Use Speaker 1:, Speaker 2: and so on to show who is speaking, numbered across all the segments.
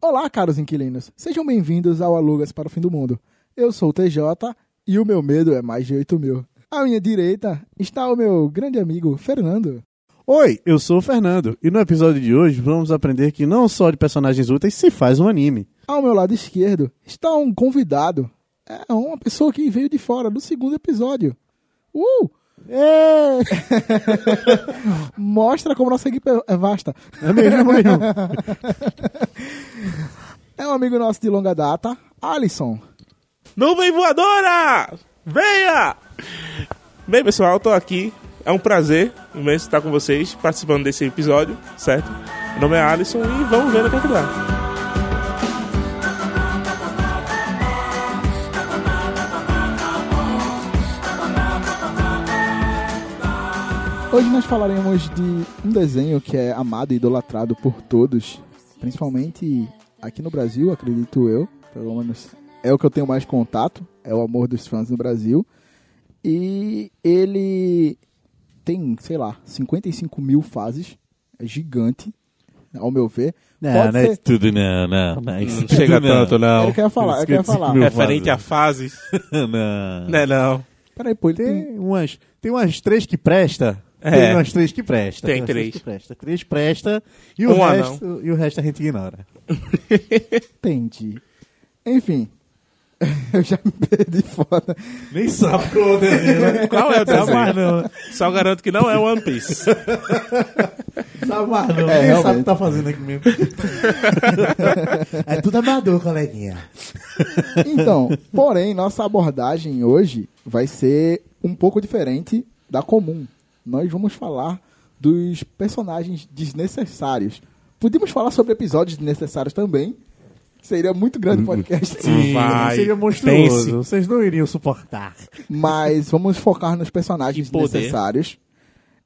Speaker 1: Olá, caros inquilinos. Sejam bem-vindos ao Alugas para o Fim do Mundo. Eu sou o TJ e o meu medo é mais de 8 mil. À minha direita está o meu grande amigo Fernando.
Speaker 2: Oi, eu sou o Fernando e no episódio de hoje vamos aprender que não só de personagens úteis se faz um anime.
Speaker 1: Ao meu lado esquerdo está um convidado. É uma pessoa que veio de fora do segundo episódio. Uh! Ê! Mostra como nossa equipe é vasta.
Speaker 2: É mesmo, é mesmo.
Speaker 1: É um amigo nosso de longa data, Alisson.
Speaker 3: Nuvem voadora! Venha! Bem, pessoal, tô aqui. É um prazer imenso estar com vocês, participando desse episódio, certo? Meu nome é Alisson e vamos ver no que é que dá.
Speaker 1: Hoje nós falaremos de um desenho que é amado e idolatrado por todos, principalmente aqui no Brasil, acredito eu, pelo menos é o que eu tenho mais contato, é o amor dos fãs no Brasil. E ele tem, sei lá, 55 mil fases, é gigante, ao meu ver.
Speaker 3: É,
Speaker 2: É,
Speaker 1: Pode
Speaker 2: né?
Speaker 3: né?
Speaker 1: ser-
Speaker 4: tudo não, não. não isso tudo
Speaker 3: Chega tanto, não. É
Speaker 1: Eu quero falar, eu quero falar.
Speaker 4: Meu
Speaker 3: Referente
Speaker 4: vaso.
Speaker 3: a fases,
Speaker 4: não.
Speaker 3: né não?
Speaker 1: Peraí, pô, ele tem...
Speaker 2: Tem umas, tem umas três que presta.
Speaker 3: É.
Speaker 2: Tem umas três que presta.
Speaker 3: Tem
Speaker 2: umas
Speaker 3: três. Um
Speaker 2: que presta. Três presta e o,
Speaker 3: Uma
Speaker 2: resto, e o resto a gente ignora.
Speaker 1: Entendi. Enfim, eu já me perdi foda.
Speaker 2: Nem sabe qual é desenho. né?
Speaker 3: Qual é
Speaker 2: Sabe
Speaker 3: o desenho?
Speaker 2: mais não.
Speaker 3: Só garanto que não é One Piece.
Speaker 2: Sabe mais não.
Speaker 1: É,
Speaker 2: Nem sabe o
Speaker 1: realmente.
Speaker 2: que tá fazendo aqui mesmo. é tudo amador, coleguinha.
Speaker 1: Então, porém, nossa abordagem hoje vai ser um pouco diferente da comum. Nós vamos falar dos personagens desnecessários. Podíamos falar sobre episódios desnecessários também. Seria muito grande o podcast.
Speaker 3: Vai,
Speaker 2: Seria monstruoso.
Speaker 3: pense.
Speaker 2: Vocês não iriam suportar.
Speaker 1: Mas vamos focar nos personagens
Speaker 3: Que poder.
Speaker 1: necessários.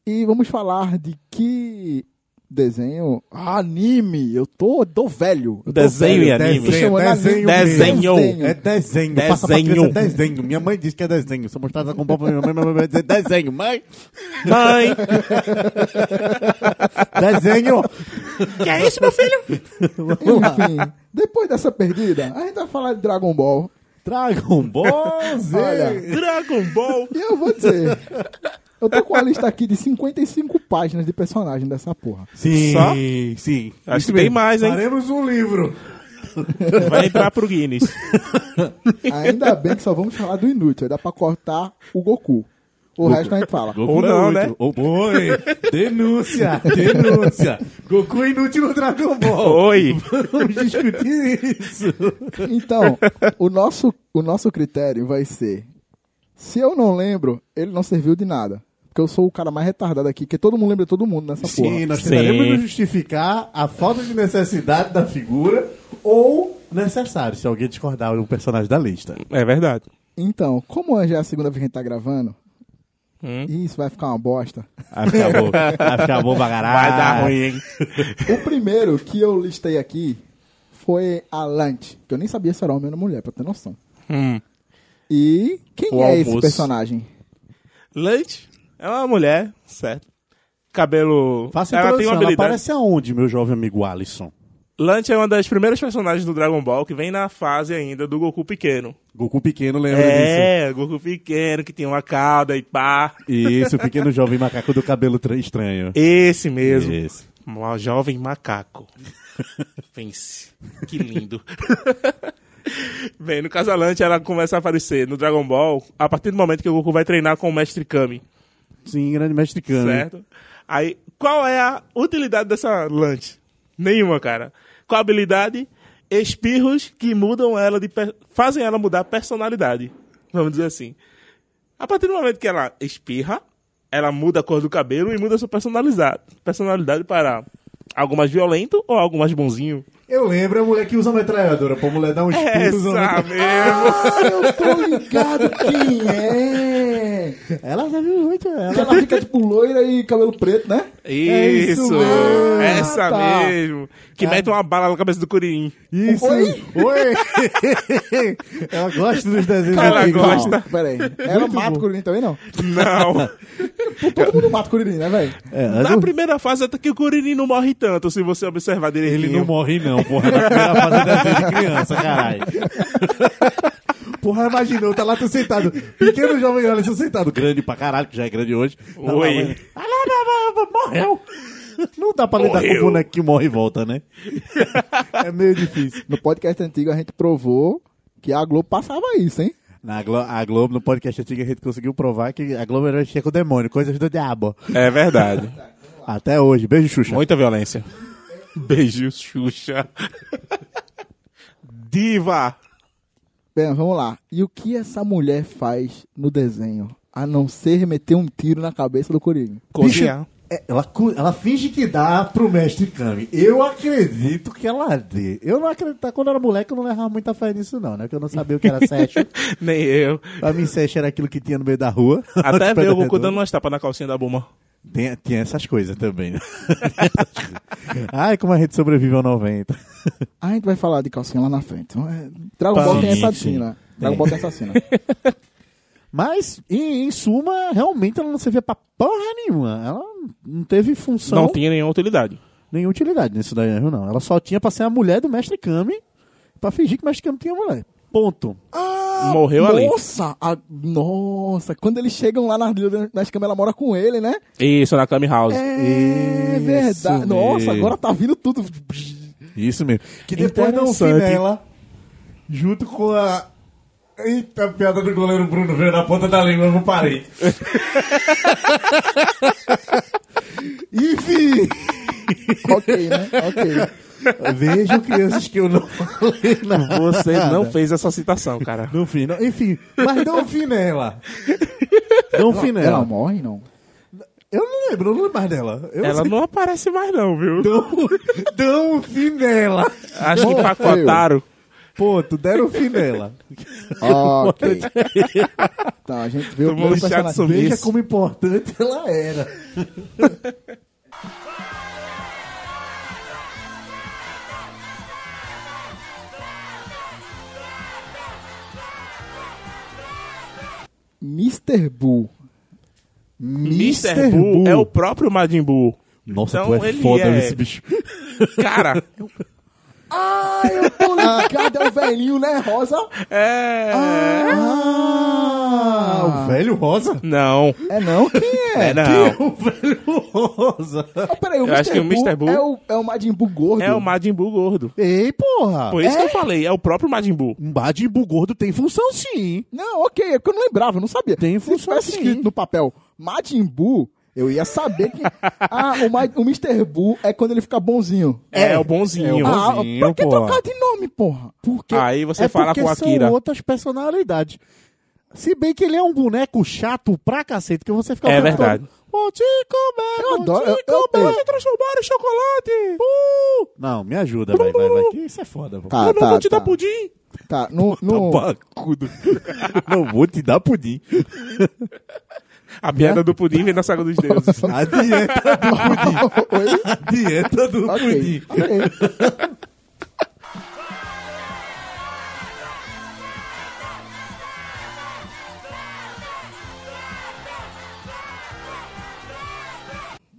Speaker 1: E vamos falar de que desenho. Ah, Anime! Eu tô, tô velho. Eu tô
Speaker 3: Desenho
Speaker 1: velho.
Speaker 3: e anime.
Speaker 1: Tô chamando
Speaker 2: Desenho,
Speaker 1: anime.
Speaker 3: desenho.
Speaker 2: É desenho.
Speaker 3: Desenho.
Speaker 2: Passa pra criança, é desenho. Minha mãe disse que é desenho. Se eu mostrar essa com pau pra minha mãe, minha mãe vai dizer desenho. Mãe,
Speaker 3: Mãe!
Speaker 2: desenho.
Speaker 3: Que é isso, meu filho?
Speaker 1: Enfim, depois dessa perdida, a gente vai falar de Dragon Ball.
Speaker 2: Dragon Ball Z.
Speaker 1: Olha,
Speaker 3: Dragon Ball!
Speaker 1: e eu vou dizer. Eu tô com a lista aqui de 55 páginas de personagem dessa porra.
Speaker 2: Sim,
Speaker 3: Só?
Speaker 2: sim.
Speaker 3: Acho
Speaker 2: Isso
Speaker 3: que tem
Speaker 2: mesmo.
Speaker 3: mais, hein?
Speaker 2: Faremos um livro.
Speaker 3: Vai entrar pro Guinness.
Speaker 1: Ainda bem que só vamos falar do inútil. aí Dá pra cortar o Goku. O resto a gente fala.
Speaker 2: Goku
Speaker 3: Ou não,
Speaker 2: é
Speaker 3: né?
Speaker 2: útil. Oh, boy. Denúncia, denúncia. Goku é inútil no Dragon Ball.
Speaker 3: Oi!
Speaker 2: Vamos discutir isso.
Speaker 1: Então, o nosso, o nosso critério vai ser: se eu não lembro, ele não serviu de nada. Porque eu sou o cara mais retardado aqui, que todo mundo lembra todo mundo nessa
Speaker 2: Sim,
Speaker 1: porra.
Speaker 2: nós
Speaker 3: Sim.
Speaker 2: tentaremos nos justificar a falta de necessidade da figura ou necessário, se alguém discordar do personagem da lista.
Speaker 3: É verdade.
Speaker 1: Então, como já é a segunda vez que a gente tá gravando,
Speaker 3: Hum.
Speaker 1: e isso vai ficar uma bosta.
Speaker 2: Acabou. Acabou pra caralho.
Speaker 3: Vai dar ruim, hein?
Speaker 1: O primeiro que eu listei aqui foi a Lunch, que eu nem sabia se era homem ou mulher, pra ter noção.
Speaker 3: Hum.
Speaker 1: E quem
Speaker 3: O
Speaker 1: é esse
Speaker 3: almoço.
Speaker 1: personagem?
Speaker 3: Lunch é uma mulher, certo? Cabelo.
Speaker 2: Faça a
Speaker 3: ela É, tem
Speaker 2: introdução.
Speaker 3: uma
Speaker 2: Ela
Speaker 3: habilidade.
Speaker 2: aparece aonde, meu jovem amigo Alisson?
Speaker 3: Lunch é uma das primeiras personagens do Dragon Ball que vem na fase ainda do Goku pequeno.
Speaker 2: Goku pequeno lembra disso.
Speaker 3: É, Goku pequeno que tem uma cauda e pá.
Speaker 2: Isso, o pequeno jovem macaco do cabelo tra- estranho.
Speaker 3: Esse mesmo.
Speaker 2: Isso.
Speaker 3: Um jovem macaco. Pense. Que lindo. Bem, no caso da Lunch, ela começa a aparecer no Dragon Ball a partir do momento que o Goku vai treinar com o Mestre Kami.
Speaker 2: Sim, grande mestre Kami.
Speaker 3: Certo? Aí, qual é a utilidade dessa lunch? Nenhuma, cara. Qual a habilidade? Espirros que mudam ela de. per- fazem ela mudar a personalidade. Vamos dizer assim. A partir do momento que ela espirra, ela muda a cor do cabelo e muda sua personalidade, personalidade para algo mais violento ou algo mais bonzinho.
Speaker 2: Eu lembro a mulher que usa metralhadora. Pra mulher
Speaker 3: É,
Speaker 4: É
Speaker 3: né?
Speaker 2: dar um espírito.
Speaker 3: Essa mesmo!
Speaker 1: Ah, eu tô ligado quem é!
Speaker 4: Ela já viu muito ela.
Speaker 1: Ela fica tipo loira e cabelo preto, né?
Speaker 3: Isso, É
Speaker 4: isso mesmo.
Speaker 3: essa
Speaker 1: Ah, tá.
Speaker 3: mesmo. Que mete uma bala na cabeça do Curirim.
Speaker 4: Isso.
Speaker 1: Oi?
Speaker 4: Oi. ela gosta dos desenhos
Speaker 3: Ela
Speaker 4: antigos.
Speaker 3: gosta.
Speaker 1: Não, pera aí. Ela
Speaker 4: Muito
Speaker 1: mata
Speaker 4: bom.
Speaker 1: o Curirim também, não?
Speaker 3: Não.
Speaker 1: Pô, todo mundo mata o Curirim, né, velho?
Speaker 4: É, ela
Speaker 3: Na primeira fase até que o Curirim não morre tanto, se você observar direitinho.
Speaker 2: Ele não morre, não, porra. Na primeira fase ele é desde criança, caralho.
Speaker 4: Porra, imaginou, tá lá tu sentado. Pequeno jovem Alisson sentado, grande pra caralho, que já é grande hoje. Tá lá,
Speaker 3: Oi.
Speaker 4: mas- Ah, lá, lá, lá, lá, morreu. Não dá pra
Speaker 2: tá
Speaker 4: lidar com o
Speaker 3: Morreu.
Speaker 4: boneco que morre e volta, né? É meio difícil.
Speaker 1: No podcast antigo a gente provou que a Globo passava isso, hein?
Speaker 4: Na Glo a Globo, no podcast antigo, a gente conseguiu provar que a Globo era cheia com o demônio, coisas do diabo.
Speaker 3: É verdade.
Speaker 4: Até hoje. Beijo, Xuxa.
Speaker 3: Muita violência. Beijo, Xuxa. Diva.
Speaker 1: Bem, vamos lá. E o que essa mulher faz no desenho? A não ser meter um tiro na cabeça do Curirim.
Speaker 3: Cozinhar.
Speaker 4: É, ela, cu- ela finge que dá pro mestre Kami. Eu acredito que ela dê. Eu não acredito. Quando eu era moleque, eu não levava muita fé nisso, não, né? Porque eu não sabia o que era Session.
Speaker 3: Nem eu.
Speaker 4: pra mim, Session era aquilo que tinha no meio da rua.
Speaker 3: Até ver o
Speaker 4: Tipo, era
Speaker 3: Goku
Speaker 4: redondo.
Speaker 3: dando umas tapas na calcinha da Buma.
Speaker 4: Tem, tinha essas coisas também. né? Ai, como a gente sobrevive ao 90.
Speaker 1: A gente vai falar de calcinha lá na frente. Então, é, Dragon Ball tem
Speaker 2: Sim,
Speaker 1: essa cena. Dragon Ball tem essa cena.
Speaker 4: Mas, em, em suma, realmente ela não servia pra porra nenhuma. Ela não teve função,
Speaker 3: Não tinha nenhuma utilidade.
Speaker 4: nenhuma utilidade nisso daí, né, não. Ela só tinha pra ser a mulher do mestre Kami, pra fingir que o mestre Kami tinha mulher. Ponto.
Speaker 3: Morreu ali.
Speaker 1: Ah, Nossa! a- nossa! Quando eles chegam lá na nas câmeras, ela mora com ele, né?
Speaker 3: Isso, na Kami House.
Speaker 1: É
Speaker 4: Isso
Speaker 1: verdade. Nossa,
Speaker 4: mesmo.
Speaker 1: agora tá vindo tudo.
Speaker 4: Isso mesmo. Que
Speaker 1: depois dá um fim nela,
Speaker 4: junto com a. Eita, a piada do goleiro Bruno veio na ponta da língua, eu não parei. Enfim,
Speaker 1: ok, né? Ok.
Speaker 4: vejam crianças que eu não falei nada.
Speaker 3: Você não fez essa citação, cara.
Speaker 4: Não um fim, né? não- enfim, mas dá um fim nela. Dá um fim
Speaker 1: Ela
Speaker 4: nela.
Speaker 1: morre, não?
Speaker 4: Eu não lembro, eu não lembro mais dela. Eu
Speaker 3: Ela
Speaker 4: sei-
Speaker 3: não aparece mais, não, viu?
Speaker 4: Dá um fim nela.
Speaker 3: Acho que
Speaker 1: Morreu.
Speaker 3: pacotaram.
Speaker 4: Ponto, deram um fim nela.
Speaker 1: Ok. tá, a gente vê o
Speaker 3: Tomou um
Speaker 1: primeiro
Speaker 3: chá de
Speaker 1: personagem.
Speaker 3: sopa.
Speaker 4: Veja
Speaker 3: Isso.
Speaker 4: como importante ela era.
Speaker 1: Mr. Bull.
Speaker 3: Mr. Buu é o próprio Majin Buu.
Speaker 2: Nossa,
Speaker 3: Então
Speaker 2: tu é
Speaker 3: ele
Speaker 2: foda
Speaker 3: é-
Speaker 2: esse bicho.
Speaker 3: Cara,
Speaker 1: Ah, eu tô ligado, é o velhinho, né, Rosa?
Speaker 3: é...
Speaker 4: Ah, o velho rosa?
Speaker 3: Não.
Speaker 1: É não? Quem é?
Speaker 3: É, não.
Speaker 4: O velho rosa.
Speaker 1: Ah, peraí, o
Speaker 3: Eu acho que o
Speaker 1: Mr.
Speaker 3: Mr.
Speaker 1: Bull
Speaker 3: Bull
Speaker 1: é o, é o Majin Buu gordo.
Speaker 3: É o Majin Buu gordo.
Speaker 4: Ei, porra.
Speaker 3: Por isso que eu falei, é o próprio Majin Buu.
Speaker 4: Um bar de bu gordo tem função sim.
Speaker 1: Não, ok, é porque eu não lembrava, eu não sabia.
Speaker 4: Tem
Speaker 1: Se
Speaker 4: função
Speaker 1: tivesse
Speaker 4: sim.
Speaker 1: escrito no papel Majin Buu, eu ia saber que... ah, o, Ma... o Mr. Bull é quando ele fica bonzinho.
Speaker 3: É, o bonzinho. Ah,
Speaker 4: é o
Speaker 1: ah,
Speaker 4: bonzinho,
Speaker 1: pra que
Speaker 4: porra.
Speaker 1: trocar de nome, porra?
Speaker 4: Porque
Speaker 3: Aí você
Speaker 4: é
Speaker 3: fala
Speaker 4: porque
Speaker 3: com a Akira.
Speaker 4: são outras personalidades. Se bem que ele é um boneco chato pra cacete, que você fica o
Speaker 3: É
Speaker 4: tempo
Speaker 3: verdade.
Speaker 4: todo, Vou te comer,
Speaker 1: Eu
Speaker 4: vou
Speaker 1: adoro,
Speaker 4: te
Speaker 1: eu- eu-
Speaker 4: comer.
Speaker 1: eu-
Speaker 4: transformar em chocolate.
Speaker 1: Uh!
Speaker 4: Bu. Não, me ajuda, vai, vai, vai. que Isso é foda, pô.
Speaker 1: Tá,
Speaker 3: eu não
Speaker 1: tá,
Speaker 3: vou te
Speaker 1: tá.
Speaker 3: dar pudim.
Speaker 1: Tá, no... no...
Speaker 2: Tabacudo. Não vou te dar pudim.
Speaker 3: A piada do pudim vem da saga dos deuses.
Speaker 4: A dieta do
Speaker 1: Oi?
Speaker 4: a dieta do
Speaker 1: Ok, ok.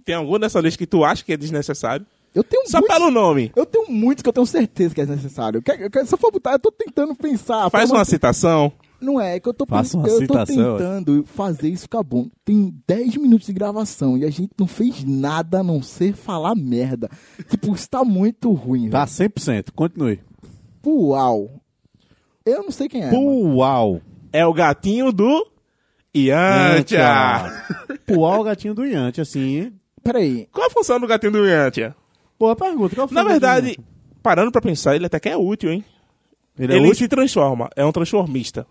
Speaker 3: Tem algum dessa lista que tu acha que é desnecessário?
Speaker 1: Eu tenho
Speaker 3: Só
Speaker 1: muito...
Speaker 3: pelo nome.
Speaker 1: Eu tenho muitos que eu tenho certeza que é necessário. Que- que- Se eu for botar, eu tô tentando pensar.
Speaker 3: Faz
Speaker 1: Pô,
Speaker 3: uma
Speaker 1: mas-
Speaker 3: citação.
Speaker 1: Não é, é que eu tô,
Speaker 2: Faça uma
Speaker 1: eu tô
Speaker 2: citação.
Speaker 1: tentando fazer isso ficar bom. Tem 10 minutos de gravação e a gente não fez nada a não ser falar merda. Tipo, isso tá muito ruim.
Speaker 2: Tá
Speaker 1: velho.
Speaker 2: 100%. Continue.
Speaker 1: Puau. Eu não sei quem é. mano.
Speaker 2: Uau.
Speaker 3: É o gatinho do
Speaker 4: Ah,
Speaker 3: Yantia.
Speaker 4: Puar o gatinho do Yantia, assim.
Speaker 1: Peraí.
Speaker 3: Qual a função do gatinho do Yantia?
Speaker 4: Boa pergunta. qual foi
Speaker 3: Na
Speaker 4: o gatinho do
Speaker 3: verdade,
Speaker 4: Yantia?
Speaker 3: parando pra pensar, ele até que é útil, hein?
Speaker 2: Ele
Speaker 3: Ele,
Speaker 2: é útil?
Speaker 3: se transforma. É um transformista.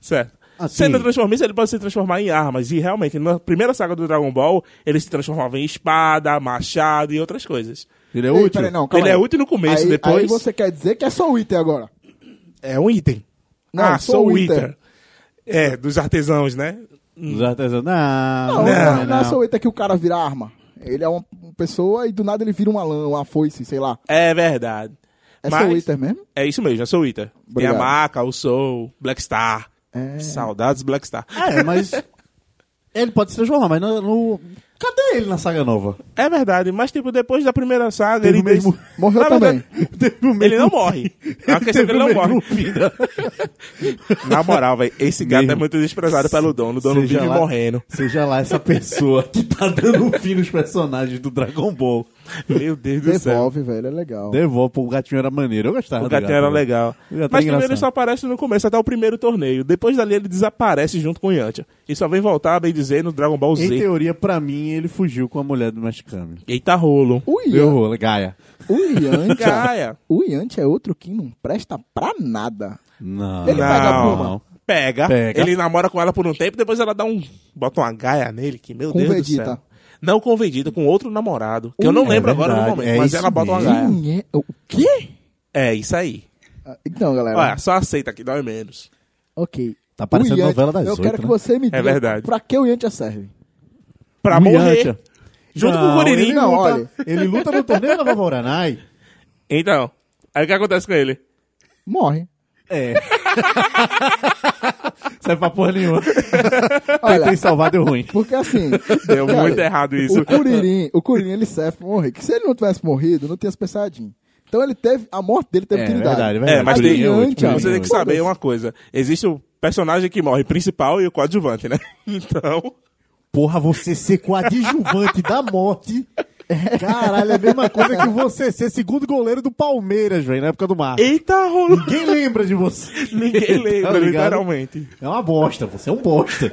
Speaker 3: Certo.
Speaker 4: Ah, sim.
Speaker 3: Sendo transformista, ele pode se transformar em armas. E realmente, na primeira saga do Dragon Ball, ele se transformava em espada, machado e outras coisas.
Speaker 2: Ele é
Speaker 1: Ei,
Speaker 2: útil?
Speaker 1: peraí, não, calma
Speaker 3: Ele é
Speaker 1: aí.
Speaker 3: útil no começo,
Speaker 1: Aí-
Speaker 3: depois-
Speaker 1: Aí você quer dizer que é só o item agora.
Speaker 3: É um item.
Speaker 1: Não,
Speaker 3: ah,
Speaker 1: sou
Speaker 3: sou o
Speaker 1: Wither.
Speaker 3: Wither. É, dos artesãos, né?
Speaker 4: Dos artesanatos.
Speaker 1: Não,
Speaker 4: não,
Speaker 1: não, não é essa oita que o cara vira arma. Ele é uma uma pessoa e do nada ele vira uma lã, uma foice, sei lá.
Speaker 3: É verdade.
Speaker 1: Essa
Speaker 3: Mas-
Speaker 1: é o Iter mesmo?
Speaker 3: É isso mesmo, é sou Ita. Tem a
Speaker 1: Obrigado.
Speaker 3: Maca, o Soul, Black Star.
Speaker 1: É.
Speaker 3: Saudades Black Star.
Speaker 4: É, mas. Ele pode se transformar, mas no. no- Cadê ele na saga nova?
Speaker 3: É verdade, mas tipo, depois da primeira saga,
Speaker 4: Teve
Speaker 3: ele
Speaker 4: o mesmo-
Speaker 3: disse-
Speaker 1: morreu
Speaker 3: Na verdade,
Speaker 4: Teve um o
Speaker 3: Ele
Speaker 4: mesmo-
Speaker 3: não morre. A questão é que
Speaker 4: teve um
Speaker 3: ele
Speaker 4: o
Speaker 3: não
Speaker 4: mesmo
Speaker 3: morre.
Speaker 4: vida.
Speaker 3: Na moral, velho, esse gato
Speaker 4: Mesmo.
Speaker 3: é muito desprezado pelo dono. O dono
Speaker 4: Seja
Speaker 3: vive
Speaker 4: lá-
Speaker 3: um morrendo.
Speaker 4: Seja lá essa pessoa que tá dando fim nos personagens do Dragon Ball.
Speaker 3: Meu Deus do céu.
Speaker 1: Devolve, velho, é legal.
Speaker 4: Devolve, pô, o gatinho era maneiro. Eu gostava
Speaker 3: O
Speaker 4: do
Speaker 3: gatinho era legal.
Speaker 4: O gatinho
Speaker 3: Mas primeiro
Speaker 4: engraçado.
Speaker 3: ele só aparece no começo, até o primeiro torneio. Depois dali ele desaparece junto com o Yantia. E só vem voltar, bem dizer, no Dragon Ball
Speaker 4: Em
Speaker 3: Z.
Speaker 4: teoria, pra mim, ele fugiu com a mulher do mexicano.
Speaker 3: Eita rolo.
Speaker 1: O
Speaker 4: Deu
Speaker 1: Ian,
Speaker 4: rolo, Gaia.
Speaker 1: o Yantia,
Speaker 3: Gaia.
Speaker 1: o Yantia é outro que não presta pra nada.
Speaker 4: Não.
Speaker 1: Ele pega a
Speaker 4: não,
Speaker 1: pluma.
Speaker 4: não.
Speaker 3: Pega,
Speaker 4: Pega.
Speaker 3: Ele namora com ela por um tempo, depois ela dá um. Bota uma gaia nele, que meu
Speaker 1: Com
Speaker 3: Deus
Speaker 1: Vegeta.
Speaker 3: do céu. Não com Vegeta, com outro namorado. Que eu não
Speaker 4: É
Speaker 3: lembro agora no
Speaker 4: verdade,
Speaker 3: momento,
Speaker 4: é
Speaker 3: mas
Speaker 4: isso
Speaker 3: ela bota
Speaker 4: mesmo.
Speaker 3: uma gaia.
Speaker 1: Quem é? O quê?
Speaker 3: É, isso aí.
Speaker 1: Ah, Então, galera,
Speaker 3: Olha, só aceita que dói menos.
Speaker 1: ok.
Speaker 4: Tá parecendo
Speaker 1: O Yantia-
Speaker 4: novela das
Speaker 1: Eu
Speaker 4: oito,
Speaker 1: quero que
Speaker 4: né?
Speaker 1: você me diga
Speaker 3: É verdade.
Speaker 1: pra que o Yantia serve.
Speaker 3: Pra
Speaker 4: O
Speaker 3: morrer.
Speaker 4: Yantia.
Speaker 3: Junto
Speaker 4: Não,
Speaker 3: com o Kuririn.
Speaker 4: Ele, não,
Speaker 1: Não,
Speaker 4: luta,
Speaker 1: olha.
Speaker 4: ele luta no torneio da Vavoranai.
Speaker 3: Então, aí o que acontece com ele?
Speaker 1: Morre.
Speaker 4: É. Sai pra porra nenhuma. Tentei
Speaker 1: Olha,
Speaker 4: salvar, deu ruim.
Speaker 1: porque assim...
Speaker 3: Deu
Speaker 1: cara,
Speaker 3: muito errado isso.
Speaker 1: O Curirim, o Curirim, ele serve pra morrer. Que se ele não tivesse morrido, não tinha se pensadinho. Então ele teve... A morte dele teve utilidade.
Speaker 3: É, mas
Speaker 1: Kuririn
Speaker 3: tem,
Speaker 1: é o
Speaker 4: Kuririn
Speaker 1: último,
Speaker 3: você tem que
Speaker 1: Foda-se.
Speaker 3: saber uma coisa. Existe o personagem que morre principal e o coadjuvante, né? Então,
Speaker 4: Porra, você ser coadjuvante da morte. Caralho, é a mesma coisa que você ser segundo goleiro do Palmeiras, velho, na época do Mar.
Speaker 3: eita rolo.
Speaker 4: Ninguém lembra de você.
Speaker 3: Ninguém lembra,
Speaker 4: Tá ligado?
Speaker 3: literalmente.
Speaker 4: É uma bosta, você é um bosta.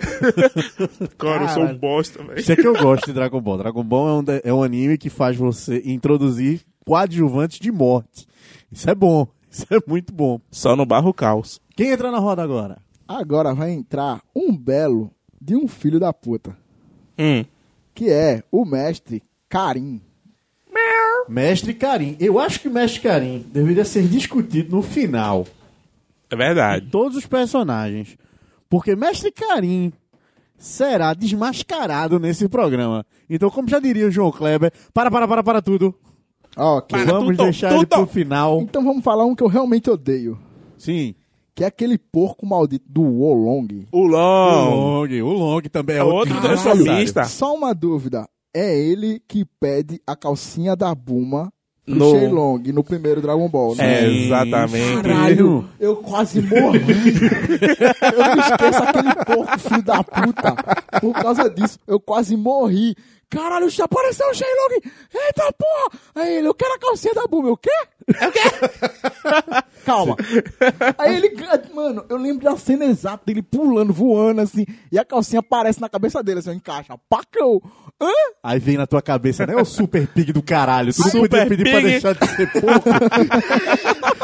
Speaker 3: Cara, eu sou um
Speaker 4: Caralho.
Speaker 3: bosta, velho.
Speaker 4: Isso é que eu gosto de Dragon Ball. Dragon Ball é um, de- é um anime que faz você introduzir coadjuvantes de morte. Isso é bom. Isso é muito bom.
Speaker 3: Só no barro caos.
Speaker 4: Quem entra na roda agora?
Speaker 1: Agora vai entrar um belo de um filho da puta.
Speaker 3: Hum.
Speaker 1: Que é o mestre Karim.
Speaker 4: Mestre Karim. Eu acho que Mestre Karim deveria ser discutido no final.
Speaker 3: É verdade.
Speaker 4: Todos os personagens. Porque Mestre Karim será desmascarado nesse programa. Então, como já diria o João Kleber, para, para, para, para tudo.
Speaker 1: Ok.
Speaker 3: Para.
Speaker 4: Vamos
Speaker 3: tudo,
Speaker 4: deixar
Speaker 3: tudo.
Speaker 4: ele pro final.
Speaker 1: Então vamos falar um que eu realmente odeio.
Speaker 4: Sim.
Speaker 1: Que é aquele porco maldito do Wolong.
Speaker 3: O Long.
Speaker 4: O Long, o Long também é
Speaker 3: Outro
Speaker 4: desnecessário.
Speaker 3: transformista. Tá.
Speaker 1: Só uma dúvida. É ele que pede a calcinha da Buma pro
Speaker 3: No-
Speaker 1: Shenlong no primeiro Dragon Ball, né?
Speaker 3: É, exatamente.
Speaker 1: Caralho, eu quase morri. eu não esqueço aquele porco, filho da puta. Por causa disso, eu quase morri. Caralho, já apareceu o Shenlong. Eita porra! Aí ele, eu quero a calcinha da Buma. Eu, o quê? Eu quê? Calma. Aí ele, mano, eu lembro da cena exata dele pulando, voando assim, e a calcinha aparece na cabeça dele, assim, encaixa. Pacão! Hã?
Speaker 4: Aí vem na tua cabeça, né? O Super Pig do caralho. Tu não
Speaker 3: Super
Speaker 4: podia pedir pra
Speaker 3: Pig.
Speaker 4: deixar de ser pouco.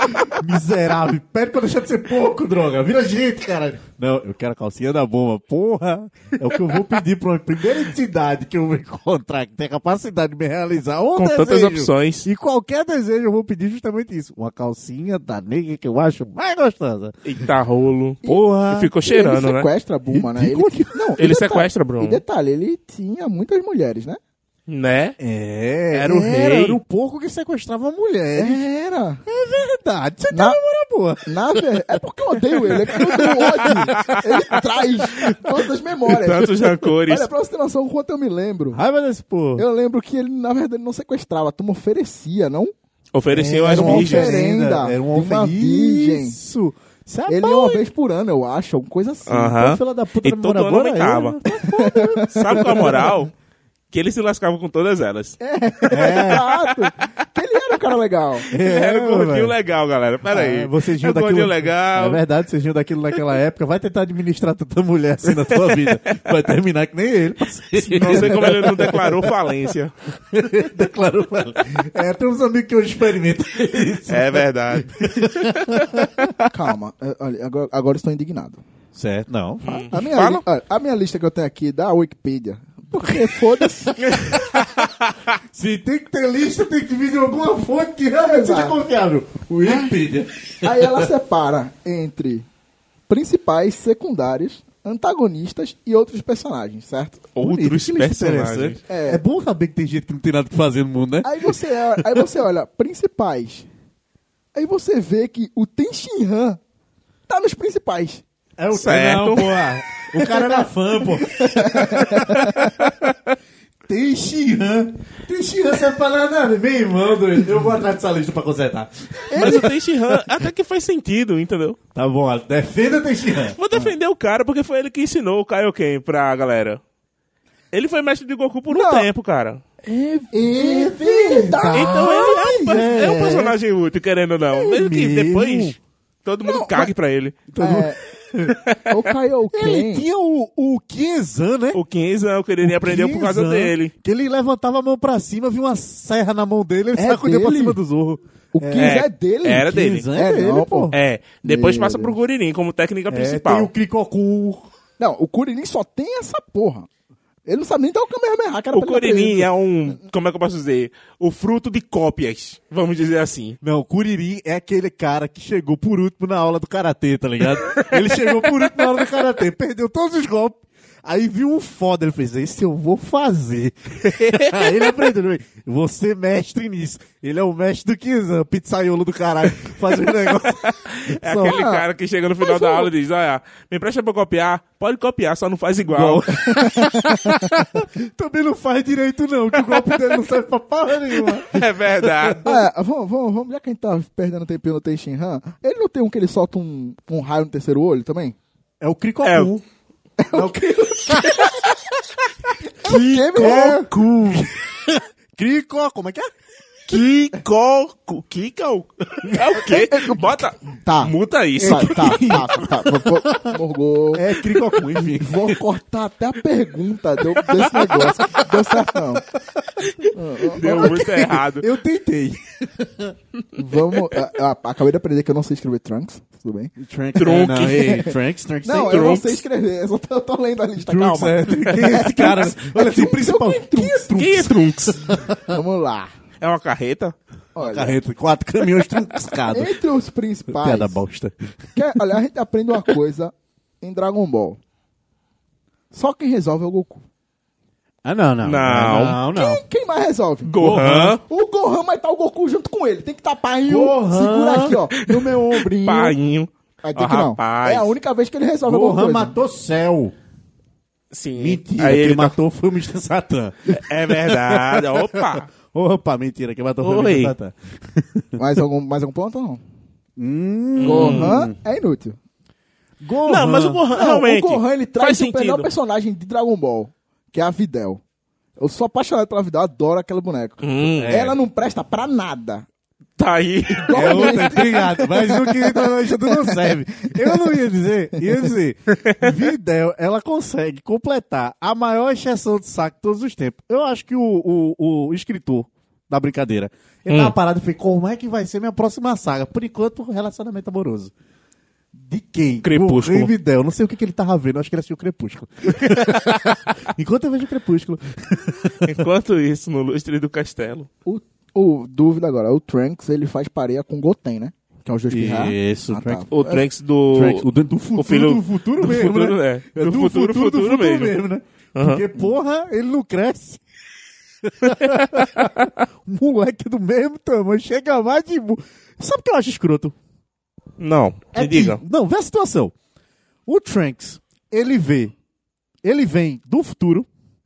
Speaker 4: Miserável. Pede pra deixar de ser pouco, droga. Vira gente, caralho. Não, eu quero a calcinha da bomba. Porra. É o que eu vou pedir pra uma primeira entidade que eu vou encontrar, que tem a capacidade de me realizar. Um
Speaker 3: Com
Speaker 4: desejo.
Speaker 3: tantas opções.
Speaker 4: E qualquer desejo eu vou pedir justamente isso. Uma calcinha da nega que eu acho mais gostosa.
Speaker 3: Eita rolo.
Speaker 4: Porra.
Speaker 3: E ficou
Speaker 1: ele
Speaker 3: cheirando, né?
Speaker 1: sequestra a Buma, né? Ele,
Speaker 4: Ridículo.
Speaker 1: não, e
Speaker 3: Ele
Speaker 1: detalhe-
Speaker 3: sequestra a Buma.
Speaker 1: E detalhe, ele é- tinha muitas mulheres, né?
Speaker 3: Né?
Speaker 4: É,
Speaker 3: Era o rei.
Speaker 4: Era o porco que sequestrava a mulher.
Speaker 1: Era.
Speaker 4: É verdade. Você tá
Speaker 1: Na-
Speaker 4: namorando boa.
Speaker 1: Na ver- É porque eu odeio ele, é porque eu tenho ódio. Ele traz todas as memórias.
Speaker 3: Tantos rancores.
Speaker 1: Olha, pra você ter noção, quanto eu me lembro.
Speaker 4: Raiva desse porco.
Speaker 1: Eu lembro que ele, na verdade, não sequestrava, a turma oferecia, não?
Speaker 3: Ofereceu
Speaker 4: É
Speaker 1: Era
Speaker 3: as
Speaker 1: uma
Speaker 3: virgens.
Speaker 1: oferenda.
Speaker 4: assim, né? Era uma
Speaker 1: de uma
Speaker 4: oferenda.
Speaker 1: virgem.
Speaker 4: Isso. Isso é
Speaker 1: Ele ia
Speaker 4: bom,
Speaker 1: uma
Speaker 4: hein?
Speaker 1: vez por ano, eu acho, alguma coisa assim.
Speaker 3: Aham.
Speaker 4: Fila da puta é
Speaker 3: E
Speaker 4: da
Speaker 3: todo tá
Speaker 4: namorada
Speaker 3: ano
Speaker 4: boa,
Speaker 3: aumentava. Sabe qual é a moral? Que ele se lascava com todas elas.
Speaker 1: É. Exato. Que ele era um cara legal.
Speaker 4: É,
Speaker 3: Ele era um
Speaker 4: mano,
Speaker 3: gordinho
Speaker 4: velho.
Speaker 3: legal, galera. Pera aí.
Speaker 4: É, vocês viram
Speaker 3: É um
Speaker 4: daquilo...
Speaker 3: gordinho legal.
Speaker 4: É verdade, vocês viram daquilo naquela época. Vai tentar administrar tanta mulher assim na tua vida. Vai terminar que nem ele.
Speaker 3: Não sei como ele não declarou falência.
Speaker 4: Declarou pra ela. É, tem uns amigos que eu experimento isso.
Speaker 3: É verdade.
Speaker 1: Calma, é, olha, agora, agora eu estou indignado.
Speaker 4: Certo, não.
Speaker 1: A minha,
Speaker 3: Fala.
Speaker 1: li- olha, a minha lista que eu tenho aqui é da Wikipedia. Porque foda-se.
Speaker 4: Se tem que ter lista, tem que vir de alguma fonte que realmente
Speaker 1: seja
Speaker 4: confiável. Wikipedia.
Speaker 1: Aí ela separa entre principais, secundários antagonistas e outros personagens, certo?
Speaker 3: Outros
Speaker 4: Que lista
Speaker 3: personagens.
Speaker 4: interessante.
Speaker 1: É.
Speaker 4: É. bom saber que tem gente que não tem nada pra fazer no mundo, né?
Speaker 1: Aí você, é, aí você olha, principais. Aí você vê que o Tenshin Han tá nos principais.
Speaker 2: É o
Speaker 3: Certo.
Speaker 2: Não, porra. O cara era fã, pô. Tem Xihan. Tem Xihan, você fala, nada, meu irmão, doido. Eu vou atrás dessa lista pra consertar.
Speaker 3: Mas
Speaker 4: É.
Speaker 3: o Teixe Han até que faz sentido, entendeu?
Speaker 2: Tá bom, ó, defenda Tem Xihan.
Speaker 3: Vou defender o cara porque foi ele que ensinou o Kaioken pra galera. Ele foi mestre de Goku por um
Speaker 1: Não.
Speaker 3: tempo, cara.
Speaker 1: É verdade.
Speaker 3: Então ele é um, per- é um personagem útil, querendo ou não. Mesmo que
Speaker 2: mesmo.
Speaker 3: depois todo mundo cague pra ele.
Speaker 1: então, É, o
Speaker 4: Ele
Speaker 1: Kaioken.
Speaker 4: tinha o, o Kienzan, né?
Speaker 3: O Kinzan, eu queria aprender por causa
Speaker 4: Kienzan,
Speaker 3: dele.
Speaker 4: Que ele levantava a mão pra cima, viu uma serra na mão dele, ele
Speaker 1: É
Speaker 4: sacudia pra
Speaker 1: dele?
Speaker 4: cima do Zorro.
Speaker 1: O Kinzan é, dele.
Speaker 3: Era dele.
Speaker 4: Kienzan é,
Speaker 1: É,
Speaker 4: dele,
Speaker 1: não,
Speaker 4: pô.
Speaker 1: pô.
Speaker 3: É, depois
Speaker 1: Meu
Speaker 3: passa
Speaker 1: Deus.
Speaker 3: pro Guririn como técnica
Speaker 4: É, tem
Speaker 3: principal.
Speaker 4: o Krikoku.
Speaker 1: Não, o Kuririn só tem essa porra. Ele não sabe nem dar o Kamehameha, cara.
Speaker 3: O Kuririn é um, como é que eu posso dizer? O fruto de cópias, vamos dizer assim.
Speaker 4: Não, o Kuririn é aquele cara que chegou por último na aula do Karatê, tá ligado? ele chegou por último na aula do Karatê, perdeu todos os golpes. Aí viu um foda, ele fez, esse eu vou fazer. Aí ele aprendeu, ele fez, você é mestre nisso. Ele é o mestre do Kizan, pizzaiolo do caralho, faz os negócios.
Speaker 3: É
Speaker 4: Só-
Speaker 3: aquele cara que chega no final da aula e diz, olha, me presta pra copiar, pode copiar, só não faz igual.
Speaker 4: Também não faz direito não, que o golpe dele não serve pra porra nenhuma.
Speaker 3: é verdade.
Speaker 1: É, vamos, vamos, vamos, já que a gente tá perdendo tempinho no Tenshin Han, ele não tem um que ele solta um, um raio no terceiro olho também?
Speaker 4: É o Krikoku.
Speaker 3: É o-
Speaker 1: É Kikoku.
Speaker 4: Kriko, como é que é?
Speaker 3: Que coco, que cal... É o quê? Bota,
Speaker 1: Tá.
Speaker 3: muta isso.
Speaker 1: Tá, tá, tá, tá. Vou- vou- Morgou.
Speaker 4: É Krikoku, enfim.
Speaker 1: Vou cortar até a pergunta do- desse negócio. Deu certo, não.
Speaker 3: Deu muito errado.
Speaker 4: Eu tentei.
Speaker 1: Vamos. ah, ah, acabei de aprender que eu não sei escrever Trunks. Tudo bem?
Speaker 4: Trunks.
Speaker 3: Trunks.
Speaker 4: É, Não, ei, Trunks, Trunks.
Speaker 1: Não,
Speaker 4: tem
Speaker 1: eu não
Speaker 4: Trunks.
Speaker 1: sei escrever. Eu só tô, eu tô lendo a lista.
Speaker 4: Trunks,
Speaker 1: Calma.
Speaker 4: é. Quem é esse cara? Olha, assim, principal. Quem é Trunks?
Speaker 3: Quem é Trunks?
Speaker 1: Vamos lá.
Speaker 3: É uma carreta?
Speaker 1: Olha.
Speaker 4: Carreta, quatro caminhões truncados.
Speaker 1: Entre os principais.
Speaker 4: Piada bosta.
Speaker 1: Quer, olha, a gente aprende uma coisa em Dragon Ball. Só quem resolve é o Goku.
Speaker 4: Ah, não, não.
Speaker 3: Não.
Speaker 4: Não, não.
Speaker 1: Quem, quem mais resolve?
Speaker 3: Gohan,
Speaker 1: O Gohan vai estar o Goku junto com ele. Tem que estar tá painho.
Speaker 4: Gohan.
Speaker 1: Segura aqui, ó. No meu ombrinho.
Speaker 3: painho.
Speaker 1: Aí tem
Speaker 3: Ó,
Speaker 1: que não.
Speaker 3: rapaz.
Speaker 1: É a única vez que ele resolve alguma
Speaker 4: Gohan
Speaker 1: coisa.
Speaker 4: matou Cell.
Speaker 3: Sim.
Speaker 4: Mentira,
Speaker 3: Aí
Speaker 4: quem
Speaker 3: ele
Speaker 4: matou foi o Mr. Satan.
Speaker 3: É verdade. Opa.
Speaker 4: Opa, mentira, quem matou foi o
Speaker 3: Oi.
Speaker 4: Mr. Satan.
Speaker 1: Mais algum, mais algum ponto ou não?
Speaker 3: Hum.
Speaker 1: Gohan é inútil.
Speaker 4: Gohan.
Speaker 3: Não, mas o Gohan
Speaker 1: Não,
Speaker 3: realmente
Speaker 1: o Gohan ele
Speaker 3: faz
Speaker 1: traz o melhor
Speaker 3: sentido.
Speaker 1: personagem de Dragon Ball, que é a Videl. Eu sou apaixonado pela Videl, adoro aquela boneca.
Speaker 3: Hum, é.
Speaker 1: Ela não presta pra nada.
Speaker 3: Tá aí.
Speaker 4: É outra, obrigado. Mas o que entra na lista do não serve. Eu não ia dizer, ia dizer. Videl, ela consegue completar a maior exceção de saco de todos os tempos. Eu acho que o, o, o escritor da brincadeira, ele tava parado e falou, como é que vai ser minha próxima saga? Por enquanto, relacionamento amoroso. De quem?
Speaker 3: Crepúsculo.
Speaker 4: O Videl, não sei o que, que ele tava vendo, acho que ele assistiu Crepúsculo. enquanto eu vejo Crepúsculo.
Speaker 3: Enquanto isso, no lustre do castelo.
Speaker 1: O, o- dúvida agora, o Trunks ele faz pareia com o Goten, né? Que é o Juspiha.
Speaker 4: Isso,
Speaker 1: Ah, tá.
Speaker 4: Trunks.
Speaker 3: O Trunks do...
Speaker 4: Trunks, o do, do futuro,
Speaker 3: filho-
Speaker 4: do futuro
Speaker 3: do
Speaker 4: mesmo,
Speaker 3: futuro,
Speaker 4: né?
Speaker 3: é. Do futuro, futuro mesmo.
Speaker 4: né?
Speaker 3: Aham.
Speaker 4: Porque, porra, ele não cresce. Um Moleque do mesmo tamanho, chega mais de... bu- Sabe o que eu acho escroto? É
Speaker 3: Não, me
Speaker 4: que-
Speaker 3: diga.
Speaker 4: Não, vê a situação. O Trunks, ele vê... Ele vem do futuro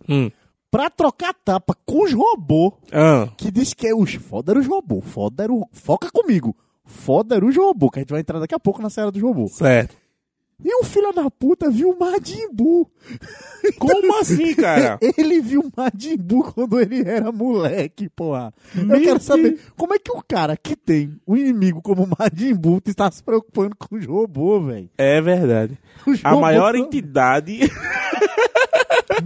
Speaker 3: Hum.
Speaker 4: pra trocar tapa com os robôs
Speaker 3: Ah,
Speaker 4: que diz que é os foda era os robôs. Foda era o... Foca comigo. Foda era os robôs, que a gente vai entrar daqui a pouco na série dos robôs.
Speaker 3: certo.
Speaker 4: E o filho da puta viu o Majin Buu.
Speaker 3: Como assim, cara?
Speaker 4: Ele viu o Majin Buu quando ele era moleque, porra. Eu quero saber, como é que o cara que tem um inimigo como o Majin Buu está se preocupando com os robôs, velho?
Speaker 3: É verdade.
Speaker 4: Os
Speaker 3: A maior
Speaker 4: robôs-
Speaker 3: entidade...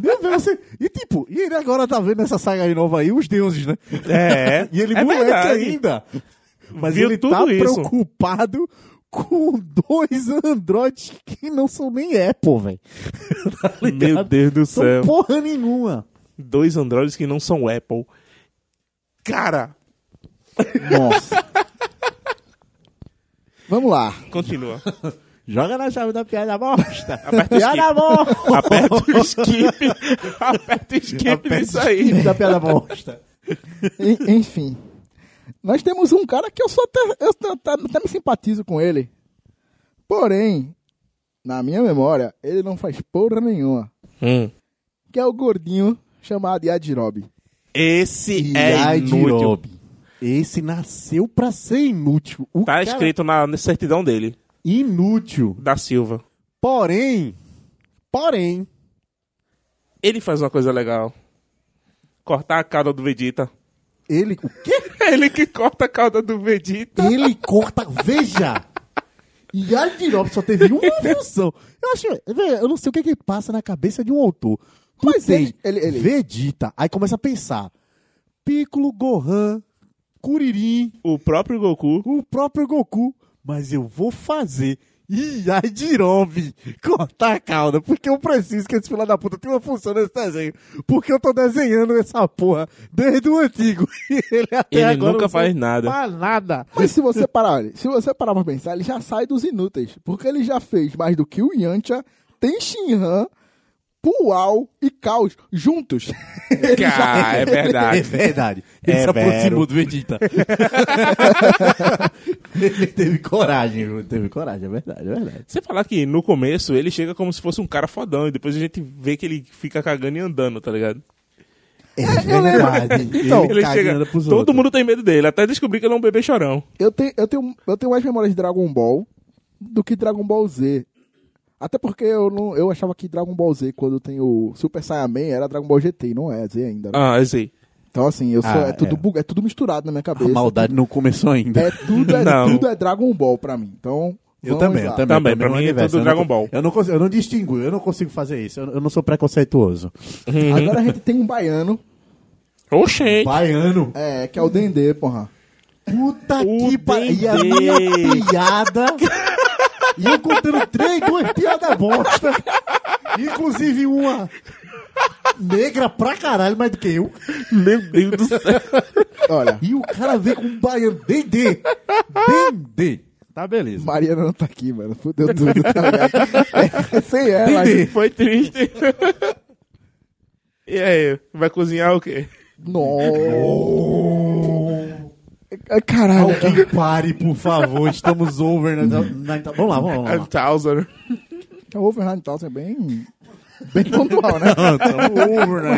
Speaker 4: Meu Deus, você... E tipo, e ele agora tá vendo essa saga aí nova aí, os deuses, né?
Speaker 3: É.
Speaker 4: E ele
Speaker 3: é
Speaker 4: moleque
Speaker 3: verdade.
Speaker 4: ainda. Mas
Speaker 3: Viu
Speaker 4: ele
Speaker 3: tudo
Speaker 4: tá
Speaker 3: isso.
Speaker 4: preocupado com dois androides que não são nem Apple, velho. Tá
Speaker 3: Meu
Speaker 4: ligado?
Speaker 3: Deus do
Speaker 4: São
Speaker 3: céu.
Speaker 4: porra nenhuma.
Speaker 3: Dois androides que não são Apple. Cara,
Speaker 1: Nossa. Vamos lá.
Speaker 3: continua.
Speaker 4: Joga na chave da piada bosta.
Speaker 3: Aperta o
Speaker 4: piada
Speaker 3: skip.
Speaker 4: bosta.
Speaker 3: Aperta o skip. Aperta o skip disso aí.
Speaker 4: da é piada bosta.
Speaker 1: En- Enfim. Nós temos um cara que eu só até, eu até- até- até me simpatizo com ele. Porém, na minha memória, ele não faz porra nenhuma.
Speaker 3: Hum.
Speaker 1: Que é o gordinho chamado Yajirobe.
Speaker 3: Esse é inútil.
Speaker 4: Yajirobe. Esse nasceu pra ser inútil. O
Speaker 3: Tá
Speaker 4: cara
Speaker 3: escrito na, na certidão dele,
Speaker 4: Inútil.
Speaker 3: da Silva.
Speaker 4: Porém, porém,
Speaker 3: Ele faz uma coisa legal. Cortar a cauda do Vegeta.
Speaker 4: ele, o quê?
Speaker 3: É ele que corta a cauda do Vegeta.
Speaker 4: Ele corta, veja! Yajirobe só teve uma função. Eu acho, velho, eu não sei o que que passa na cabeça de um autor. Tu
Speaker 1: Mas
Speaker 4: tem
Speaker 1: é, ele- ele- ele-
Speaker 4: Vegeta, aí começa a pensar. Piccolo, Gohan, Kuririn,
Speaker 3: O próprio Goku.
Speaker 4: o próprio Goku, mas eu vou fazer Yajirobe cortar a cauda, porque eu preciso que esse filho da puta tenha uma função nesse desenho, porque eu tô desenhando essa porra desde o antigo, e ele até
Speaker 3: Ele
Speaker 4: agora
Speaker 3: nunca
Speaker 4: não
Speaker 3: faz
Speaker 4: sabe
Speaker 3: nada.
Speaker 4: faz nada.
Speaker 1: Mas se você parar, olha, se você parar pra pensar, ele já sai dos inúteis. Porque ele já fez mais do que o Yantia, tem Shinhan, Pual e Caos juntos.
Speaker 3: Cara, é
Speaker 4: É
Speaker 3: verdade.
Speaker 4: verdade. Ele
Speaker 3: É
Speaker 4: se
Speaker 3: vero.
Speaker 4: aproximou do Vegeta. ele teve coragem, viu? teve coragem, é verdade, é verdade.
Speaker 3: Você falar que no começo ele chega como se fosse um cara fodão e depois a gente vê que ele fica cagando e andando, tá ligado?
Speaker 4: É verdade.
Speaker 1: Então,
Speaker 3: Ele
Speaker 4: caga e
Speaker 3: chega.
Speaker 4: anda pros
Speaker 3: Todo
Speaker 4: outros.
Speaker 3: mundo tem medo dele, até descobrir que ele é um bebê chorão.
Speaker 1: Eu tenho, eu, tenho, eu tenho mais memórias de Dragon Ball do que Dragon Ball Z. Até porque eu, não, eu achava que Dragon Ball Z, quando tem o Super Saiyaman, era Dragon Ball GT, e não é Z ainda. né?
Speaker 3: Ah, eu sei.
Speaker 1: Então, assim, eu sou,
Speaker 4: Ah,
Speaker 1: é, tudo
Speaker 4: é. Ah,
Speaker 1: bug- é tudo misturado na minha
Speaker 4: A
Speaker 1: cabeça.
Speaker 4: maldade não começou ainda.
Speaker 1: É tudo, é,
Speaker 3: Não.
Speaker 1: tudo é Dragon Ball pra mim. Então,
Speaker 4: Eu
Speaker 1: vamos
Speaker 4: também,
Speaker 1: lá.
Speaker 4: eu também.
Speaker 3: Também, pra
Speaker 4: é um
Speaker 3: mim é
Speaker 4: universo,
Speaker 3: tudo
Speaker 4: eu não
Speaker 3: Dragon
Speaker 4: con-
Speaker 3: Ball.
Speaker 4: Eu não, consigo, eu não distingo, eu não consigo fazer isso. Eu, eu não sou preconceituoso.
Speaker 1: Agora a gente tem um baiano,
Speaker 3: Oxente.
Speaker 4: Baiano.
Speaker 1: é, que é o Dendê, porra.
Speaker 4: Puta
Speaker 3: O
Speaker 4: que pariu. E a
Speaker 3: Dendê.
Speaker 4: minha piada. e eu contando três, duas piadas bosta. Inclusive uma negra pra caralho, mais do que eu.
Speaker 3: Meu Deus do céu.
Speaker 1: Olha,
Speaker 4: E o cara veio com um baiano. Dendê. Dendê. Tá beleza.
Speaker 1: Mariana não tá aqui, mano. Fudeu tudo, tá ligado? É, sem ela,
Speaker 3: Foi triste. E aí, vai cozinhar o quê?
Speaker 1: Nossa.
Speaker 4: Alguém
Speaker 1: É, Caralho.
Speaker 4: pare, por favor. Estamos over. Na, na, na- vamos lá,
Speaker 2: Ah.
Speaker 4: vamos lá.
Speaker 3: A
Speaker 4: Vamos lá.
Speaker 3: thousand.
Speaker 1: O Overheim Towns é bem. bem pontual, né?
Speaker 4: Estamos over na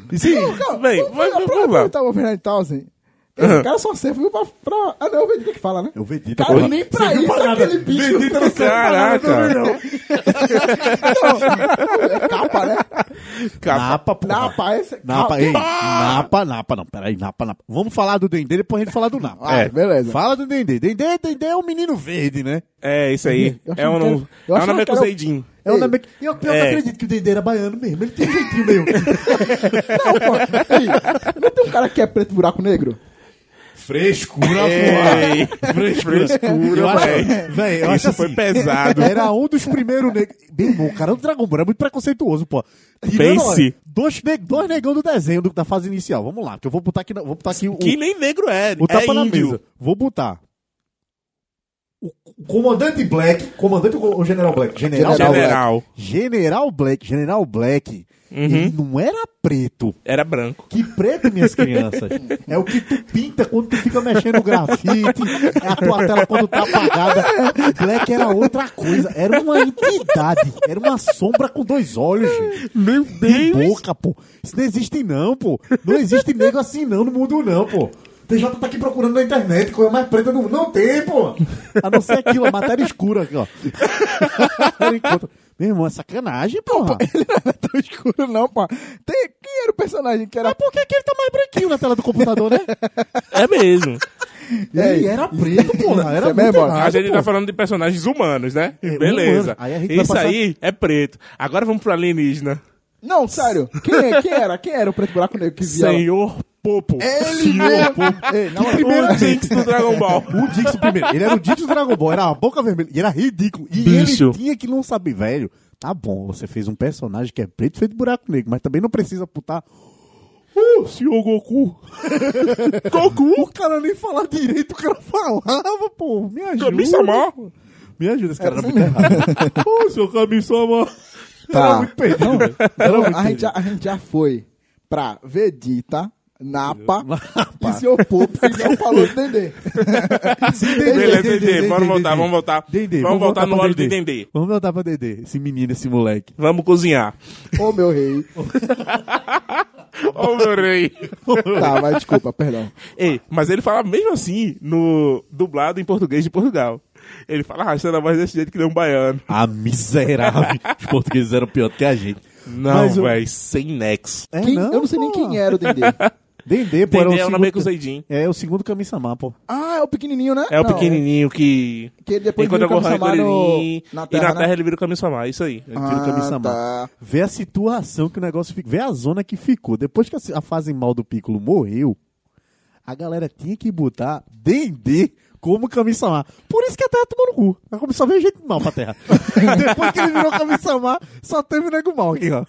Speaker 4: 1000. Sim.
Speaker 3: Bem,
Speaker 1: Vamos
Speaker 3: vai-
Speaker 1: lá,
Speaker 3: vamos
Speaker 1: pra
Speaker 3: lá.
Speaker 1: aproveitar o Overheim Towns. hein? Esse é um cara só serve pra, pra. Ah, não, é o Vegeta que fala, né?
Speaker 4: Eu vendi.
Speaker 1: Cara, nem pra isso aquele bicho.
Speaker 4: tá
Speaker 3: Caraca.
Speaker 1: É capa, né?
Speaker 3: Capa.
Speaker 4: Napa, porra.
Speaker 1: Napa, esse.
Speaker 4: Napa,
Speaker 1: capa.
Speaker 4: ei, Napa, Napa, não, peraí, Napa, Napa. Vamos falar do Dendê, depois a gente fala do Napa. É.
Speaker 1: Ah, beleza.
Speaker 4: Fala do Dendê. Dendê, Dendê é um menino verde, né?
Speaker 3: É, isso aí.
Speaker 1: Eu achava
Speaker 3: É um
Speaker 1: que era-
Speaker 3: nome.
Speaker 1: eu
Speaker 3: É um
Speaker 1: achava
Speaker 3: nome
Speaker 1: que era o-
Speaker 3: Coseidinho.
Speaker 4: É um
Speaker 1: Ei.
Speaker 4: nome... Eu, eu
Speaker 3: É.
Speaker 4: não acredito que o Dendê era baiano mesmo, ele tem um jeitinho meio...
Speaker 1: Não, pô. ei, Não tem um cara que é preto buraco negro?
Speaker 4: Frescura,
Speaker 3: Ei, frescura,
Speaker 4: É. Eu acho,
Speaker 3: véi.
Speaker 4: véi, eu
Speaker 3: Isso
Speaker 4: acho
Speaker 3: foi
Speaker 4: assim,
Speaker 3: pesado.
Speaker 4: Era um dos primeiros negros. Meu irmão, o cara do Dragon Ball é muito preconceituoso, pô. Tirando,
Speaker 3: Pense.
Speaker 4: olha, dois, ne- dois negão do desenho do- da fase inicial. Vamos lá, que eu vou botar aqui. na- Vou botar aqui o,
Speaker 3: Que nem negro é.
Speaker 4: o
Speaker 3: é
Speaker 4: tapa na
Speaker 3: índio.
Speaker 4: mesa. Vou botar.
Speaker 2: O comandante Black, comandante ou general Black?
Speaker 4: General,
Speaker 3: General.
Speaker 4: Black. General Black. General Black. Ele não era preto.
Speaker 3: Era branco.
Speaker 4: Que preto, minhas crianças. é o que tu pinta quando tu fica mexendo no grafite, é a tua tela quando tá apagada. Black era outra coisa, era uma entidade, era uma sombra com dois olhos, gente.
Speaker 3: Meu
Speaker 4: E boca, pô. Isso não existe não, pô. Não existe nego assim não no mundo não, pô.
Speaker 2: TJ tá aqui procurando na internet,
Speaker 4: é
Speaker 2: coisa mais preta do mundo. Não tem, pô.
Speaker 4: A não ser aquilo, a matéria escura aqui, ó. Ele encontra- Meu irmão, é sacanagem, porra.
Speaker 1: Tão escuro, não, pô. Tem... Quem era o personagem que era.
Speaker 4: Por que, que ele tá mais branquinho na tela do computador, né?
Speaker 3: É mesmo.
Speaker 4: Ele era preto, porra. Era
Speaker 1: É. Isso é mesmo,
Speaker 4: muito
Speaker 1: ó.
Speaker 3: A
Speaker 4: errado,
Speaker 3: gente
Speaker 4: pô.
Speaker 3: tá falando de personagens humanos, né?
Speaker 4: É,
Speaker 3: Beleza.
Speaker 4: humano. Aí a gente vai
Speaker 3: Isso
Speaker 4: passar-
Speaker 3: aí é preto. Agora vamos pro alienígena.
Speaker 1: Não, sério. Quem, é- quem era? Quem era o preto buraco negro que via? ela?
Speaker 3: Senhor Popo.
Speaker 1: Ele mesmo. Ei, na moral.
Speaker 3: O Jinx do Dragon Ball.
Speaker 4: O Dixon primeiro. Ele era o Dixon do Dragon Ball, era a boca vermelha. E era ridículo. E
Speaker 3: Bicho.
Speaker 4: ele tinha que não saber, velho. Tá bom, você fez um personagem que é preto feito buraco negro, mas também não precisa putar.
Speaker 3: Uh, senhor Goku. Goku.
Speaker 4: O cara nem falar direito, o cara falava, pô, me ajuda.
Speaker 3: Kami-sama.
Speaker 2: Me ajuda, esse
Speaker 4: tá
Speaker 2: cara era muito errado.
Speaker 4: Uh,
Speaker 2: Ô, seu cabeção, mano. Era muito perdido.
Speaker 1: Tá. Não,
Speaker 2: velho. Era muito
Speaker 1: a, gente
Speaker 2: perdido.
Speaker 1: já, a gente já foi pra Vegeta, Napa, e seu povo que não falou de Dendê.
Speaker 3: Beleza,
Speaker 2: Dendê,
Speaker 3: Dendê,
Speaker 2: Dendê,
Speaker 3: vamos voltar,
Speaker 2: Dendê.
Speaker 3: vamos voltar.
Speaker 2: Dendê,
Speaker 3: Vamos voltar no
Speaker 2: pra
Speaker 3: óleo de Dendê.
Speaker 2: Vamos voltar pra Dendê. Esse menino, esse moleque.
Speaker 3: Vamos cozinhar.
Speaker 1: Ô meu rei.
Speaker 3: Ô, meu rei.
Speaker 1: Tá, mas desculpa, perdão.
Speaker 3: Ei, mas ele fala mesmo assim no dublado em português de Portugal. Ele fala arrastando a voz desse jeito que nem um baiano.
Speaker 2: Ah, miserável. Os portugueses eram pior do que a gente.
Speaker 3: Não,
Speaker 2: Mas o-
Speaker 3: velho, sem nexo.
Speaker 2: É,
Speaker 1: Quem- eu não sei nem
Speaker 2: pô.
Speaker 1: quem era o Dendê.
Speaker 2: Dendê, pô, era o
Speaker 3: Dendê é o
Speaker 2: segundo...
Speaker 3: Nameku Seijin.
Speaker 2: É o segundo Kami-sama, pô.
Speaker 1: Ah, é o pequenininho, né?
Speaker 3: É o
Speaker 1: Não,
Speaker 3: pequenininho que...
Speaker 1: Que ele depois
Speaker 3: encontra
Speaker 1: vira o
Speaker 3: Gohan e
Speaker 1: Kami-sama no-
Speaker 3: Kuririn,
Speaker 1: na
Speaker 3: E na
Speaker 1: Terra, né?
Speaker 3: Terra ele vira o Kami-sama, isso aí.
Speaker 2: Ele tira o
Speaker 1: Ah,
Speaker 2: Kami-sama.
Speaker 1: tá.
Speaker 2: Vê a situação que o negócio fica. Vê a zona que ficou. Depois que a, a fase mal do Piccolo morreu, a galera tinha que botar Dendê como Kami-sama. Por isso que a Terra tomou no cu. Ela começou a ver gente mal pra Terra. Depois que ele virou Kami-sama, só teve nego mal aqui, ó.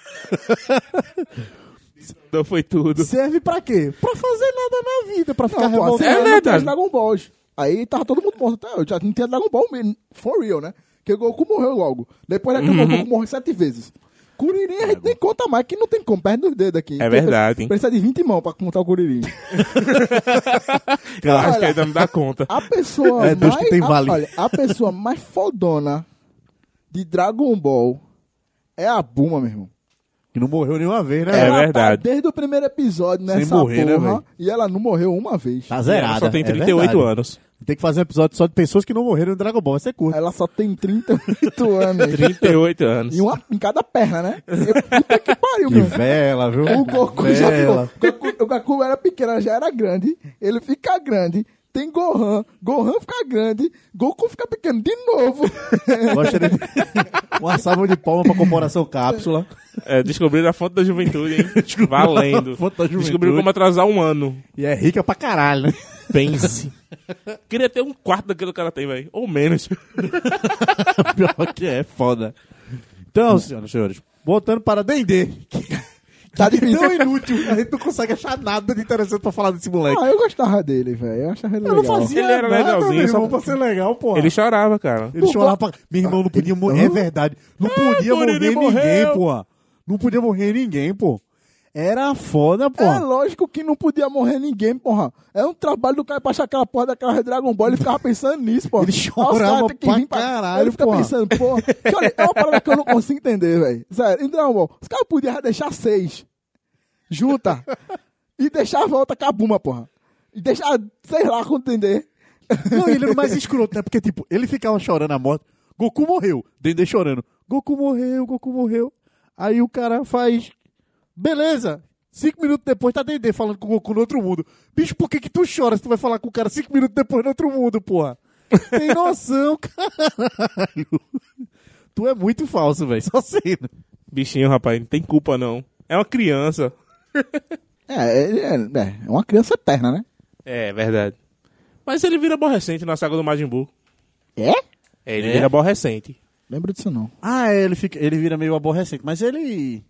Speaker 3: Então foi tudo.
Speaker 2: Serve pra quê? Pra fazer nada na vida, pra ficar
Speaker 1: Não, pô,
Speaker 2: revoltado.
Speaker 1: assim, era
Speaker 3: É verdade.
Speaker 1: naqueles Dragon Balls. Aí tava todo mundo morto até hoje. Já não tinha Dragon Ball mesmo, for real, né? Porque o Goku morreu logo. Depois daqui
Speaker 3: Uhum.
Speaker 1: o Goku morre sete vezes. Kuririn a gente nem conta mais, que não tem como, perde nos dedos aqui.
Speaker 3: É verdade, hein?
Speaker 1: Precisa de 20 mãos pra contar o Kuririn.
Speaker 3: Eu acho que
Speaker 1: olha.
Speaker 3: ainda não dá conta.
Speaker 1: A pessoa
Speaker 2: É, dos
Speaker 1: mais...
Speaker 2: que tem
Speaker 1: a-
Speaker 2: vale.
Speaker 1: olha, a pessoa mais fodona de Dragon Ball é a Buma, meu irmão.
Speaker 2: Que não morreu nenhuma vez, né?
Speaker 3: É
Speaker 1: ela
Speaker 3: verdade.
Speaker 1: Tá desde o primeiro episódio nessa
Speaker 2: morrer, né,
Speaker 1: porra.
Speaker 2: velho?
Speaker 1: e ela não morreu uma vez.
Speaker 2: Tá
Speaker 3: Ela
Speaker 2: zerada.
Speaker 3: só tem
Speaker 2: é
Speaker 3: 38
Speaker 2: verdade.
Speaker 3: anos.
Speaker 2: Tem que fazer um episódio só de pessoas que não morreram no Dragon Ball. Vai ser curto.
Speaker 1: Ela só tem 38 anos.
Speaker 3: 38 anos.
Speaker 1: E uma em cada perna, né? E, puta que pariu,
Speaker 2: Que
Speaker 1: meu.
Speaker 2: vela, viu?
Speaker 1: O Goku já ficou.
Speaker 2: vela.
Speaker 1: o Goku- O Goku era pequeno, já era grande. Ele fica grande. Tem Gohan. Gohan fica grande. Goku fica pequeno de novo.
Speaker 2: Gostaria de... Uma salva de palma pra corporação cápsula.
Speaker 3: É, descobriram a fonte da juventude, hein? Valendo.
Speaker 2: a fonte da juventude.
Speaker 3: Descobriram como atrasar um ano.
Speaker 2: E é rica pra caralho, né?
Speaker 3: Pense. Queria ter um quarto daquilo que ela tem, velho. Ou menos.
Speaker 2: Pior que é, foda. Então, senhoras e senhores, voltando para Dendê. Que
Speaker 1: Tá
Speaker 2: é
Speaker 1: difícil.
Speaker 2: tão inútil. A gente não consegue achar nada de interessante pra falar desse moleque.
Speaker 1: Ah, eu gostava dele, velho. Eu achava ele
Speaker 2: Eu
Speaker 1: legal.
Speaker 2: não fazia
Speaker 3: Ele era
Speaker 2: nada,
Speaker 3: legalzinho,
Speaker 2: meu irmão,
Speaker 3: só-
Speaker 2: pra ser legal, porra.
Speaker 3: Ele chorava, cara.
Speaker 2: Ele chorava pra... Meu irmão, não podia morrer. É verdade. Não podia morrer
Speaker 3: Coriri morreu.
Speaker 2: ninguém, pô. Não podia morrer ninguém, pô. Era foda, pô.
Speaker 1: É lógico que não podia morrer ninguém, porra. É um trabalho do cara pra achar aquela porra daquela Dragon Ball. Ele ficava pensando nisso, porra.
Speaker 2: Ele chorava
Speaker 1: Os caras têm que
Speaker 2: pra
Speaker 1: vir
Speaker 2: caralho,
Speaker 1: Ele fica
Speaker 2: porra.
Speaker 1: pensando, porra. Que olha, é uma parada que eu não consigo entender, velho. Sério, em Dragon Ball, os caras podiam deixar seis. Junta. e deixar a volta com a Buma, porra. E deixar, sei lá, como entender.
Speaker 2: Não, e ele era o mais escroto, né? Porque, tipo, ele ficava chorando a morte. Goku morreu. Dendê chorando. Goku morreu, Goku morreu. Aí o cara faz. Beleza! Cinco minutos depois tá Dendê falando com o Goku no outro mundo. Bicho, por que, que tu chora se tu vai falar com o cara cinco minutos depois no outro mundo, porra? Tem noção, caralho. Tu é muito falso, velho. Só né? sendo.
Speaker 3: Bichinho, rapaz, não tem culpa, não. É uma criança.
Speaker 1: É, ele é, é, é uma criança eterna, né?
Speaker 3: É, verdade. Mas ele vira aborrecente na saga do Majin Buu.
Speaker 1: É?
Speaker 3: É, ele vira aborrecente.
Speaker 1: Lembro disso não.
Speaker 2: Ah, é, ele, fica, ele vira meio aborrecente, mas ele.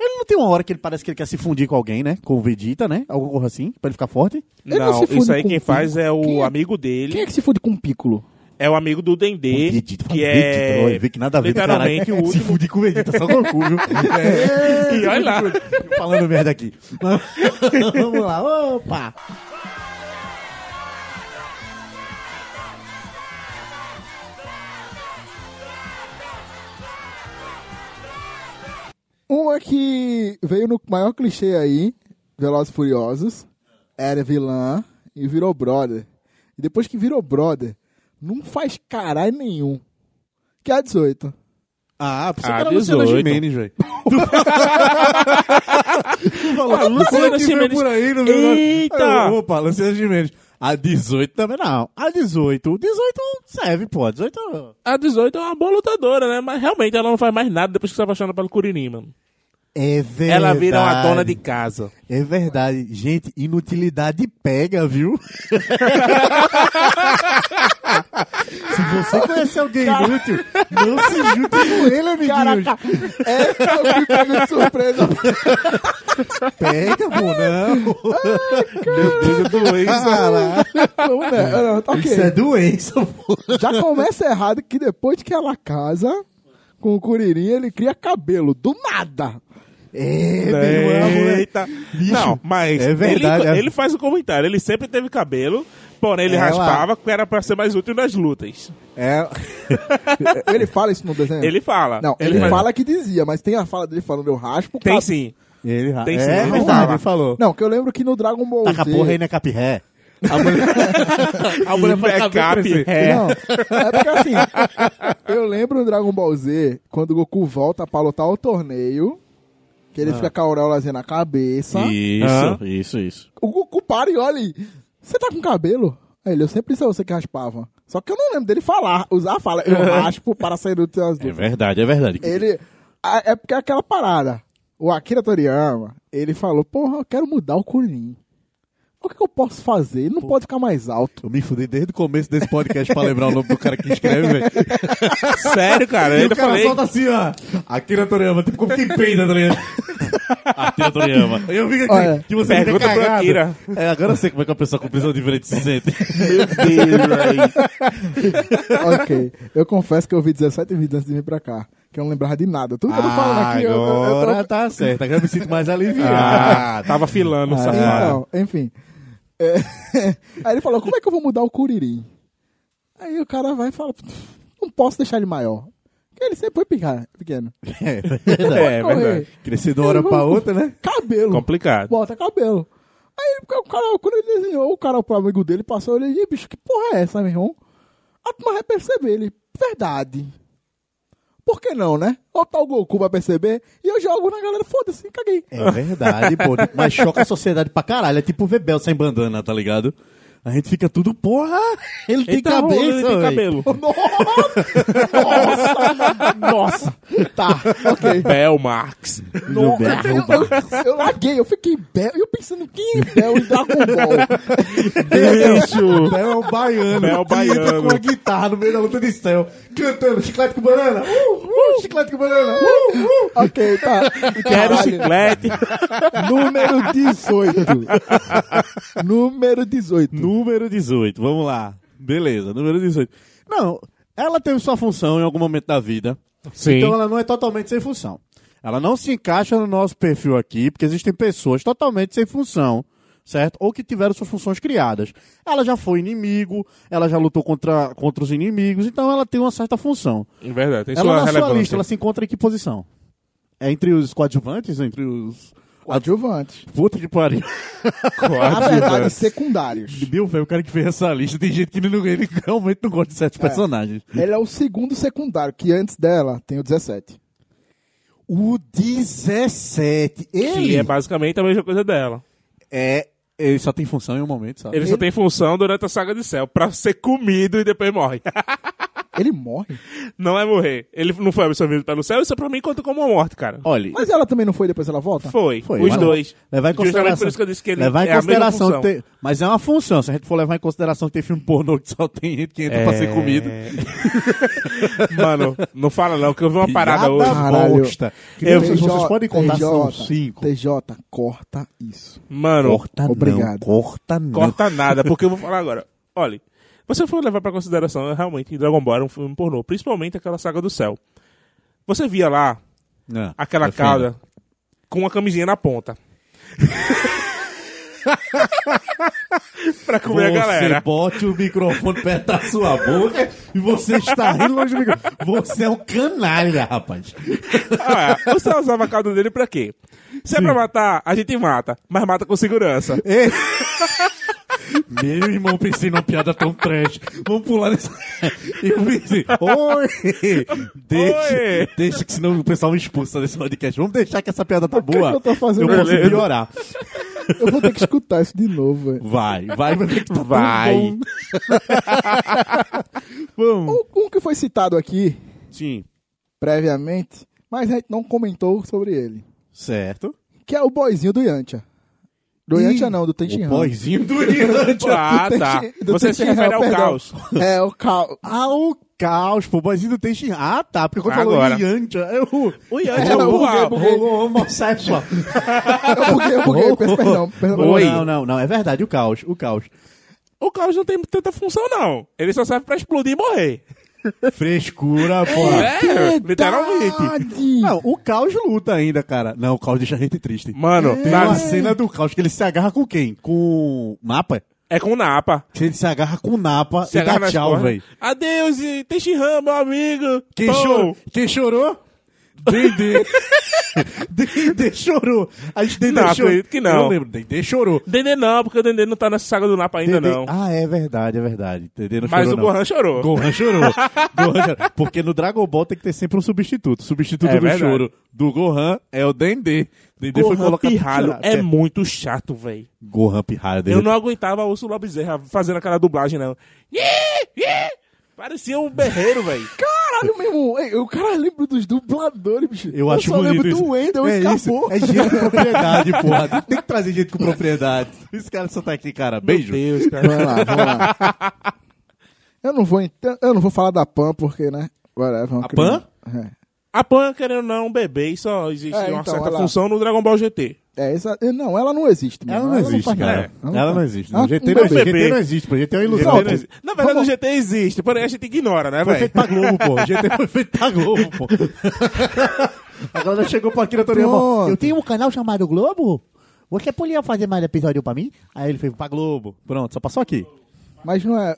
Speaker 2: Ele não tem uma hora que ele parece que ele quer se fundir com alguém, né? Com o Vegeta, né? Alguma coisa assim, pra ele ficar forte.
Speaker 1: Ele não
Speaker 3: não,
Speaker 1: se
Speaker 3: isso
Speaker 1: funde
Speaker 3: aí
Speaker 1: com
Speaker 3: quem
Speaker 1: o
Speaker 3: faz
Speaker 1: filho.
Speaker 3: é o
Speaker 1: Quem é?
Speaker 3: amigo dele.
Speaker 1: Quem é que se fode com o Piccolo?
Speaker 3: É o amigo do Dendê,
Speaker 2: Com Vegeta,
Speaker 3: que
Speaker 2: fala,
Speaker 3: é
Speaker 2: Vegeta, olha, vê que nada a ver, do
Speaker 3: literalmente
Speaker 2: caralho.
Speaker 3: o
Speaker 2: Se
Speaker 3: último.
Speaker 2: fudir com o Vegeta, só Goku, viu? É,
Speaker 3: E olha lá.
Speaker 2: Falando merda aqui. Vamos lá, opa!
Speaker 1: Uma que veio no maior clichê aí, Velozes e Furiosos, era vilã e virou brother. E depois que virou brother, não faz caralho nenhum. Que é a 18.
Speaker 2: Ah,
Speaker 3: Ah,
Speaker 2: precisa era a Luciana
Speaker 3: 18.
Speaker 2: Gimenez, velho. Tu falou,
Speaker 3: Ah, Luciana
Speaker 2: "Olha que veio
Speaker 3: Gimenez.
Speaker 2: por aí no meu
Speaker 3: Eita!
Speaker 2: Aí eu, Opa, Luciana Gimenez. A 18 também não. A 18. 18 serve, pô. A 18.
Speaker 3: A 18 é uma boa lutadora, né? Mas realmente ela não faz mais nada depois que se apaixona pelo Kuririn, mano.
Speaker 2: É verdade.
Speaker 3: Ela vira uma dona de casa.
Speaker 2: É verdade. Gente, inutilidade pega, viu? Se você conhece alguém inútil, não se junte com ele, amiguinhos.
Speaker 1: É, eu me pego de surpresa.
Speaker 2: Pega, pô, não.
Speaker 4: Meu Deus, eu doei isso.
Speaker 2: né?
Speaker 1: Vamos, né? Não, tá ok.
Speaker 2: Isso é doença, pô.
Speaker 1: Já começa errado que depois que ela casa com o Curirim, ele cria cabelo. Do nada.
Speaker 2: É, meu amor.
Speaker 3: Eita. Não, mas
Speaker 2: é verdade,
Speaker 3: ele,
Speaker 2: é.
Speaker 3: ele faz o comentário. Ele sempre teve cabelo, porém ele
Speaker 2: Ela-
Speaker 3: raspava, que era pra ser mais útil nas lutas.
Speaker 2: É,
Speaker 1: Ele fala isso no desenho?
Speaker 3: É. Ele fala.
Speaker 1: Não, ele,
Speaker 3: faz-
Speaker 1: fala que dizia, mas tem a fala dele falando eu raspo. o
Speaker 3: Tem
Speaker 1: cab-
Speaker 3: sim.
Speaker 2: ele,
Speaker 3: Tem sim,
Speaker 2: é,
Speaker 3: ele
Speaker 2: verdade,
Speaker 3: fala.
Speaker 2: ele falou.
Speaker 1: Não, que eu lembro que no Dragon Ball
Speaker 2: Taca a
Speaker 1: Z-
Speaker 2: porra
Speaker 3: né,
Speaker 2: aí né? na capirré. A mulher, a mulher faz
Speaker 3: Backup.
Speaker 2: cabelo crescer. É.
Speaker 1: Não, é porque assim, eu lembro no Dragon Ball Z, quando o Goku volta pra lutar o torneio, que
Speaker 2: Ah.
Speaker 1: ele fica com a auréolazinha na cabeça,
Speaker 3: Hã?
Speaker 4: Isso, isso, isso.
Speaker 1: o Goku para e olha, e, você tá com cabelo? Aí ele, eu sempre disse a você que raspava. Só que eu não lembro dele falar, usar a fala, eu raspo para sair do teu
Speaker 4: É verdade, é verdade.
Speaker 1: Ele, a- é porque é aquela parada, o Akira Toriyama, ele falou, porra, eu quero mudar o Kuririn. O que, que eu posso fazer? Ele não pode ficar mais alto.
Speaker 2: Eu me fudei desde o começo desse podcast pra lembrar o nome do cara que escreve, velho.
Speaker 3: Sério, cara. É, Eu
Speaker 2: E o
Speaker 3: ainda
Speaker 2: cara
Speaker 3: falei.
Speaker 2: solta assim, ó. Akira Toriyama, tipo como quem peida, tá ligado?
Speaker 4: Akira Toriyama.
Speaker 2: Eu vi que,
Speaker 1: Olha,
Speaker 2: que você
Speaker 3: pergunta
Speaker 2: fica
Speaker 3: pro
Speaker 2: cagado.
Speaker 3: Akira.
Speaker 4: É, agora eu sei como é que uma pessoa com prisão de ventre se sente.
Speaker 3: Meu Deus, velho.
Speaker 1: ok. Eu confesso que eu vi 17 vídeos antes de vir pra cá. Que eu não lembrava de nada. Tudo que eu tô falando aqui, eu, eu, eu tô-
Speaker 2: Agora tá certo. Agora eu me sinto mais aliviado.
Speaker 3: Ah, tava filando, safado.
Speaker 1: Então, enfim. É, Aí ele falou, como é que eu vou mudar o Curirim? Aí o cara vai e fala, "Pff, não posso deixar ele maior. Porque ele sempre foi pica- pequeno.
Speaker 2: É, verdade.
Speaker 3: É, verdade.
Speaker 2: Crescer de uma hora pra outra, né?
Speaker 1: Cabelo.
Speaker 3: Complicado.
Speaker 1: Bota cabelo. Aí ele- o cara, quando ele desenhou, o cara pro amigo dele passou, ele disse, bicho, que porra é essa, meu irmão? A turma vai perceber, ele, verdade. Por que não, né? O tal Goku vai perceber e eu jogo na galera, foda-se, caguei.
Speaker 2: É verdade, pô. Mas choca a sociedade pra caralho. É tipo o Bebel sem bandana, tá ligado? A gente fica tudo, porra, ele tem
Speaker 3: Ele tá
Speaker 2: cabeça,
Speaker 3: rolando, ele tem
Speaker 2: velho.
Speaker 3: cabelo.
Speaker 1: Nossa, nossa. Tá, ok.
Speaker 3: Bel Marx.
Speaker 1: No- eu, eu- eu laguei, eu fiquei Bel, eu pensando, quem é Bel em Dragon Ball?
Speaker 3: Bicho.
Speaker 2: Bel é o baiano.
Speaker 3: Bel
Speaker 2: que entra
Speaker 3: baiano.
Speaker 2: com a guitarra no meio da luta de céu, cantando chiclete com banana. Uh, uh, chiclete com banana. Uh, uh.
Speaker 1: ok, tá.
Speaker 3: Quero
Speaker 1: Caralho.
Speaker 3: chiclete.
Speaker 1: Número 18. Número 18.
Speaker 4: Número 18, vamos lá. Beleza, número 18. Não, ela teve sua função em algum momento da vida.
Speaker 3: Sim.
Speaker 4: Então ela não é totalmente sem função. Ela não se encaixa no nosso perfil aqui, porque existem pessoas totalmente sem função, certo? Ou que tiveram suas funções criadas. Ela já foi inimigo, ela já lutou contra, contra os inimigos, então ela tem uma certa função.
Speaker 3: É verdade, tem
Speaker 4: ela
Speaker 3: sua
Speaker 4: na sua lista,
Speaker 3: relevância.
Speaker 4: ela se encontra em que posição? É entre os coadjuvantes? Entre os.
Speaker 1: Adjuvantes.
Speaker 4: Puta que pariu.
Speaker 1: Na verdade, secundários.
Speaker 4: Meu velho, o cara que fez essa lista tem gente que não- ele realmente não gosta de certos personagens.
Speaker 1: Ele é o segundo secundário, que antes dela tem o 17.
Speaker 2: O 17.
Speaker 3: Que
Speaker 2: Ele
Speaker 3: é basicamente a mesma coisa dela.
Speaker 4: É. Ele só tem função em um momento, sabe?
Speaker 3: Ele, só tem função durante a saga de céu, pra ser comido e depois morre.
Speaker 1: Ele morre.
Speaker 3: não é morrer. Ele não foi absorvido pelo céu, isso pra mim conta como uma morte, cara.
Speaker 4: Olha,
Speaker 1: Mas ela também não foi depois ela volta?
Speaker 3: Foi,
Speaker 4: Foi,
Speaker 3: os
Speaker 4: mas-
Speaker 3: dois.
Speaker 4: Levar em
Speaker 3: Justamente
Speaker 4: consideração.
Speaker 3: por isso que eu disse que ele
Speaker 4: levar em
Speaker 3: é
Speaker 4: consideração
Speaker 3: a mesma
Speaker 4: que
Speaker 3: função.
Speaker 4: tem- mas é uma função. Se a gente for levar em consideração que tem filme pornô que só tem gente que entra pra ser comido.
Speaker 3: Mano, não fala não, que eu vi uma parada
Speaker 4: Piada
Speaker 3: hoje.
Speaker 1: Caralho.
Speaker 4: bosta. Que eu,
Speaker 1: TJ,
Speaker 4: vocês podem contar, são cinco.
Speaker 1: TJ, corta isso.
Speaker 3: Mano,
Speaker 4: Corta
Speaker 1: Obrigado.
Speaker 4: não, corta não.
Speaker 3: corta nada, porque eu vou falar agora. Olha, você for levar pra consideração, realmente, Dragon Ball era um filme pornô, principalmente aquela saga do céu. Você via lá
Speaker 4: Não,
Speaker 3: aquela
Speaker 4: defenda.
Speaker 3: cauda com a camisinha na ponta. pra comer
Speaker 4: Você
Speaker 3: a galera.
Speaker 4: bote o microfone perto da sua boca e você está rindo longe do microfone. Você é um canalha, rapaz.
Speaker 3: Ah, é. você usava a cauda dele pra quê? Se é
Speaker 2: Hum.
Speaker 3: pra matar, a gente mata, mas mata com segurança.
Speaker 4: Meu irmão, pensei numa piada tão trash. Vamos pular nessa. Eu pensei, oi! Deixa,
Speaker 3: Oi!
Speaker 4: deixa que senão o pessoal me expulsa desse podcast. Vamos deixar que essa piada tá boa.
Speaker 1: que eu tô fazendo
Speaker 4: Eu posso
Speaker 1: beleza?
Speaker 4: piorar.
Speaker 1: Eu vou ter que escutar isso de novo, velho.
Speaker 4: Vai, vai, vai. que tá tão
Speaker 3: Vai.
Speaker 4: bom. Vamos.
Speaker 1: Tá Um, um que foi citado aqui
Speaker 4: Sim,
Speaker 1: previamente, mas a gente não comentou sobre ele.
Speaker 4: certo.
Speaker 1: Que é o boizinho do Yantia. Do
Speaker 4: Ih,
Speaker 1: Yantia não, do Tenshin
Speaker 4: O
Speaker 1: Han.
Speaker 4: boyzinho do Irante.
Speaker 2: Então,
Speaker 3: Ah,
Speaker 1: Do
Speaker 3: tá.
Speaker 1: Tenshin- do
Speaker 3: Você se
Speaker 1: Tenshin Han,
Speaker 3: refere ao
Speaker 1: perdão.
Speaker 3: caos.
Speaker 1: É, o caos.
Speaker 4: Ah, o
Speaker 2: Caos, pô, mas ainda tem Shin. Ah, tá, porque quando falou
Speaker 3: Agora.
Speaker 2: Yantia, eu.
Speaker 3: O Yantia é
Speaker 1: Rolou,
Speaker 3: o
Speaker 1: buguei,
Speaker 3: a-
Speaker 1: buguei.
Speaker 4: Rolou homossexual.
Speaker 1: Eu buguei, eu buguei, peço perdão. perdão.
Speaker 2: Oi. Não, não, não, é verdade, o Caos, o Caos.
Speaker 3: O caos não tem tanta função, não. Ele só serve pra explodir e morrer.
Speaker 2: Frescura, pô.
Speaker 3: É, literalmente.
Speaker 2: Não, o Caos luta ainda, cara. Não, o Caos deixa a gente triste.
Speaker 3: Mano,
Speaker 2: Tem
Speaker 3: na-
Speaker 2: uma cena do Caos que ele se agarra com quem? Com Napa?
Speaker 3: é com napa.
Speaker 2: Que Ele se agarra com Napa
Speaker 3: Se
Speaker 2: e
Speaker 3: agarra
Speaker 2: dá
Speaker 3: nas
Speaker 2: tchau,
Speaker 3: cordas.
Speaker 2: velho.
Speaker 3: Adeus, e Teixeira, meu amigo.
Speaker 2: Quem,
Speaker 3: Pô.
Speaker 2: chorou? quem chorou? Dendê. Dendê chorou. A gente Dendê
Speaker 3: Não,
Speaker 2: chorou.
Speaker 3: acredito que não.
Speaker 2: Eu lembro, Dendê chorou.
Speaker 3: Dendê não, porque o Dendê não tá nessa saga do napa ainda,
Speaker 2: Dendê-
Speaker 3: não.
Speaker 2: Ah, é verdade, é verdade. Dendê não
Speaker 3: Mas
Speaker 2: chorou,
Speaker 3: o
Speaker 2: não.
Speaker 3: Gohan chorou.
Speaker 2: Gohan chorou. Gohan chorou. Porque no Dragon Ball tem que ter sempre um substituto. O substituto
Speaker 3: É
Speaker 2: do
Speaker 3: verdade.
Speaker 2: choro do Gohan é o Dendê. Dendê foi
Speaker 3: Gohan
Speaker 2: colocado pra
Speaker 3: pirralho
Speaker 2: chorar.
Speaker 3: é muito chato, velho.
Speaker 2: Gohan pirralho.
Speaker 3: Eu não aguentava o Sula Bezerra fazendo aquela dublagem, não. Ih, ih! Parecia um berreiro, velho.
Speaker 1: Caralho, meu irmão. Ei, Eu, cara, lembro dos dubladores, bicho.
Speaker 2: Eu acho
Speaker 1: só
Speaker 2: bonito
Speaker 1: lembro
Speaker 2: isso.
Speaker 1: do Wendel
Speaker 2: é
Speaker 1: e acabou.
Speaker 2: Isso. É gente com propriedade, porra. Tem que trazer gente com propriedade. Esse cara só tá aqui, cara. Beijo.
Speaker 3: Meu Deus, cara.
Speaker 1: Vamos lá, vamos lá. Eu não vou, então, eu não vou falar da Pan, porque, né? Agora, vamos
Speaker 2: A Pan?
Speaker 1: É.
Speaker 3: A Pan, querendo ou não, é um bebê e só existe
Speaker 1: É,
Speaker 3: uma
Speaker 1: então,
Speaker 3: certa
Speaker 1: olha lá.
Speaker 3: função no Dragon Ball GT.
Speaker 1: É, essa, não, ela não existe.
Speaker 2: Ela
Speaker 1: mano.
Speaker 2: não existe,
Speaker 1: faz
Speaker 2: cara.
Speaker 1: nada.
Speaker 2: Ela não
Speaker 1: faz.
Speaker 2: existe.
Speaker 1: Ah,
Speaker 2: Não, GT
Speaker 1: um
Speaker 2: não
Speaker 1: bebê.
Speaker 2: existe. GT não existe, pô. GT é uma ilusão.
Speaker 3: GT não existe. Na verdade, o GT existe, porém a gente ignora, né,
Speaker 2: Foi feito pra
Speaker 3: velho?
Speaker 2: Tá Globo, pô. é GT foi feito pra um Globo, pô. Agora ela chegou pra Akira Toriyama.
Speaker 1: Pronto.
Speaker 2: Eu tenho um canal chamado Globo? Você podia fazer mais episódio pra mim? Aí ele foi pra Globo. Pronto, só passou aqui.
Speaker 1: Mas não é.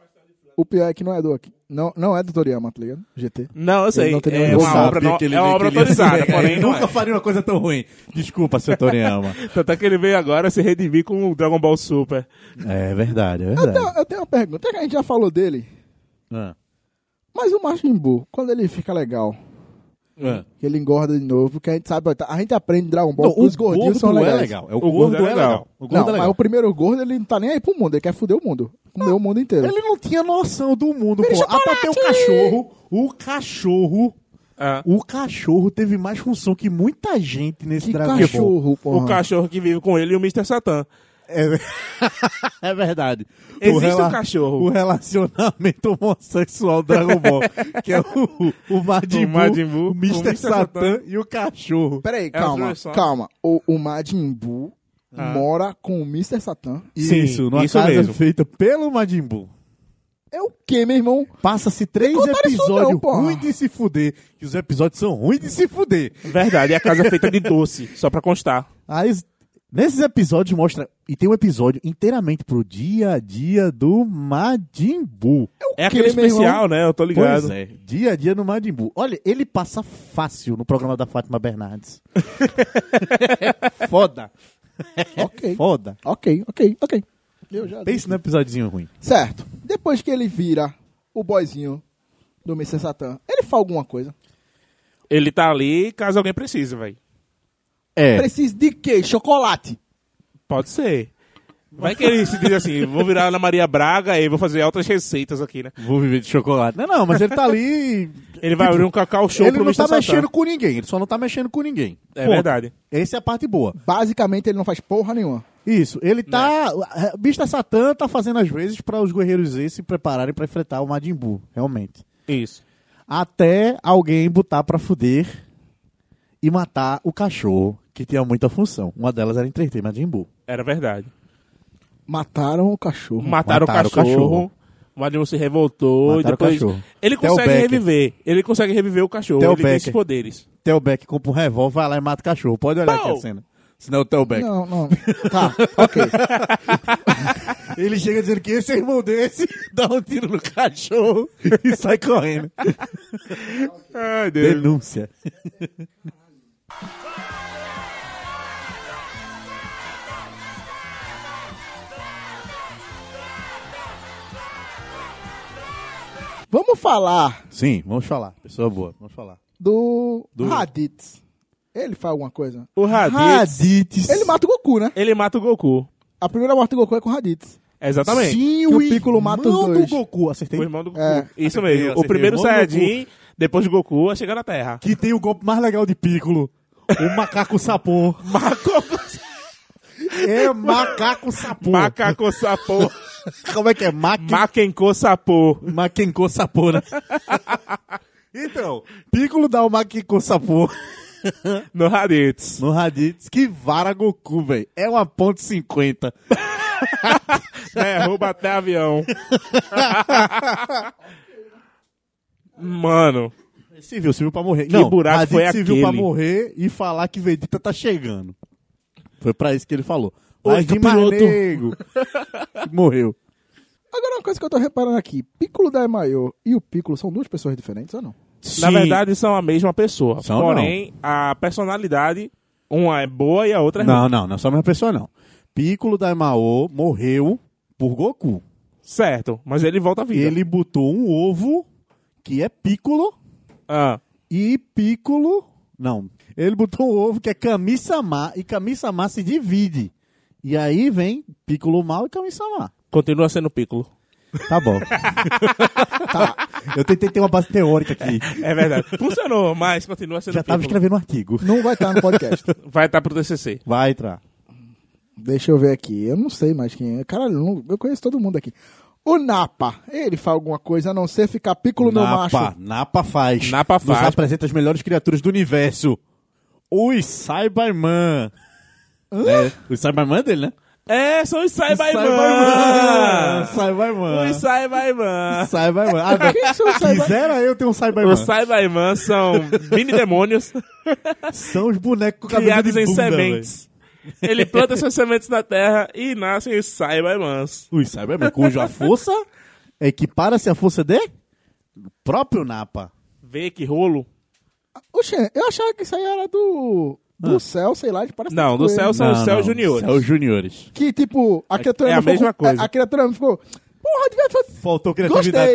Speaker 1: O pior é que não é do aqui. Não, não é do Toriyama, tá ligado? GT.
Speaker 3: Não, eu sei.
Speaker 1: não teria
Speaker 3: É
Speaker 1: nenhum
Speaker 3: uma
Speaker 1: sabia
Speaker 3: obra, no-
Speaker 2: que ele-
Speaker 3: é uma
Speaker 2: que
Speaker 3: obra
Speaker 2: ele-
Speaker 3: autorizada, porém
Speaker 2: Ele
Speaker 3: não
Speaker 2: nunca
Speaker 3: é.
Speaker 2: faria uma coisa tão ruim. Desculpa, seu Toriyama.
Speaker 3: Tanto é que ele veio agora se redimir com o Dragon Ball Super.
Speaker 2: É verdade, é
Speaker 1: Eu
Speaker 2: verdade.
Speaker 1: tenho, eu tenho uma pergunta. É que a gente já falou dele.
Speaker 2: Ah,
Speaker 1: Mas o Majin Buu, quando ele fica legal,
Speaker 2: ah.
Speaker 1: que ele engorda de novo, porque a gente sabe, tá, a gente aprende Dragon Ball,
Speaker 2: Não,
Speaker 1: que os gordinhos são legais.
Speaker 2: é legal. É, o,
Speaker 3: O gordo
Speaker 2: gordo,
Speaker 3: é
Speaker 2: é legal.
Speaker 3: legal.
Speaker 2: O
Speaker 1: Não,
Speaker 2: gordo é
Speaker 1: mas o
Speaker 2: legal.
Speaker 1: primeiro gordo, ele não tá nem aí pro mundo, ele quer foder o mundo. Comer o mundo inteiro.
Speaker 2: Ele não tinha noção do mundo, pô. Até o cachorro. O cachorro.
Speaker 3: Ah.
Speaker 2: O cachorro teve mais função que muita gente nesse
Speaker 1: Que
Speaker 2: Dragon Ball.
Speaker 1: cachorro, porra.
Speaker 3: O cachorro que vive com ele e o Mr. Satan.
Speaker 2: É verdade.
Speaker 3: Existe
Speaker 2: rela-
Speaker 3: um cachorro.
Speaker 2: O relacionamento homossexual do Dragon Ball. que é o, o Majin
Speaker 3: O
Speaker 2: Buu,
Speaker 3: Majin Buu,
Speaker 2: o
Speaker 3: o
Speaker 2: Mr.
Speaker 3: Mr.
Speaker 2: Satan e o cachorro.
Speaker 1: Peraí,
Speaker 3: É, as
Speaker 1: calma,
Speaker 3: duas Ah. só.
Speaker 1: calma. O, o Majin Buu mora com o Mr. Satan.
Speaker 3: Sim,
Speaker 2: isso, numa
Speaker 3: isso
Speaker 2: casa
Speaker 3: mesmo.
Speaker 2: feita pelo Majin Buu.
Speaker 1: É o quê, meu irmão?
Speaker 2: Passa-se três
Speaker 1: contaram isso
Speaker 2: episódios
Speaker 1: não, porra.
Speaker 2: ruins de se fuder. Que os episódios são ruins de se fuder.
Speaker 3: Verdade, e a casa é feita de doce, só pra constar.
Speaker 2: Aí, nesses episódios mostra... E tem um episódio inteiramente pro dia a dia do Majin Buu.
Speaker 3: É aquele
Speaker 1: Que, meu
Speaker 3: especial, né? Eu tô ligado.
Speaker 2: Pois é, dia a dia no Majin Buu. Olha, ele passa fácil no programa da Fátima Bernardes. foda.
Speaker 3: né?
Speaker 1: Ok,
Speaker 2: Foda.
Speaker 1: ok, ok, ok. Eu já
Speaker 2: Pense num episódiozinho ruim.
Speaker 1: Certo. Depois que ele vira o boyzinho do Mr. Satan, ele faz alguma coisa.
Speaker 3: Ele tá ali caso alguém precise, velho.
Speaker 2: É.
Speaker 1: Precisa de quê? Chocolate.
Speaker 3: Pode ser. Vai que ele se diz assim, vou virar Ana Maria Braga e vou fazer altas receitas aqui, né?
Speaker 2: Vou viver de chocolate. Não, não, mas ele tá ali.
Speaker 3: Ele vai abrir um cacau show
Speaker 2: Tipo, ele
Speaker 3: pro
Speaker 2: não
Speaker 3: Mr.
Speaker 2: tá
Speaker 3: Satan.
Speaker 2: mexendo com ninguém. Ele só não tá mexendo com ninguém.
Speaker 3: É
Speaker 2: Ponto.
Speaker 3: verdade.
Speaker 2: Essa é a parte boa.
Speaker 1: Basicamente, ele não faz porra nenhuma.
Speaker 2: Isso. Ele tá. O Bista Satã tá fazendo as vezes pra os guerreiros esses se prepararem pra enfrentar o Majin Buu, realmente.
Speaker 3: Isso.
Speaker 2: Até alguém botar pra fuder e matar o cachorro, que tinha muita função. Uma delas era entreter Majin Buu.
Speaker 3: Era verdade.
Speaker 1: Mataram o cachorro.
Speaker 2: Uhum.
Speaker 3: Mataram,
Speaker 2: Mataram
Speaker 3: o
Speaker 2: o
Speaker 3: cachorro.
Speaker 2: cachorro.
Speaker 3: O Madimon se revoltou
Speaker 2: Mataram o
Speaker 3: e depois.
Speaker 2: cachorro.
Speaker 3: Ele
Speaker 2: Theo
Speaker 3: consegue
Speaker 2: Becker.
Speaker 3: reviver. Ele consegue reviver o cachorro.
Speaker 2: Theo
Speaker 3: ele tem esses
Speaker 2: Becker.
Speaker 3: poderes.
Speaker 2: Telbeck compra um revólver, vai lá e mata o cachorro. Pode olhar
Speaker 3: Pau!
Speaker 2: aqui a cena. Senão é o Telbeck.
Speaker 1: Não, não. Tá, ok.
Speaker 2: Ele chega dizendo que esse é irmão desse, dá um tiro no cachorro e sai correndo.
Speaker 3: Ai,
Speaker 2: Denúncia.
Speaker 1: Vamos falar
Speaker 2: Sim, vamos falar. Pessoa boa, vamos falar.
Speaker 1: do, Raditz. Ele faz alguma coisa?
Speaker 3: O Raditz,
Speaker 2: Raditz.
Speaker 1: Ele mata o Goku, né?
Speaker 3: ele mata o Goku.
Speaker 1: A primeira morte do Goku é com o Raditz.
Speaker 3: Exatamente.
Speaker 2: Sim,
Speaker 1: Que
Speaker 2: o
Speaker 1: o Piccolo mata os
Speaker 2: irmão
Speaker 1: dois.
Speaker 2: do Goku, acertei.
Speaker 3: O irmão do Goku.
Speaker 1: É.
Speaker 3: Isso
Speaker 2: Acertei,
Speaker 3: mesmo. O
Speaker 2: acertei.
Speaker 3: primeiro
Speaker 2: Irmão do
Speaker 3: Saiyajin, depois do Goku, a chegar na Terra.
Speaker 2: Que tem o golpe mais legal de Piccolo. O macaco sapô.
Speaker 3: Macaco,
Speaker 2: É macaco sapô.
Speaker 3: macaco sapô.
Speaker 4: Como é que é? Maquen...
Speaker 3: Maquencou sapô.
Speaker 4: Maquencou
Speaker 2: né?
Speaker 4: sapora. então, Piccolo dá o Maquencou sapor
Speaker 3: No Raditz.
Speaker 4: no Raditz. Que vara Goku, velho. É uma ponto 50.
Speaker 3: Derruba até avião. Mano,
Speaker 4: Civil, civil pra morrer.
Speaker 3: Que buraco
Speaker 4: Raditz
Speaker 3: foi
Speaker 4: civil pra
Speaker 3: aquele?
Speaker 4: morrer e falar que Vegeta tá chegando. Foi pra isso que ele falou.
Speaker 3: Ô,
Speaker 4: Mas de
Speaker 3: capiroto.
Speaker 4: manego. Morreu.
Speaker 1: Agora, uma coisa que eu tô reparando aqui: Piccolo da Maior e o Piccolo são duas pessoas diferentes ou não?
Speaker 3: na
Speaker 4: Sim.
Speaker 3: verdade são a mesma pessoa.
Speaker 4: São
Speaker 3: porém, a personalidade, uma é boa e a outra é ruim.
Speaker 4: Não, não, não é só a mesma pessoa, não. Piccolo Daimao morreu por Goku.
Speaker 3: Certo, mas ele volta à vida.
Speaker 4: Ele botou um ovo que é Piccolo
Speaker 3: Ah,
Speaker 4: e Piccolo. Não. Ele botou um ovo que é Kami-sama e Kami-sama se divide. E aí vem Piccolo mal e Kami-sama.
Speaker 3: continua sendo Piccolo.
Speaker 4: Tá bom. tá. Eu tentei ter uma base teórica aqui.
Speaker 3: É verdade. Funcionou, mas continua sendo
Speaker 4: Já tava
Speaker 3: Piccolo.
Speaker 4: escrevendo um artigo.
Speaker 1: Não vai estar no podcast.
Speaker 3: Vai estar pro TCC.
Speaker 4: Vai entrar.
Speaker 1: Deixa eu ver aqui. Eu não sei mais quem é. Caralho, não- eu conheço todo mundo aqui. O Napa, ele faz alguma coisa a não ser ficar Piccolo no
Speaker 4: Napa,
Speaker 1: macho.
Speaker 4: Napa faz.
Speaker 3: Napa
Speaker 4: Nos
Speaker 3: faz.
Speaker 4: apresenta as melhores criaturas do universo. Os Cyberman. É, os Cyberman é dele, né?
Speaker 3: É, são os Saibaiman!
Speaker 4: Cyberman! Cyberman.
Speaker 3: Os Saibaiman!
Speaker 4: Cyberman. Ah,
Speaker 1: Quem são os Cyber-
Speaker 4: Quisera eu ter um Cyberman.
Speaker 3: Os Saibaiman são mini demônios
Speaker 4: São os bonecos com cabeça de
Speaker 3: criados em
Speaker 4: bunda,
Speaker 3: sementes. Ele planta suas sementes na terra e nascem os Saibaimans.
Speaker 4: velho. Os Cyberman, cuja força é equipara-se à força de próprio Napa.
Speaker 3: Vê que rolo.
Speaker 1: Oxê, eu achava que isso aí era do. Do céu, sei lá, de parece
Speaker 3: Não,
Speaker 1: que
Speaker 3: do
Speaker 1: foi
Speaker 3: céu
Speaker 1: ele.
Speaker 3: são os Céus Juniores.
Speaker 4: Céus Juniores.
Speaker 1: Que tipo, a criatura
Speaker 3: é a
Speaker 1: ficou
Speaker 3: mesma
Speaker 1: com-
Speaker 3: coisa.
Speaker 1: A criatura ficou. Porra, devia fazer.
Speaker 4: Faltou criatividade,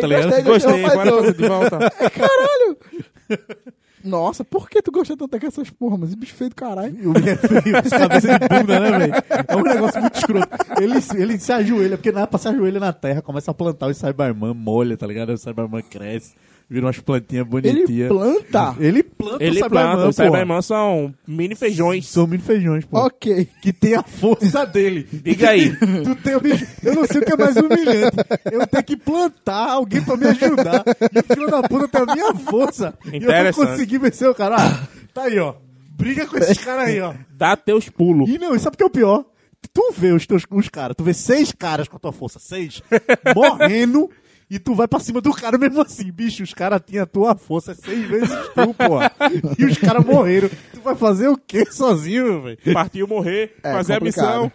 Speaker 1: Gostei,
Speaker 4: tá
Speaker 1: gostei.
Speaker 4: ligado?
Speaker 1: Ele
Speaker 3: Gostei,
Speaker 1: é um
Speaker 3: bora
Speaker 1: baita.
Speaker 3: fazer de volta.
Speaker 1: É, caralho! Nossa, por que tu gosta tanto dessas porra, mas esse bicho feio do caralho?
Speaker 4: O cabeça de bunda, né, velho? É um negócio muito escroto. Ele, ele se ajoelha, porque nada pra se ajoelha na terra, começa a plantar o Cyberman, molha, tá ligado? O Cyberman cresce, vira umas plantinhas bonitinhas.
Speaker 1: Ele planta?
Speaker 4: Ele planta
Speaker 3: Ele
Speaker 4: o Cyberman,
Speaker 3: planta, os
Speaker 4: porra.
Speaker 3: Saibaiman são mini feijões.
Speaker 4: São mini feijões, pô.
Speaker 1: Ok.
Speaker 4: Que tem a força dele.
Speaker 3: Diga aí.
Speaker 4: Tu tem o bicho- Eu não sei o que é mais humilhante. Eu tenho que plantar alguém pra me ajudar. E o filho da puta tem a minha força. E eu não
Speaker 3: Interessante.
Speaker 4: consegui vencer o cara. Ah, tá aí, ó. Briga com esses caras aí, ó.
Speaker 3: Dá teus pulos.
Speaker 4: E não, e sabe o que é o pior? Tu vê os teus os caras, tu vê seis caras com a tua força, seis, morrendo, e tu vai pra cima do cara mesmo assim. Bicho, os caras tinham a tua força seis vezes tu, porra. E os caras morreram. Tu vai fazer o quê sozinho, velho?
Speaker 3: Partiu morrer,
Speaker 1: É,
Speaker 3: fazer
Speaker 1: complicado.
Speaker 3: a missão.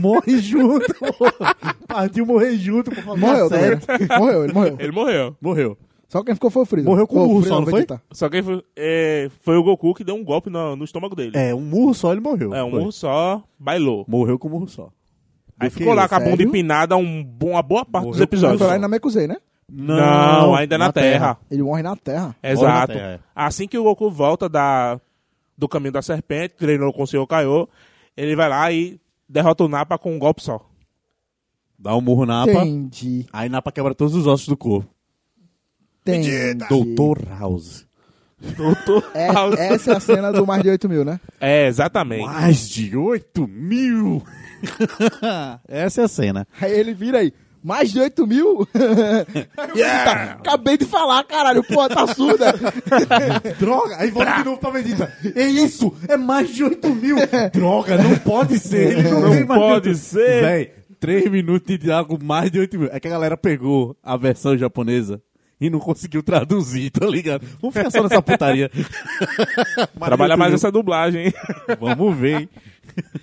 Speaker 4: Morre junto, porra. Partiu morrer junto, por favor.
Speaker 1: Morreu, tá
Speaker 4: certo.
Speaker 1: vendo? Morreu, ele morreu.
Speaker 3: Ele morreu.
Speaker 4: Morreu.
Speaker 1: Só quem ficou foi o Freeza.
Speaker 4: Morreu com
Speaker 1: Ô,
Speaker 4: o urso,
Speaker 1: Freeza,
Speaker 4: não
Speaker 1: vai
Speaker 4: foi?
Speaker 1: editar.
Speaker 3: Só que foi, é, foi o Goku que deu um golpe no, no estômago dele.
Speaker 4: É, um murro só ele morreu.
Speaker 3: É, um
Speaker 4: Foi.
Speaker 3: murro só, bailou.
Speaker 4: Morreu com um murro só.
Speaker 3: Aí
Speaker 1: quê?
Speaker 3: ficou lá com a bunda
Speaker 1: Sério?
Speaker 3: empinada um, bom- uma boa parte dos
Speaker 4: Morreu com-
Speaker 1: Ele
Speaker 3: episódios.
Speaker 1: foi lá e na Mekusei, né?
Speaker 3: Não, ainda na, terra.
Speaker 1: Ele morre na Terra.
Speaker 3: Exato.
Speaker 4: Morre na terra,
Speaker 3: Assim que o Goku volta da, do caminho da serpente, treinou com o Senhor Kaiô, ele vai lá e derrota o Napa com um golpe só.
Speaker 4: Dá um murro na Napa.
Speaker 1: Entendi.
Speaker 4: Aí Napa quebra todos os ossos do corpo.
Speaker 1: Entendi.
Speaker 4: Doutor House.
Speaker 1: É, essa é a cena do mais de 8 mil, né?
Speaker 3: É, exatamente.
Speaker 4: Mais de 8 mil! Essa é a cena.
Speaker 1: Aí ele vira aí. Mais de 8 mil? Eita, acabei de falar, caralho. Pô, tá surda.
Speaker 4: Droga! Aí volta de novo pra Vegeta. É isso! É mais de 8 mil! Droga, não pode ser! Ele não,
Speaker 3: Não
Speaker 4: tem mais de
Speaker 3: pode
Speaker 4: oito-
Speaker 3: ser.
Speaker 4: Véi, 3 minutos de diálogo, mais de 8 mil. É que a galera pegou a versão japonesa e não conseguiu traduzir, tá ligado? Vamos ficar só nessa putaria. Mais
Speaker 3: Trabalha
Speaker 4: de oito
Speaker 3: mais um.
Speaker 4: mil.
Speaker 3: essa dublagem, hein?
Speaker 4: Vamos ver, hein?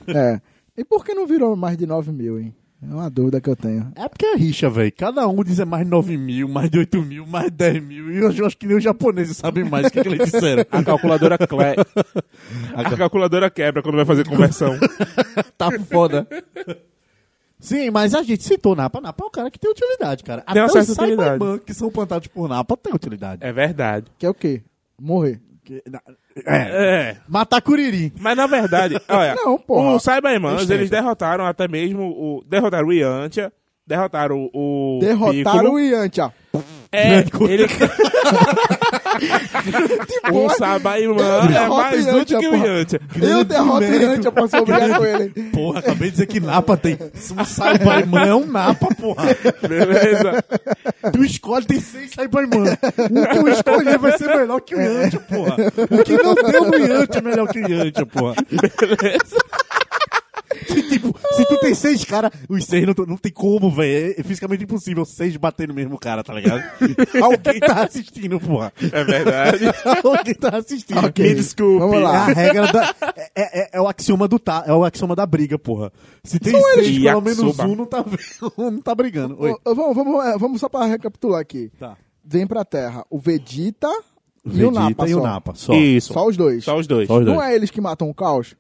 Speaker 1: É. E por que não virou mais de 9 mil, hein? É uma dúvida que eu tenho.
Speaker 4: É porque é rixa, velho. Cada um diz é mais 9 mil, mais de 8 mil, mais 10 mil. E eu acho que nem os japoneses sabem mais o que, que eles disseram.
Speaker 3: A calculadora, cle... a calculadora quebra quando vai fazer conversão.
Speaker 4: tá foda. Sim, mas a gente citou Napa. Napa é um cara que tem utilidade, cara.
Speaker 3: Tem uma
Speaker 4: Até os
Speaker 3: certa utilidade.
Speaker 4: Cyberman que são plantados por Napa tem utilidade.
Speaker 3: É verdade.
Speaker 1: Que é o quê? Morrer.
Speaker 3: É.
Speaker 4: Matar Curiri.
Speaker 3: Mas na verdade, olha,
Speaker 1: Não, porra.
Speaker 3: o Saibaiman,
Speaker 4: Eles
Speaker 3: eles
Speaker 4: tentam.
Speaker 3: derrotaram até mesmo o. Derrotaram o Yantia, derrotaram o. É, o
Speaker 1: Derrotaram
Speaker 3: Piccolo.
Speaker 4: Um
Speaker 1: o Yantia.
Speaker 3: É, ele... O Sabaimã é
Speaker 1: derrota
Speaker 3: mais
Speaker 1: o Yantia,
Speaker 3: útil que o
Speaker 1: porra.
Speaker 3: Yantia.
Speaker 1: Tipo, Eu derroto o Yantia, eu posso brigar com ele.
Speaker 4: Porra, acabei de dizer que Napa tem. Um Saibaimã é um Napa, porra.
Speaker 3: Beleza?
Speaker 4: Tu escolhe, tem seis Saibaimã. O que eu escolher vai ser melhor que o Yantia, porra. O que não deu no Yantia é melhor que o Yantia, porra.
Speaker 3: Beleza?
Speaker 4: Tipo, se tu tem seis caras, os seis não, não tem como, velho. É fisicamente impossível seis bater no mesmo cara, tá ligado? Alguém tá assistindo, porra.
Speaker 3: É verdade.
Speaker 4: Alguém tá assistindo.
Speaker 1: Ok.
Speaker 4: Me desculpe.
Speaker 1: Vamos
Speaker 4: É
Speaker 1: lá.
Speaker 4: a regra da. É, é- é o axioma do tá, é o axioma da briga, porra. Se tem
Speaker 3: eles.
Speaker 4: seis, pelo menos
Speaker 3: Yakisoba.
Speaker 4: um não tá, um não tá brigando. Oi.
Speaker 1: Ô, ô, Vamos, vamos, é, vamos só pra recapitular aqui.
Speaker 4: Tá.
Speaker 1: Vem pra Terra o Vegeta, e
Speaker 4: Vegeta
Speaker 1: o Napa.
Speaker 4: e o
Speaker 1: só.
Speaker 4: Napa, só.
Speaker 3: Isso.
Speaker 1: Só os dois.
Speaker 3: Só os dois.
Speaker 4: Só os dois.
Speaker 1: Não é eles que matam o caos?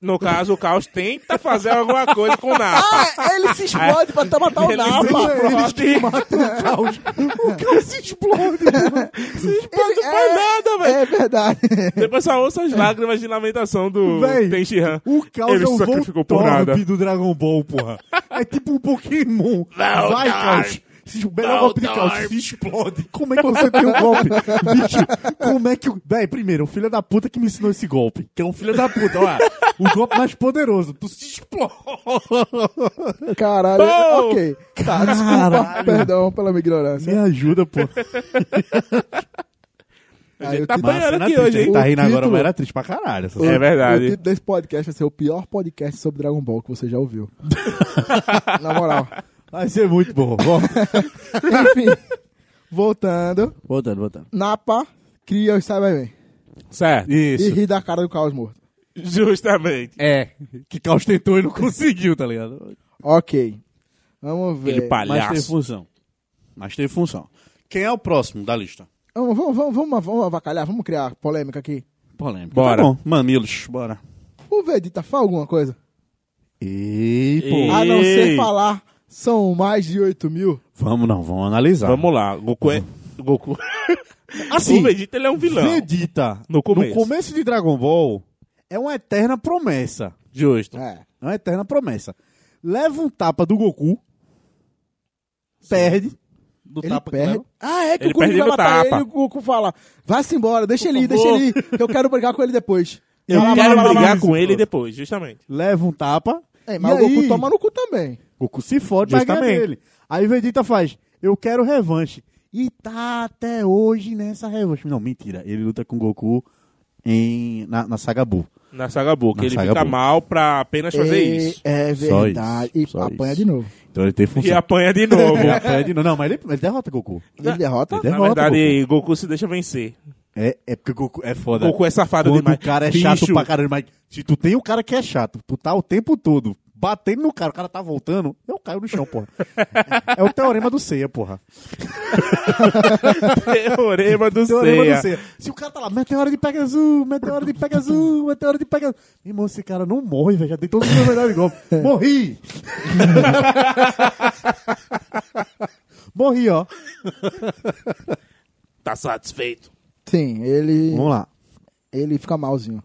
Speaker 3: No caso, o Caos tenta fazer alguma coisa com o Napa.
Speaker 1: Ah, ele se explode pra até matar o
Speaker 3: Ele
Speaker 1: Napa.
Speaker 3: se explode.
Speaker 4: O cara se explode.
Speaker 1: Ele
Speaker 3: Não faz nada, velho.
Speaker 1: É verdade.
Speaker 3: Depois só ouça as lágrimas de lamentação do
Speaker 4: Véi,
Speaker 3: Tenshinhan.
Speaker 4: O Caos
Speaker 3: Ele
Speaker 4: é o
Speaker 3: sacrificou por nada.
Speaker 4: Voltorb do Dragon Ball, porra. É tipo um Pokémon. Vai, Caos. Se o melhor golpe de Caos se explode. Como é que você tem um golpe? Bicho, como é que... o- Véi, primeiro, o filho da puta que me ensinou esse golpe. Que é um filho da puta, ó. O golpe mais poderoso. Tu se explode.
Speaker 1: Caralho.
Speaker 3: Pô!
Speaker 1: Ok. Tá, desculpa. Perdão pela minha ignorância.
Speaker 4: Me ajuda, pô.
Speaker 1: Aí o
Speaker 3: tá
Speaker 1: título-
Speaker 3: apanhando
Speaker 4: Cena
Speaker 3: aqui
Speaker 4: triste,
Speaker 3: hoje,
Speaker 4: hein?
Speaker 3: hein?
Speaker 4: Tá rindo
Speaker 1: O
Speaker 4: agora,
Speaker 1: título-
Speaker 4: mas era triste pra caralho. essa
Speaker 3: É
Speaker 4: cena.
Speaker 1: O
Speaker 3: verdade.
Speaker 1: título desse podcast vai ser o pior podcast sobre Dragon Ball que você já ouviu. Na moral.
Speaker 4: Vai ser muito bom. Bom,
Speaker 1: Enfim, voltando.
Speaker 4: Voltando, voltando.
Speaker 1: Napa cria os Cybermen.
Speaker 3: Certo.
Speaker 1: E
Speaker 4: Isso.
Speaker 1: ri da cara do caos morto.
Speaker 3: Justamente.
Speaker 4: É. Que Caos tentou e não conseguiu, tá ligado?
Speaker 1: Ok. Vamos
Speaker 4: É,
Speaker 1: ver.
Speaker 3: Aquele
Speaker 4: Mas teve
Speaker 3: palhaço.
Speaker 4: função. Mas teve função. Quem é o próximo da lista?
Speaker 1: Vamos, vamos, vamos, vamos, vamos avacalhar, vamos criar polêmica aqui.
Speaker 4: Polêmica.
Speaker 3: Bora.
Speaker 4: Tá bom. Mamilos, bora.
Speaker 1: O Vegeta fala alguma coisa?
Speaker 4: E,
Speaker 3: E-
Speaker 4: pô.
Speaker 1: A não ser
Speaker 3: Ei.
Speaker 1: falar, são mais de 8 mil.
Speaker 4: Vamos não, vamos analisar.
Speaker 3: Vamos lá. Goku é... Goku...
Speaker 4: Assim,
Speaker 3: o Vegeta ele é um
Speaker 4: Então,
Speaker 3: vilão.
Speaker 4: Vegeta,
Speaker 3: No começo.
Speaker 4: de Dragon Ball, é uma eterna promessa.
Speaker 3: Justo.
Speaker 1: É.
Speaker 4: É uma eterna promessa. Leva um tapa do Goku, perde. Do
Speaker 1: Ele
Speaker 4: tapa que
Speaker 1: perde.
Speaker 4: leva.
Speaker 1: Ah, é que
Speaker 3: Ele
Speaker 1: o Coringa vai
Speaker 3: perdeu o
Speaker 1: matar
Speaker 3: tapa.
Speaker 1: ele e o Goku fala, vai-se embora, deixa ele ir,
Speaker 3: favor.
Speaker 1: deixa ele ir. Eu quero brigar com ele depois.
Speaker 3: Eu
Speaker 1: Vai lá, vai
Speaker 3: quero
Speaker 1: lá, vai lá.
Speaker 3: brigar com ele depois, justamente.
Speaker 4: Leva um tapa.
Speaker 1: É, mas
Speaker 4: e
Speaker 1: o Goku
Speaker 4: aí-
Speaker 1: toma no cu também.
Speaker 4: Goku se fode mas ganha
Speaker 3: Justamente.
Speaker 4: dele. Aí o Vegeta faz, eu quero revanche. E tá até hoje nessa revanche. Não, mentira. Ele luta com o Goku em, na, na Saga Buu.
Speaker 3: Na Saga Buu, que
Speaker 4: Na
Speaker 3: ele
Speaker 4: Saga
Speaker 3: fica
Speaker 4: Buu.
Speaker 3: mal pra apenas fazer
Speaker 1: E-
Speaker 3: isso.
Speaker 1: É
Speaker 4: Só
Speaker 1: verdade.
Speaker 4: isso,
Speaker 1: e
Speaker 4: só
Speaker 1: apanha
Speaker 4: isso.
Speaker 1: de novo.
Speaker 4: Então ele tem
Speaker 3: E
Speaker 4: função.
Speaker 3: apanha de novo.
Speaker 4: Ele aprende- não, não, mas ele, ele derrota o Goku.
Speaker 1: Ele derrota.
Speaker 4: Ele
Speaker 3: Na
Speaker 4: derrota o
Speaker 3: verdade, Goku se deixa vencer.
Speaker 4: Goku. É, é porque o Goku é foda.
Speaker 3: Goku é safado
Speaker 4: Quando
Speaker 3: demais.
Speaker 4: o cara é
Speaker 3: Bicho,
Speaker 4: chato pra caralho, mas se tu tem um cara que é chato, tu tá o tempo todo batendo no cara, o cara tá voltando, eu caio no chão, porra. é o teorema do Seiya, porra.
Speaker 3: Teorema do
Speaker 4: Teorema do
Speaker 3: Seiya.
Speaker 4: Seiya. Se o cara tá lá, meteoro de Pegasus, meteoro de Pegasus, meteoro de Pegasus. Meu irmão, esse cara não morre, velho. Já tem todos os meus melhores golpes. Morri! Morri, ó.
Speaker 3: Tá satisfeito.
Speaker 1: Sim, ele,
Speaker 4: Vamos lá.
Speaker 1: ele fica malzinho.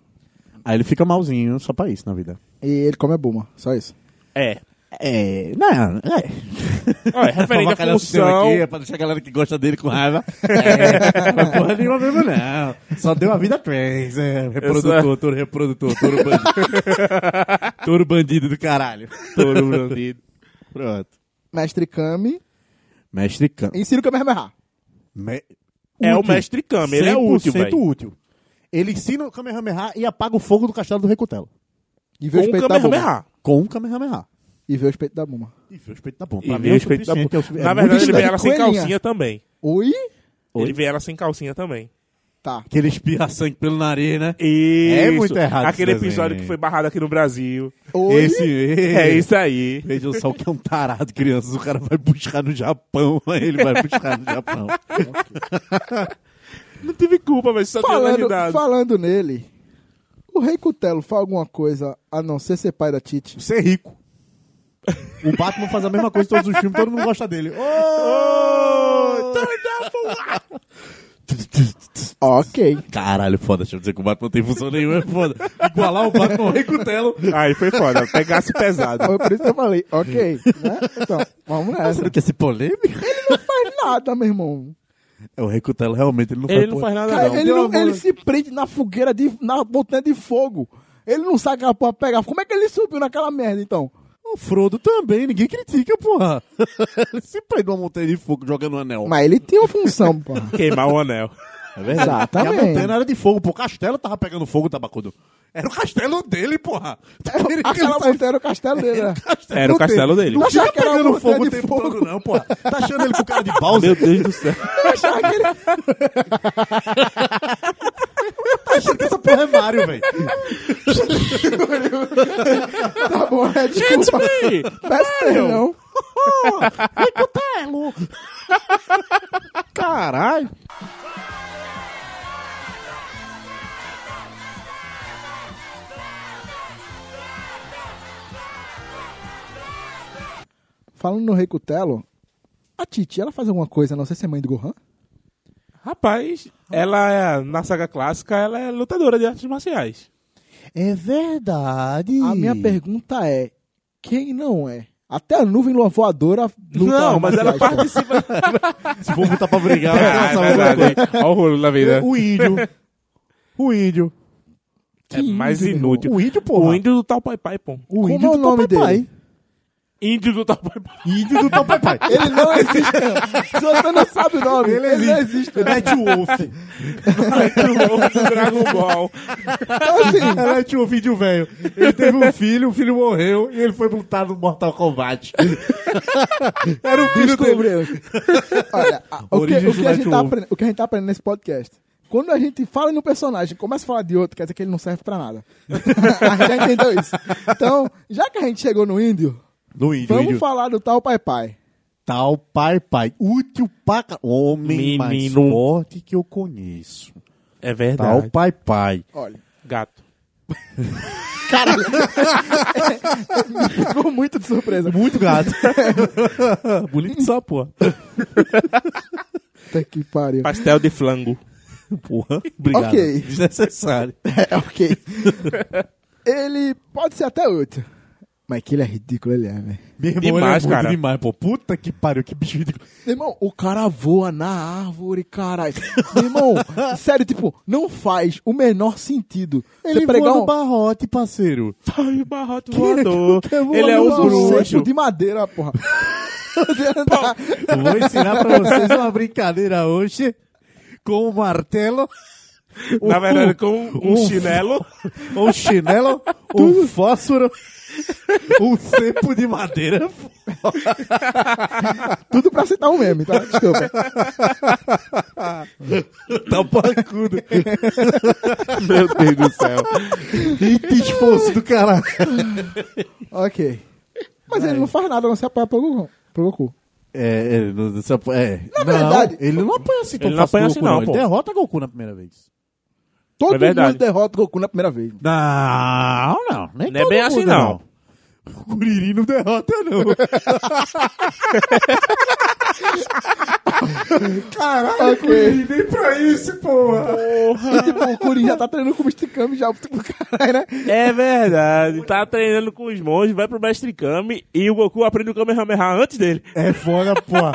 Speaker 4: Aí ele fica malzinho só pra isso na vida.
Speaker 1: E ele come a Buma, só isso.
Speaker 3: É.
Speaker 4: É, não, é.
Speaker 3: Olha, referente à
Speaker 4: Avacalhar o sistema
Speaker 3: função...
Speaker 4: Aqui, é pra deixar a galera que gosta dele com raiva. É, mas porra nenhuma mesmo, não. Só deu a vida trans. É, reprodutor,
Speaker 3: sou-
Speaker 4: touro reprodutor, touro bandido. touro bandido do caralho.
Speaker 3: Touro bandido.
Speaker 4: Pronto.
Speaker 1: Mestre Kami,
Speaker 4: Mestre Kami.
Speaker 1: ensina o Kamehameha.
Speaker 4: Me-
Speaker 3: É o
Speaker 4: útil.
Speaker 3: mestre Kami, ele é útil,
Speaker 4: 100%
Speaker 3: velho.
Speaker 4: útil. Ele ensina o Kamehameha e apaga o fogo do castelo do Recutelo.
Speaker 1: E vê
Speaker 3: Com
Speaker 1: os
Speaker 3: o
Speaker 1: peitos da Buma.
Speaker 3: é Kamehameha.
Speaker 4: Com o Kamehameha.
Speaker 1: E vê os peitos da Buma.
Speaker 4: E vê os peitos da ponta.
Speaker 3: E vê os peitos da bunda. Na verdade, ele vê
Speaker 1: estranho.
Speaker 3: ela sem
Speaker 1: Coelhinha.
Speaker 3: calcinha também.
Speaker 1: Oi?
Speaker 4: Oi?
Speaker 3: Ele vê ela sem calcinha também.
Speaker 1: Tá.
Speaker 4: Que ele espirra sangue pelo nariz, né?
Speaker 3: Isso.
Speaker 4: É muito errado
Speaker 3: Aquele
Speaker 4: esse desenho
Speaker 3: episódio
Speaker 4: aí.
Speaker 3: que foi barrado aqui no Brasil.
Speaker 1: Oi?
Speaker 4: Esse,
Speaker 3: É isso aí.
Speaker 4: Vejam só o que é um tarado, crianças. O cara vai buscar no Japão. aí Ele vai buscar no Japão.
Speaker 3: Não tive culpa, mas só tinha
Speaker 1: Falando,
Speaker 3: ajudado.
Speaker 1: falando nele, o Rei Cutelo fala alguma coisa a não ser ser pai da Tite?
Speaker 4: Ser é rico. O Batman faz a mesma coisa em todos os filmes, todo mundo gosta dele.
Speaker 3: Ô, turn down for what?
Speaker 1: Ok.
Speaker 4: Caralho, foda. Deixa eu dizer que o Batman não tem função nenhuma, é foda. Igualar o Batman ao Rei Cutelo.
Speaker 3: Aí foi foda, pegasse pesado.
Speaker 1: Foi por isso que eu falei, ok. né? Então, vamos nessa.
Speaker 4: Você não quer ser polêmico?
Speaker 1: Ele não faz nada, meu irmão.
Speaker 4: É, o Recutelo realmente ele não
Speaker 3: Ele
Speaker 4: faz
Speaker 3: não
Speaker 4: porra.
Speaker 3: faz nada,
Speaker 1: Cara,
Speaker 3: não.
Speaker 1: ele, não-
Speaker 4: Pelo
Speaker 1: ele
Speaker 4: amor-
Speaker 1: se prende na fogueira, de, na montanha de fogo. Ele não sabe que a porra pega. Como é que ele subiu naquela merda, então?
Speaker 4: O Frodo também, ninguém critica, porra. ele se prende numa montanha de fogo jogando um anel.
Speaker 1: Mas ele tem uma função, porra.
Speaker 3: Queimar o anel.
Speaker 4: É verdade.
Speaker 1: Exatamente.
Speaker 4: E a montanha era de fogo, pô. O castelo tava pegando fogo, tabacudo. Era o castelo dele, porra.
Speaker 1: Aquela montanha era o castelo dele, né?
Speaker 4: Castelo
Speaker 3: Era o castelo dele.
Speaker 4: Não
Speaker 1: Achava
Speaker 4: tá
Speaker 1: que era
Speaker 4: pegando
Speaker 1: uma montanha
Speaker 4: fogo o
Speaker 1: de
Speaker 4: tempo
Speaker 1: fogo.
Speaker 4: todo, não, porra. Tá achando ele com cara de Bowser?
Speaker 3: Meu Deus do céu.
Speaker 1: Eu achava que ele-
Speaker 4: Tá achando que essa porra é Mario, velho.
Speaker 1: Tá bom, é desculpa. Peço perdão.
Speaker 4: Caralho.
Speaker 1: Falando no Rei Cutelo, a Titi, ela faz alguma coisa, não sei se é mãe do Gohan?
Speaker 3: Rapaz, ela é, na saga clássica, ela é lutadora de artes marciais.
Speaker 4: É verdade.
Speaker 1: A minha pergunta é, quem não é? Até a nuvem lua voadora luta
Speaker 3: não, mas ela
Speaker 1: marciais, pô.
Speaker 3: participa.
Speaker 4: Se for botar pra brigar, vai
Speaker 3: Ah,
Speaker 4: passar
Speaker 3: é
Speaker 4: outra coisa.
Speaker 3: verdade. Olha o rolo da vida.
Speaker 4: O índio. O índio.
Speaker 3: É mais
Speaker 1: índio, meu
Speaker 3: inútil.
Speaker 4: O índio, porra.
Speaker 3: O índio do tal pai pai, pô.
Speaker 4: O
Speaker 1: Como
Speaker 4: índio
Speaker 1: é o
Speaker 4: do
Speaker 1: nome
Speaker 4: Papai
Speaker 1: dele?
Speaker 3: Índio do tal pai pai.
Speaker 4: Pai. Índio do Papai Pai.
Speaker 1: Ele não existe. Se você não sabe o nome, ele, não existe.
Speaker 4: Netwolf.
Speaker 3: do Dragon Ball.
Speaker 1: Então, assim,
Speaker 4: Ela tinha um vídeo velho. Ele teve um filho, o filho morreu e ele foi lutar no Mortal Kombat. Era o filho dele.
Speaker 1: descobriu. Olha, a- o que,
Speaker 4: Origem
Speaker 1: o, que a gente tá
Speaker 4: Juliette
Speaker 1: aprendendo, o que a gente tá aprendendo nesse podcast. Quando a gente fala de um personagem e começa a falar de outro, quer dizer que ele não serve pra nada. a gente já entendeu isso. Então, já que a gente chegou no índio,
Speaker 4: No índio,
Speaker 1: vamos
Speaker 4: índio.
Speaker 1: falar do tal Pai Pai.
Speaker 4: Tal Pai Pai. Útil pra ca- Homem mais
Speaker 3: Menino.
Speaker 4: forte que eu conheço.
Speaker 3: É
Speaker 4: Tal
Speaker 3: verdade.
Speaker 4: Pai Pai.
Speaker 1: Olha,
Speaker 3: Gato.
Speaker 1: ficou muito de surpresa.
Speaker 4: Muito gato. Bonito só, porra.
Speaker 1: Puta que pariu.
Speaker 3: Pastel de flango.
Speaker 4: Porra. Obrigado.
Speaker 1: Ok.
Speaker 4: Desnecessário.
Speaker 1: É, ok. ele pode ser até outro. Mas que ele é ridículo, ele é, velho.
Speaker 4: Meu
Speaker 3: Demais,
Speaker 4: irmão, ele é muito
Speaker 3: cara. é
Speaker 4: demais, pô. Puta que pariu, que bicho ridículo.
Speaker 1: Meu irmão, o cara voa na árvore, caralho. Meu irmão, sério, tipo, não faz o menor sentido.
Speaker 4: Ele
Speaker 1: Você
Speaker 4: pegou
Speaker 1: pregar
Speaker 4: no
Speaker 1: um,
Speaker 4: barrote, parceiro.
Speaker 3: Ai, o barrote voador.
Speaker 4: que voa
Speaker 3: Ele é
Speaker 4: no
Speaker 3: o
Speaker 1: um
Speaker 4: barrote?
Speaker 3: bruxo.
Speaker 1: cepo de madeira, porra.
Speaker 4: Vou ensinar pra vocês uma brincadeira hoje com o martelo.
Speaker 3: Na
Speaker 4: um-
Speaker 3: verdade, com um,
Speaker 4: um-
Speaker 3: chinelo.
Speaker 4: Um chinelo, um fósforo, um cepo de madeira.
Speaker 1: Tudo pra citar um meme, tá? Desculpa.
Speaker 4: Tá pacudo.
Speaker 3: Meu Deus do céu.
Speaker 4: E te esforço do caralho.
Speaker 1: Ok. Mas ele não faz nada, não se apoia pro Goku. Pro Goku.
Speaker 4: É, é, não, essa- é.
Speaker 1: Na verdade-
Speaker 4: Ele não apanha assim tão
Speaker 3: Ele não
Speaker 4: fácil
Speaker 3: apanha
Speaker 4: do
Speaker 3: assim
Speaker 4: Goku,
Speaker 3: não,
Speaker 4: Ele
Speaker 3: pô.
Speaker 4: derrota Goku na primeira vez.
Speaker 1: Todo
Speaker 3: verdade.
Speaker 1: mundo derrota o Goku na primeira vez.
Speaker 4: Não, não. Nem
Speaker 3: Não é bem assim, não.
Speaker 4: O Guriri não derrota, não.
Speaker 1: Ok.
Speaker 4: nem pra isso, porra.
Speaker 1: E, tipo, o Curim já tá treinando com o Mr. Kami já, tipo, caralho, né?
Speaker 3: É verdade. Tá treinando com os monges, vai pro Mestre Kami e o Goku aprende o Kamehameha antes dele.
Speaker 4: É foda, porra.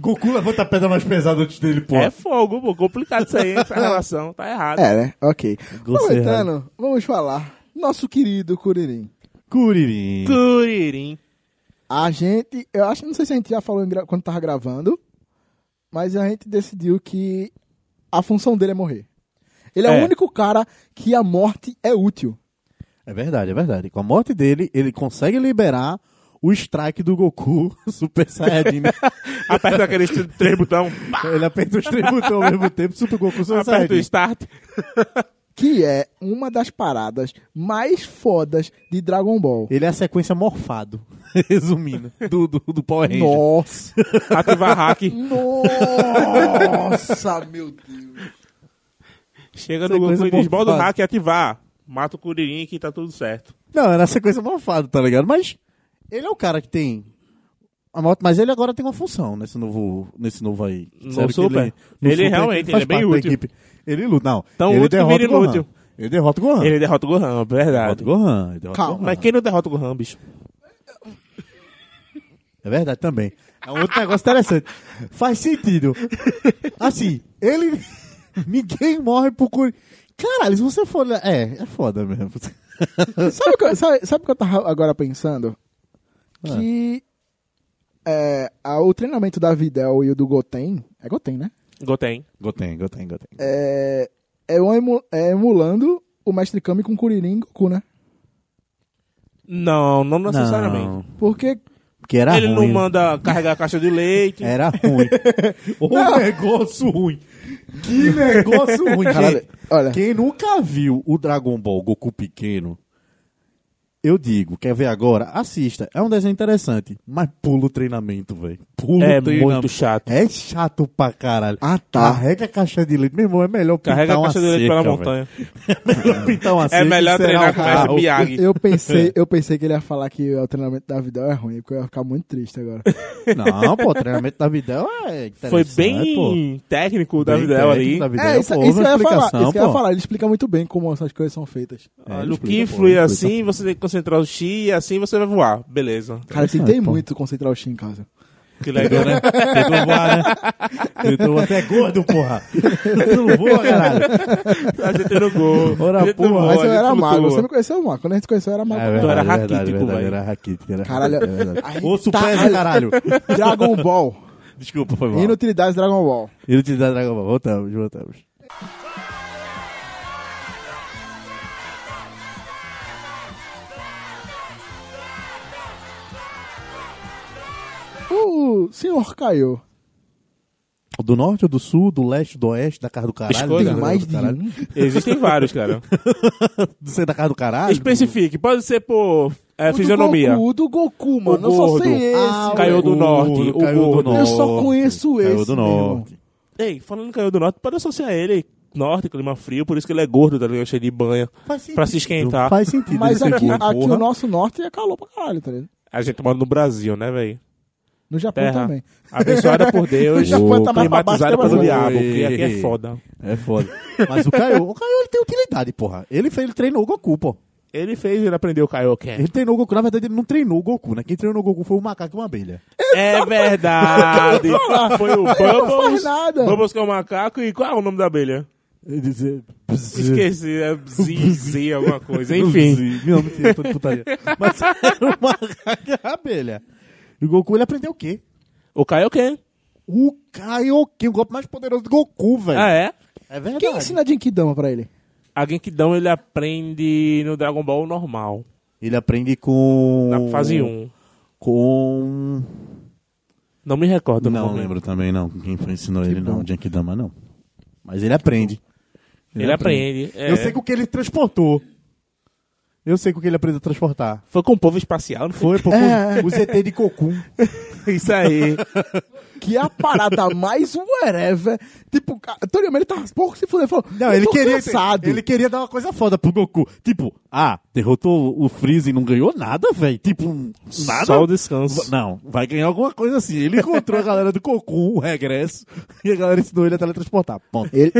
Speaker 4: Goku levanta a pedra mais pesada antes dele, porra.
Speaker 3: É fogo, pô. Complicado isso aí, essa relação. Tá errado.
Speaker 1: É, né? Ok.
Speaker 4: Gol
Speaker 1: Aproveitando, vamos falar. Nosso querido Curirim.
Speaker 4: Curirim.
Speaker 3: Curirim.
Speaker 1: A gente, eu acho, não sei se a gente já falou em gra- quando tava gravando, mas a gente decidiu que a função dele é morrer. Ele é,
Speaker 3: É.
Speaker 1: o único cara que a morte é útil.
Speaker 4: É verdade, é verdade. Com a morte dele, ele consegue liberar o strike do Goku Super Saiyajin. né?
Speaker 3: Aperta aqueles tr- três botões.
Speaker 4: ele aperta os três botões ao mesmo tempo, super Goku Super
Speaker 3: Aperta o
Speaker 4: Saiyajin.
Speaker 3: start.
Speaker 1: Que é uma das paradas mais fodas de Dragon Ball.
Speaker 4: Ele é a sequência morfado, resumindo, do, do, do Power Ranger.
Speaker 1: Nossa!
Speaker 3: Ativar hack.
Speaker 1: Nossa, meu Deus!
Speaker 3: Chega
Speaker 4: Essa
Speaker 3: no Goku
Speaker 4: coisa
Speaker 3: e diz:
Speaker 4: morfada.
Speaker 3: bota o hack e ativar. Mata o Curirim que tá tudo certo.
Speaker 4: Não, era a sequência morfado, tá ligado? Mas ele é o cara que tem a moto, mas ele agora tem uma função nesse novo, nesse novo aí.
Speaker 3: No
Speaker 4: Disseram que
Speaker 3: Super?
Speaker 4: no
Speaker 3: Ele
Speaker 4: Super,
Speaker 3: realmente, ele
Speaker 4: faz
Speaker 3: é bem
Speaker 4: parte da
Speaker 3: útil.
Speaker 4: equipe. Ele luta, não.
Speaker 3: Tão
Speaker 4: ele
Speaker 3: útil que
Speaker 4: derrota
Speaker 3: vira
Speaker 4: o Gohan.
Speaker 3: inútil.
Speaker 4: Ele derrota o
Speaker 2: Ah.
Speaker 4: Gohan.
Speaker 3: Ele derrota o Gohan, é
Speaker 4: derrota
Speaker 3: verdade.
Speaker 4: o Gohan. Ele derrota o
Speaker 1: Calma.
Speaker 4: Gohan.
Speaker 3: Mas quem não derrota o Gohan, bicho?
Speaker 4: É verdade também. É um outro negócio interessante. Faz sentido. Assim, ele. Ninguém morre por curi. Caralho, se você for. olhar- É, é foda mesmo.
Speaker 1: sabe, o que, eu- sabe, sabe o que eu tava agora pensando?
Speaker 4: Ah.
Speaker 1: Que é, a- o treinamento da Videl e o do Goten. É Goten, né?
Speaker 3: Goten.
Speaker 4: Goten, Goten, Goten.
Speaker 1: É, é, um emu- é emulando o Mestre Kami com Kuririn e Goku, né?
Speaker 3: Não, não necessariamente.
Speaker 1: Porque.
Speaker 4: Porque era
Speaker 3: Ele
Speaker 4: é ruim. É
Speaker 3: não manda carregar a caixa de leite.
Speaker 4: Era ruim. Ô, Um negócio ruim. Que negócio ruim,
Speaker 1: Caralho,
Speaker 4: gente.
Speaker 1: olha.
Speaker 4: Quem nunca viu o Dragon Ball Goku pequeno, eu digo, quer ver agora? Assista. É um desenho interessante. Mas pula o treinamento, velho. Pula
Speaker 3: É
Speaker 4: o treinamento.
Speaker 3: muito chato.
Speaker 4: É chato pra caralho.
Speaker 1: Ah, tá.
Speaker 4: Carrega a caixa de leite. Meu irmão, é melhor pintar
Speaker 3: Carrega a
Speaker 4: uma
Speaker 3: caixa de leite pela
Speaker 4: cerca, velho.
Speaker 3: montanha.
Speaker 4: melhor pintar uma
Speaker 3: É
Speaker 4: cerca
Speaker 3: melhor
Speaker 4: e
Speaker 3: treinar
Speaker 4: será um
Speaker 3: com o mestre
Speaker 4: carro.
Speaker 3: Miyagi.
Speaker 1: Eu pensei, eu pensei que ele ia falar que o treinamento da Videl é ruim, porque eu ia ficar muito triste agora.
Speaker 4: Não, pô, o treinamento da Videl é interessante,
Speaker 3: Foi
Speaker 4: pô.
Speaker 3: bem técnico da
Speaker 4: Bem
Speaker 3: Videl
Speaker 4: técnico
Speaker 3: ali.
Speaker 4: da Videl,
Speaker 1: É, isso, isso
Speaker 4: pô,
Speaker 1: que
Speaker 4: houve
Speaker 1: eu
Speaker 4: uma
Speaker 1: ia falar.
Speaker 4: explicação,
Speaker 1: Isso que eu ia
Speaker 4: pô.
Speaker 1: falar. Ele explica muito bem como essas coisas são feitas.
Speaker 4: É,
Speaker 3: Olha,
Speaker 4: ele
Speaker 3: o que
Speaker 4: explica, pô,
Speaker 3: influi
Speaker 4: ele explica.
Speaker 3: assim, você tem que concentrar o chi e assim você vai voar. Beleza.
Speaker 1: Cara, eu
Speaker 4: Interessante,
Speaker 1: tentei
Speaker 4: pô.
Speaker 1: muito concentrar o Shin em casa.
Speaker 3: Que legal, né?
Speaker 4: Tentou voar, né? Tentou até gordo, porra. Tu não voa, caralho.
Speaker 3: A gente no gol.
Speaker 4: Ora,
Speaker 3: a gente não
Speaker 4: porra,
Speaker 3: voa,
Speaker 1: Mas
Speaker 3: a
Speaker 1: eu
Speaker 3: gente
Speaker 1: era
Speaker 3: flutua.
Speaker 1: mago. Você me conheceu, mago. Quando a gente se conheceu, eu era mago.
Speaker 4: é
Speaker 3: verdade, era verdade, raquítico,
Speaker 4: velho.
Speaker 3: verdade,
Speaker 4: Era
Speaker 3: era
Speaker 4: raquítico, era
Speaker 1: Caralho.
Speaker 4: raquítico,
Speaker 1: raquítico,
Speaker 4: é
Speaker 1: é
Speaker 4: verdade.
Speaker 1: Aí
Speaker 4: Osso
Speaker 1: tá-
Speaker 4: pesa, caralho.
Speaker 1: Dragon Ball.
Speaker 4: Desculpa, foi mal.
Speaker 1: Inutilidades Dragon Ball.
Speaker 4: Ele te dá Dragon Ball. Voltamos, voltamos.
Speaker 1: O senhor Kaiô.
Speaker 4: Do norte ou do sul, do leste, do oeste, da casa do caralho?
Speaker 3: Escolha.
Speaker 4: da
Speaker 1: Tem
Speaker 4: casa
Speaker 1: mais
Speaker 4: do
Speaker 1: de
Speaker 4: caralho.
Speaker 1: um.
Speaker 3: Existem vários, cara.
Speaker 4: Do centro da casa do caralho?
Speaker 3: Especifique, pode ser por é,
Speaker 1: O do
Speaker 3: fisionomia.
Speaker 1: Goku, O do Goku, mano. eu só
Speaker 3: gordo.
Speaker 1: sei esse.
Speaker 4: Ah,
Speaker 3: Caiu
Speaker 4: o
Speaker 3: do norte,
Speaker 4: gordo,
Speaker 3: o
Speaker 4: caiu do
Speaker 3: gordo.
Speaker 4: norte.
Speaker 1: Eu só conheço
Speaker 4: Caiu
Speaker 1: esse,
Speaker 4: do
Speaker 1: meu irmão.
Speaker 4: norte.
Speaker 3: Ei, falando que caiu do norte, pode associar ele. Norte, clima frio, por isso que ele é gordo, tá ligado? Cheio de banha. Pra se esquentar.
Speaker 4: Faz sentido.
Speaker 1: Mas
Speaker 4: isso
Speaker 1: aqui,
Speaker 4: porra.
Speaker 1: aqui o nosso norte é calor pra caralho, tá ligado?
Speaker 3: A gente mora no Brasil, né, velho?
Speaker 1: No Japão
Speaker 3: Terra.
Speaker 1: também.
Speaker 3: Abençoada por Deus.
Speaker 1: Já foi, tá mais pra baixo,
Speaker 3: climatizada
Speaker 1: tá mais
Speaker 3: pelo
Speaker 1: pra
Speaker 3: diabo.
Speaker 4: baixo.
Speaker 3: Que aqui é foda.
Speaker 4: É foda. Mas o Caio, o Caio ele tem utilidade, porra. Ele, fez, ele treinou o Goku, pô.
Speaker 3: Ele fez, ele aprendeu o Kaioken.
Speaker 4: Ele treinou o Goku. Na verdade, ele não treinou o Goku, né? Quem treinou o Goku foi o macaco e uma abelha.
Speaker 3: É verdade. Foi o
Speaker 1: Não faz
Speaker 3: Bubbles.
Speaker 1: nada.
Speaker 3: Bubbles que é o macaco. E qual é o nome da abelha?
Speaker 4: Ele dizia...
Speaker 3: Esqueci. É Z, Z, alguma coisa. Enfim.
Speaker 4: Meu nome é de putaria. Mas era o macaco e a abelha. E o Goku, ele aprendeu o quê?
Speaker 3: O Kaioken.
Speaker 4: O Kaioken, o golpe mais poderoso do Goku, velho.
Speaker 3: Ah, é?
Speaker 4: É verdade.
Speaker 1: Quem ensina Genkidama pra ele?
Speaker 3: A Genkidama ele aprende no Dragon Ball normal,
Speaker 4: Ele aprende com...
Speaker 3: na fase 1.
Speaker 4: Com...
Speaker 3: Não me recordo. no
Speaker 4: Não
Speaker 3: momento.
Speaker 4: lembro também, não. Quem foi ensinou ele, não. Genkidama, não. Mas ele aprende.
Speaker 3: Ele, aprende. é.
Speaker 4: Eu sei que o que ele transportou. Eu sei que o que ele aprendeu a transportar.
Speaker 3: Foi com o povo espacial, não foi?
Speaker 4: Foi por
Speaker 1: É.
Speaker 4: o ZT de Cocum.
Speaker 3: Isso aí.
Speaker 1: Que é a parada mais whatever. Tipo, ca- Tony Amaro, ele tá pouco se fuder. Falou,
Speaker 4: Não,
Speaker 1: eu
Speaker 4: ele
Speaker 1: tô
Speaker 4: queria,
Speaker 1: cansado.
Speaker 4: assim, ele queria dar uma coisa foda pro Goku. Tipo, ah, derrotou o Freeza e não ganhou nada, velho. Tipo, nada.
Speaker 3: Só o descanso.
Speaker 4: Não, vai ganhar alguma coisa assim. Ele encontrou a galera do Cocum, o regresso, e a galera ensinou ele a teletransportar. Ponto.
Speaker 1: Ele-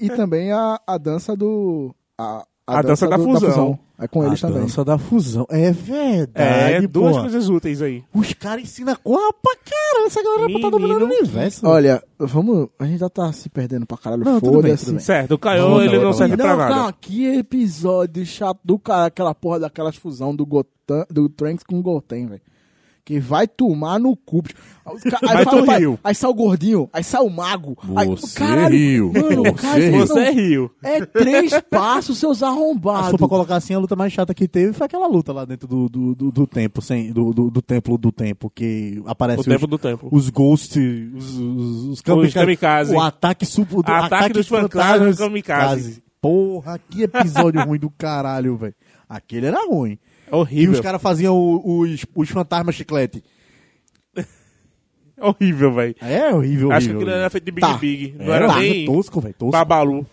Speaker 1: e, e também a, a dança do. A,
Speaker 3: A dança da fusão.
Speaker 1: É com eles
Speaker 4: a
Speaker 1: também.
Speaker 4: dança da fusão. É
Speaker 3: É,
Speaker 4: verdade,
Speaker 3: duas
Speaker 4: pô.
Speaker 3: coisas úteis aí.
Speaker 4: Os caras ensinam coisa pra caralho. Essa galera pra tá dominando o
Speaker 3: Menino.
Speaker 4: universo.
Speaker 1: Olha, vamos. A gente já tá se perdendo pra caralho.
Speaker 4: Não, tudo bem, tudo
Speaker 1: Foda-se.
Speaker 4: bem.
Speaker 3: Certo, o Kaiô
Speaker 4: Volta,
Speaker 3: Então, ele não
Speaker 4: volta,
Speaker 3: serve pra
Speaker 1: Não,
Speaker 3: nada.
Speaker 1: cara, que episódio chato do cara, aquela porra daquelas fusão do Gotan, do Trunks com o Goten, velho. Que vai tomar no cu. bicho. Os ca- Aí,
Speaker 3: Mas
Speaker 1: fala-
Speaker 3: tu
Speaker 1: vai-
Speaker 3: riu.
Speaker 1: aí sai o gordinho, aí sai o mago. aí,
Speaker 4: Você
Speaker 1: caralho,
Speaker 4: riu.
Speaker 1: Mano,
Speaker 4: Você
Speaker 1: cara,
Speaker 4: riu.
Speaker 1: não-
Speaker 3: Você riu.
Speaker 1: É três passos, seus
Speaker 4: Se
Speaker 1: arrombados.
Speaker 4: for pra colocar assim, a luta mais chata que teve foi aquela luta lá dentro do, do, do, do tempo, sem, do, do, do templo do tempo, que aparece
Speaker 3: O
Speaker 4: os,
Speaker 3: tempo do templo.
Speaker 4: os ghosts, os, os, os kamikaze.
Speaker 3: kamikaze.
Speaker 4: O ataque supo, do,
Speaker 3: Ataque dos fantasmas kamikaze.
Speaker 4: Porra, que episódio ruim do caralho, velho. Aquele era ruim.
Speaker 3: É
Speaker 4: E os
Speaker 3: horrível.
Speaker 4: caras faziam o- os, os fantasmas chiclete.
Speaker 3: É horrível, velho.
Speaker 4: É horrível, horrível.
Speaker 3: Acho que aquilo
Speaker 4: horrível.
Speaker 3: era feito de Big
Speaker 1: Tá.
Speaker 3: Big. Não
Speaker 4: É,
Speaker 3: era
Speaker 4: horrível,
Speaker 3: nem
Speaker 4: tosco, velho, tosco.
Speaker 3: Babalu.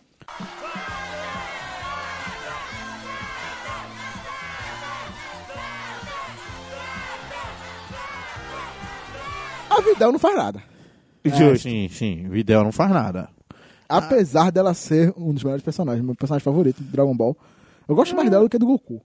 Speaker 1: A Videl não faz nada.
Speaker 4: Ah, sim, sim. Videl não faz nada.
Speaker 1: Ah. Apesar dela ser um dos melhores personagens, meu personagem favorito do Dragon Ball. Eu gosto mais dela do que do Goku.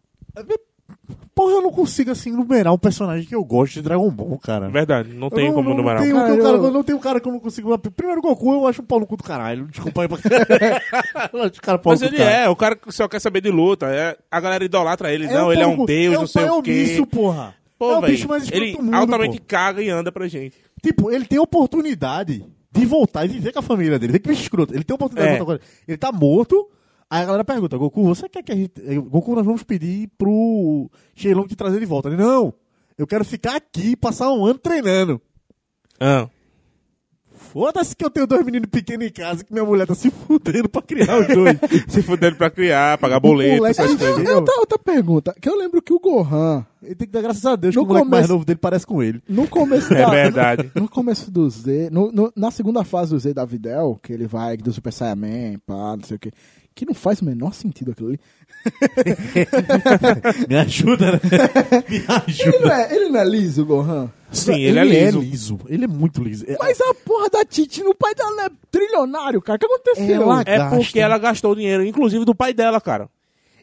Speaker 4: Porra, eu não consigo, assim, numerar um personagem que eu gosto de Dragon Ball, cara.
Speaker 3: É Verdade, não tem
Speaker 4: Eu
Speaker 3: como
Speaker 4: não,
Speaker 3: numerar.
Speaker 4: Tem um
Speaker 1: Cara,
Speaker 4: que eu- cara,
Speaker 1: eu-
Speaker 4: eu não tem um cara que eu não consigo. Primeiro, Goku, eu acho um pau no cu do caralho. Desculpa aí pra Eu acho o cara pau
Speaker 3: Mas
Speaker 4: no cu do
Speaker 3: ele
Speaker 4: caralho.
Speaker 3: é, o cara que só quer saber de luta. é- a galera idolatra ele. não, ele é
Speaker 4: pau
Speaker 3: um
Speaker 4: no cu-
Speaker 3: deus,
Speaker 4: é um
Speaker 3: não sei
Speaker 4: pai
Speaker 3: o quê.
Speaker 4: omisso, porra.
Speaker 3: Pô,
Speaker 4: é o
Speaker 3: velho,
Speaker 4: bicho mais escroto
Speaker 3: Ele
Speaker 4: do mundo,
Speaker 3: altamente
Speaker 4: pô.
Speaker 3: caga e anda pra gente.
Speaker 4: Tipo, ele tem a oportunidade de voltar e viver com a família dele. Vê que bicho escroto. Ele tem a oportunidade
Speaker 3: É.
Speaker 4: de voltar com ele. Ele tá morto. Aí a galera pergunta, Goku, você quer que a gente... eh, Goku, nós vamos pedir pro Shenlong te trazer de volta. Ele, não. Eu quero ficar aqui e passar um ano treinando.
Speaker 3: Ah.
Speaker 4: Foda-se que eu tenho dois meninos pequenos em casa que minha mulher tá se fudendo pra criar os dois.
Speaker 3: Se fudendo pra criar, pagar boleto,
Speaker 4: moleque-
Speaker 3: essas coisas.
Speaker 4: Entendeu?
Speaker 1: Eu tenho outra pergunta, que eu lembro que o Gohan,
Speaker 4: Ele tem que dar graças a Deus que
Speaker 1: No
Speaker 4: o moleque mais
Speaker 1: começo-
Speaker 4: novo dele parece com ele.
Speaker 1: no começo
Speaker 3: É
Speaker 1: da...
Speaker 3: verdade.
Speaker 1: No começo do Z, no- no- na segunda fase do Z da Videl, que ele vai do Super Saiyaman, pá, não sei o quê, que não faz o menor sentido aquilo ali.
Speaker 4: Me ajuda, né? Me ajuda.
Speaker 1: Ele não é, ele não é liso, o Gohan?
Speaker 3: Sim, ele, é liso.
Speaker 4: Ele é muito liso. É-
Speaker 1: Mas a porra da Titi, no pai dela é trilionário, cara, o que aconteceu?
Speaker 4: Ela-
Speaker 3: É
Speaker 4: Gasta.
Speaker 3: porque ela gastou o dinheiro, inclusive do pai dela, cara.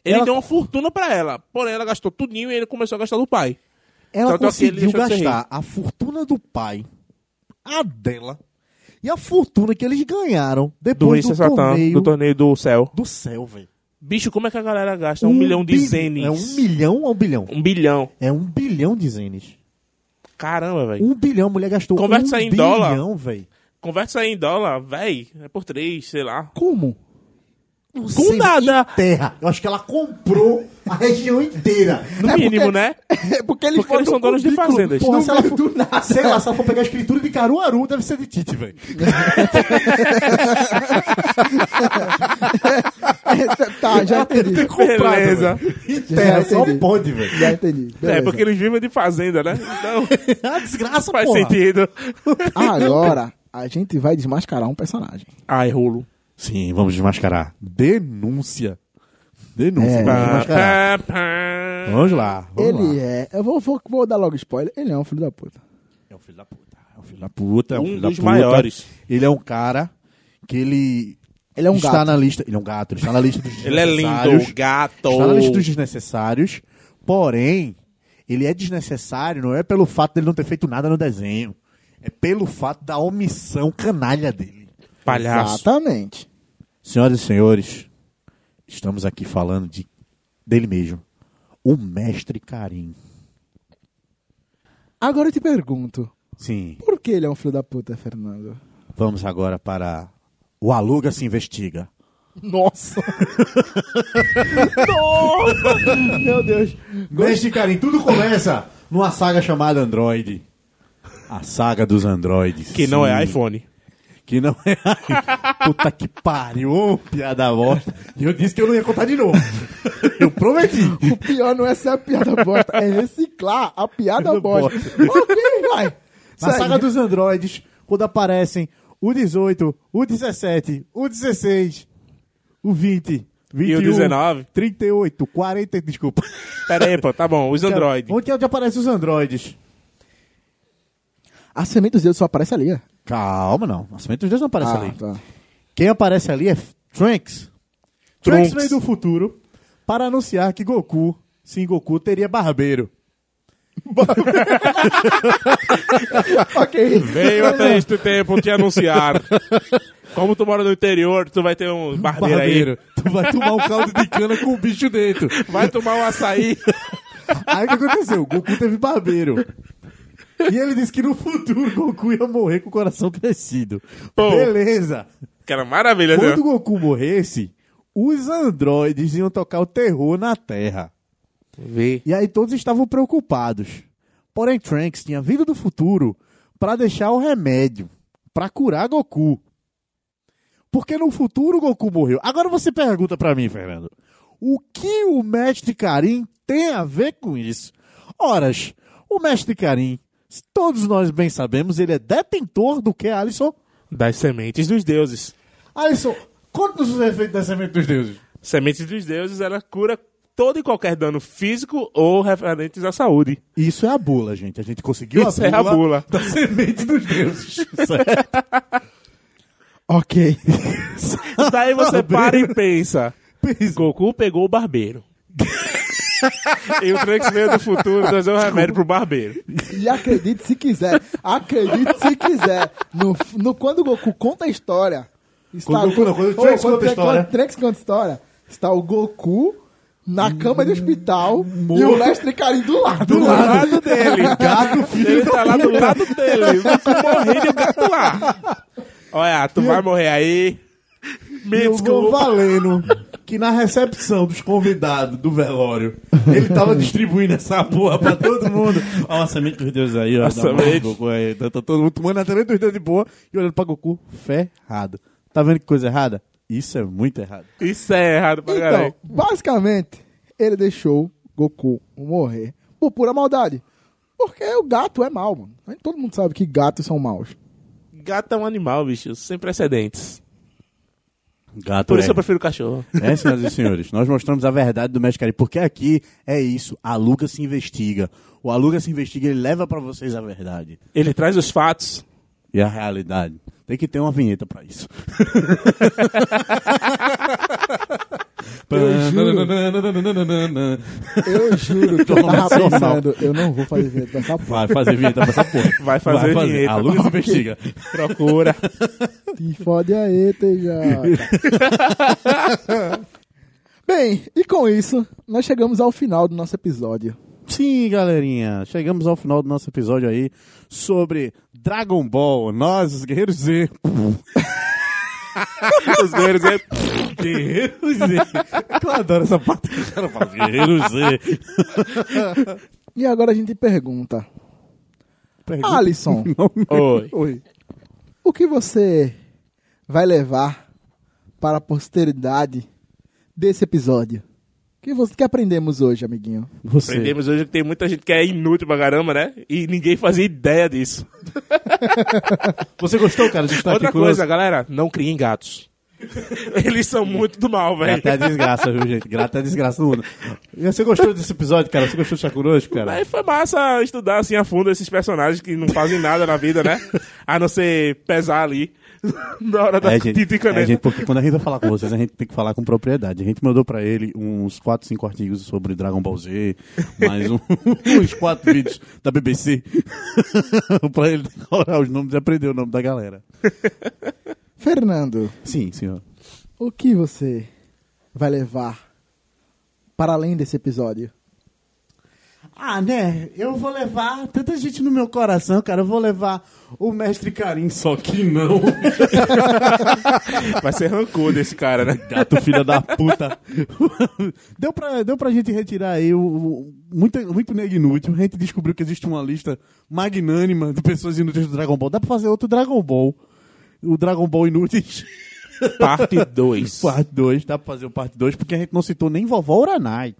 Speaker 3: Ele
Speaker 4: Ela-
Speaker 3: deu uma fortuna pra ela, porém ela gastou tudinho e ele começou a gastar do pai.
Speaker 4: Ela
Speaker 3: Tanto é que ele
Speaker 4: conseguiu
Speaker 3: deixou de ser
Speaker 4: gastar a fortuna do pai, a dela, e a fortuna que eles ganharam
Speaker 3: Do Rei
Speaker 4: depois do,
Speaker 3: Satã,
Speaker 4: torneio
Speaker 3: do torneio do céu.
Speaker 4: do céu, velho.
Speaker 3: Bicho, como é que a galera gasta um, milhão de
Speaker 4: bi-
Speaker 3: zenes?
Speaker 4: É um milhão ou um bilhão?
Speaker 3: Um bilhão.
Speaker 4: É um bilhão de zenes.
Speaker 3: Caramba, velho.
Speaker 4: Um bilhão, a mulher gastou
Speaker 3: Converte
Speaker 4: um
Speaker 3: isso aí em dólar.
Speaker 4: bilhão, velho.
Speaker 3: Conversa aí em dólar, véi. É por três, sei lá.
Speaker 1: Como?
Speaker 4: Com
Speaker 3: nada.
Speaker 4: Terra. Eu acho que ela comprou a região inteira.
Speaker 3: No mínimo, né?
Speaker 1: É porque eles,
Speaker 3: Porque eles são donos de fazendas.
Speaker 4: Porra, se ela
Speaker 1: meio
Speaker 4: for,
Speaker 1: do nada.
Speaker 4: Sei lá, se ela for pegar a escritura de Caruaru, deve ser de Tite, velho.
Speaker 1: tá, já entendi.
Speaker 4: Tem que comprar,
Speaker 3: Beleza.
Speaker 4: velho. E terra, só
Speaker 1: entendi.
Speaker 4: pode, velho.
Speaker 1: Já entendi.
Speaker 3: É,
Speaker 1: beleza.
Speaker 3: porque eles vivem de fazenda, né? Então,
Speaker 4: É uma desgraça,
Speaker 3: faz
Speaker 4: porra.
Speaker 3: sentido.
Speaker 1: Agora, a gente vai desmascarar um personagem.
Speaker 3: Ai, rolo.
Speaker 4: Sim, vamos desmascarar. Denúncia. Denúncia.
Speaker 1: É.
Speaker 4: Vamos
Speaker 3: Pá,
Speaker 4: desmascarar.
Speaker 3: Ah, pá, pá.
Speaker 4: Vamos lá. Vamos
Speaker 1: ele
Speaker 4: lá.
Speaker 1: é. Eu vou, vou- vou dar logo spoiler. Ele é um filho da puta.
Speaker 4: É um filho da puta. É um filho da puta. É um,
Speaker 3: Um
Speaker 4: filho da
Speaker 3: dos
Speaker 4: puta.
Speaker 3: maiores.
Speaker 4: Ele é um cara que ele.
Speaker 1: Ele é um
Speaker 4: está
Speaker 1: gato.
Speaker 4: na lista. Ele é um gato. Ele está na lista dos
Speaker 3: Ele é
Speaker 4: desnecessários.
Speaker 3: lindo, oh. gato.
Speaker 4: Está na lista dos desnecessários. Porém, ele é desnecessário não é pelo fato dele não ter feito nada no desenho. É pelo fato da omissão canalha dele.
Speaker 3: Palhaço.
Speaker 1: Exatamente.
Speaker 4: Senhoras e senhores, estamos aqui falando de dele mesmo. O mestre Karim.
Speaker 1: Agora eu te pergunto:
Speaker 4: Sim.
Speaker 1: por que ele é um filho da puta, Fernando?
Speaker 4: Vamos agora para o Aluga se investiga.
Speaker 1: Nossa! Meu Deus.
Speaker 4: Mestre Karim, tudo começa numa saga chamada Android. A saga dos androides.
Speaker 3: Que não é
Speaker 4: Sim.
Speaker 3: iPhone.
Speaker 4: Que não é iPhone. Puta que pariu, piada bosta. E eu disse que eu não ia contar de novo. Eu prometi.
Speaker 1: O pior não é ser a piada bosta, é reciclar a piada
Speaker 4: Piada
Speaker 1: bosta.
Speaker 4: bosta.
Speaker 1: ok, vai.
Speaker 4: Na
Speaker 1: Segue.
Speaker 4: saga dos androides, quando aparecem o 18, o 17, o 16, o 20, 21,
Speaker 3: 19?
Speaker 4: 38, 40, desculpa.
Speaker 3: Pera aí, pô, tá bom. Os Android.
Speaker 4: Onde é onde aparecem os androides?
Speaker 1: A semente dos dedos só aparece ali. ó.
Speaker 4: Calma, não. Nascimento dos Deus não aparece ali.
Speaker 1: tá.
Speaker 4: Quem aparece ali é Trunks.
Speaker 3: Trunks.
Speaker 4: Trunks veio do futuro para anunciar que Goku, sim, Goku teria barbeiro.
Speaker 1: Ok.
Speaker 3: Veio até este tempo te anunciar. Como tu mora no interior, tu vai ter um barbeiro,
Speaker 4: Barbeiro. Tu vai tomar um caldo de cana com o bicho dentro.
Speaker 3: aí. Vai tomar um açaí.
Speaker 4: Aí o que aconteceu? O Goku teve barbeiro. E ele disse que no futuro o Goku ia morrer com o coração crescido.
Speaker 3: Pô.
Speaker 4: Beleza.
Speaker 3: Que era maravilha,
Speaker 4: Quando
Speaker 3: né?
Speaker 4: o Goku morresse, os androides iam tocar o terror na Terra.
Speaker 3: Vê.
Speaker 4: E aí todos estavam preocupados. Porém, Trunks tinha vindo do futuro para deixar o remédio para curar Goku. Porque no futuro o Goku morreu. Agora você pergunta para mim, Fernando, o que o Mestre Karim tem a ver com isso? Oras, o Mestre Karim, todos nós bem sabemos, ele é detentor do que, Alisson?
Speaker 3: Das sementes dos deuses.
Speaker 4: Alisson, conta os efeitos da semente dos deuses.
Speaker 3: Sementes dos deuses, ela cura todo e qualquer dano físico ou referentes à saúde.
Speaker 4: Isso é a bula, gente. A gente conseguiu
Speaker 3: Isso é a bula.
Speaker 4: da semente dos deuses. Certo?
Speaker 1: Ok.
Speaker 3: Daí tá você para e pensa.
Speaker 4: Pensa.
Speaker 3: Goku pegou o barbeiro. E o Trunks veio do futuro trazer um remédio pro barbeiro.
Speaker 1: E acredite se quiser. Acredite se quiser. No, no- quando o Goku conta a história. Está
Speaker 4: Quando o Goku não, quando o Trunks
Speaker 1: Ô, quando
Speaker 4: conta a
Speaker 1: o Trunks- quando
Speaker 4: história.
Speaker 1: o Trunks conta a história. Está o Goku na cama de hospital e o Mestre Karin do lado.
Speaker 3: Do lado dele.
Speaker 4: Gato,
Speaker 3: Ele tá lá do lado dele. Tu morrer de gato lá. Olha, tu vai morrer aí. Me
Speaker 4: Eu vou
Speaker 3: desculpa.
Speaker 4: valendo que na recepção dos convidados do velório, ele tava distribuindo essa porra pra todo mundo.
Speaker 2: Ó, a semente é dos deuses aí, ó.
Speaker 3: A
Speaker 2: da mão do
Speaker 3: semente.
Speaker 2: Goku aí. Tá, tá todo mundo tomando a semente dos deuses de boa e olhando pra Goku ferrado. Tá vendo que coisa errada? Isso é muito errado.
Speaker 3: Isso é errado pra
Speaker 1: Então,
Speaker 3: caralho.
Speaker 1: basicamente, ele deixou Goku morrer por pura maldade. Porque o gato é mau, mano. Todo mundo sabe que gatos são maus.
Speaker 3: Gato é um animal, bicho, sem precedentes.
Speaker 2: Gato
Speaker 3: Por
Speaker 2: é.
Speaker 3: isso eu prefiro cachorro.
Speaker 2: É, senhoras e senhores, nós mostramos a verdade do Mestre Cari, porque aqui é isso, a Luca se investiga. O Aluga se investiga, ele leva pra vocês a verdade
Speaker 3: Ele traz os fatos.
Speaker 2: e a realidade. Tem que ter uma vinheta pra isso.
Speaker 1: Eu juro. Eu juro que eu
Speaker 2: Toma,
Speaker 1: tava
Speaker 2: seu mal.
Speaker 1: pensando, eu não vou fazer vinheta dessa porra.
Speaker 2: Vai fazer vinheta pra essa porra.
Speaker 3: Vai fazer vinheta.
Speaker 2: A Luca se investiga.
Speaker 3: Procura.
Speaker 1: Te fode aí, TJ. Bem, e com isso, nós chegamos ao final do nosso episódio.
Speaker 2: Sim, galerinha, chegamos ao final do nosso episódio aí sobre Dragon Ball. Nós, os Guerreiros Z.
Speaker 3: Os guerreiros é...
Speaker 2: Guerreiros Z. É Eu adoro essa parte. O cara fala, Guerreiros Z.
Speaker 1: E agora a gente pergunta,
Speaker 2: Pergunta-
Speaker 1: Alisson,
Speaker 3: Oi.
Speaker 2: Oi.
Speaker 1: o que você vai levar para a posteridade desse episódio? O que, você, que aprendemos hoje, amiguinho?
Speaker 2: Você.
Speaker 3: Aprendemos hoje que tem muita gente que é inútil pra caramba, né? E ninguém fazia ideia disso.
Speaker 2: Você gostou, cara, de estar
Speaker 3: Outra
Speaker 2: Tá aqui
Speaker 3: coisa, galera, não criem gatos. Eles são muito do mal, velho.
Speaker 2: Grata é a desgraça, viu, gente? Grata é a desgraça do mundo. E você gostou desse episódio, cara? Você gostou de estar conosco, cara?
Speaker 3: Aí foi massa estudar assim a fundo esses personagens que não fazem nada na vida, né? A não ser pesar ali na hora da né?
Speaker 2: É,
Speaker 3: tinta e
Speaker 2: gente,
Speaker 3: caneta.
Speaker 2: é, gente, porque quando a gente vai falar com vocês, a gente tem que falar com propriedade. A gente mandou pra ele uns 4, 5 artigos sobre Dragon Ball Z, mais um- uns 4 vídeos da BBC, pra ele decorar os nomes e aprender o nome da galera.
Speaker 1: Fernando,
Speaker 2: Sim, senhor.
Speaker 1: o que você vai levar para além desse episódio?
Speaker 2: Ah, né? Eu vou levar tanta gente no meu coração, cara. Eu vou levar o mestre Karim, só que não.
Speaker 3: Vai ser rancor desse cara, né?
Speaker 2: Gato, filha da puta. deu, pra, deu pra gente retirar aí o, o- muito, muito nego inútil. A gente descobriu que existe uma lista magnânima de pessoas inúteis do Dragon Ball. Dá pra fazer outro Dragon Ball. O Dragon Ball Inúteis,
Speaker 3: Parte 2.
Speaker 2: parte 2. Dá pra fazer o parte 2, porque a gente não citou nem vovó Uranai.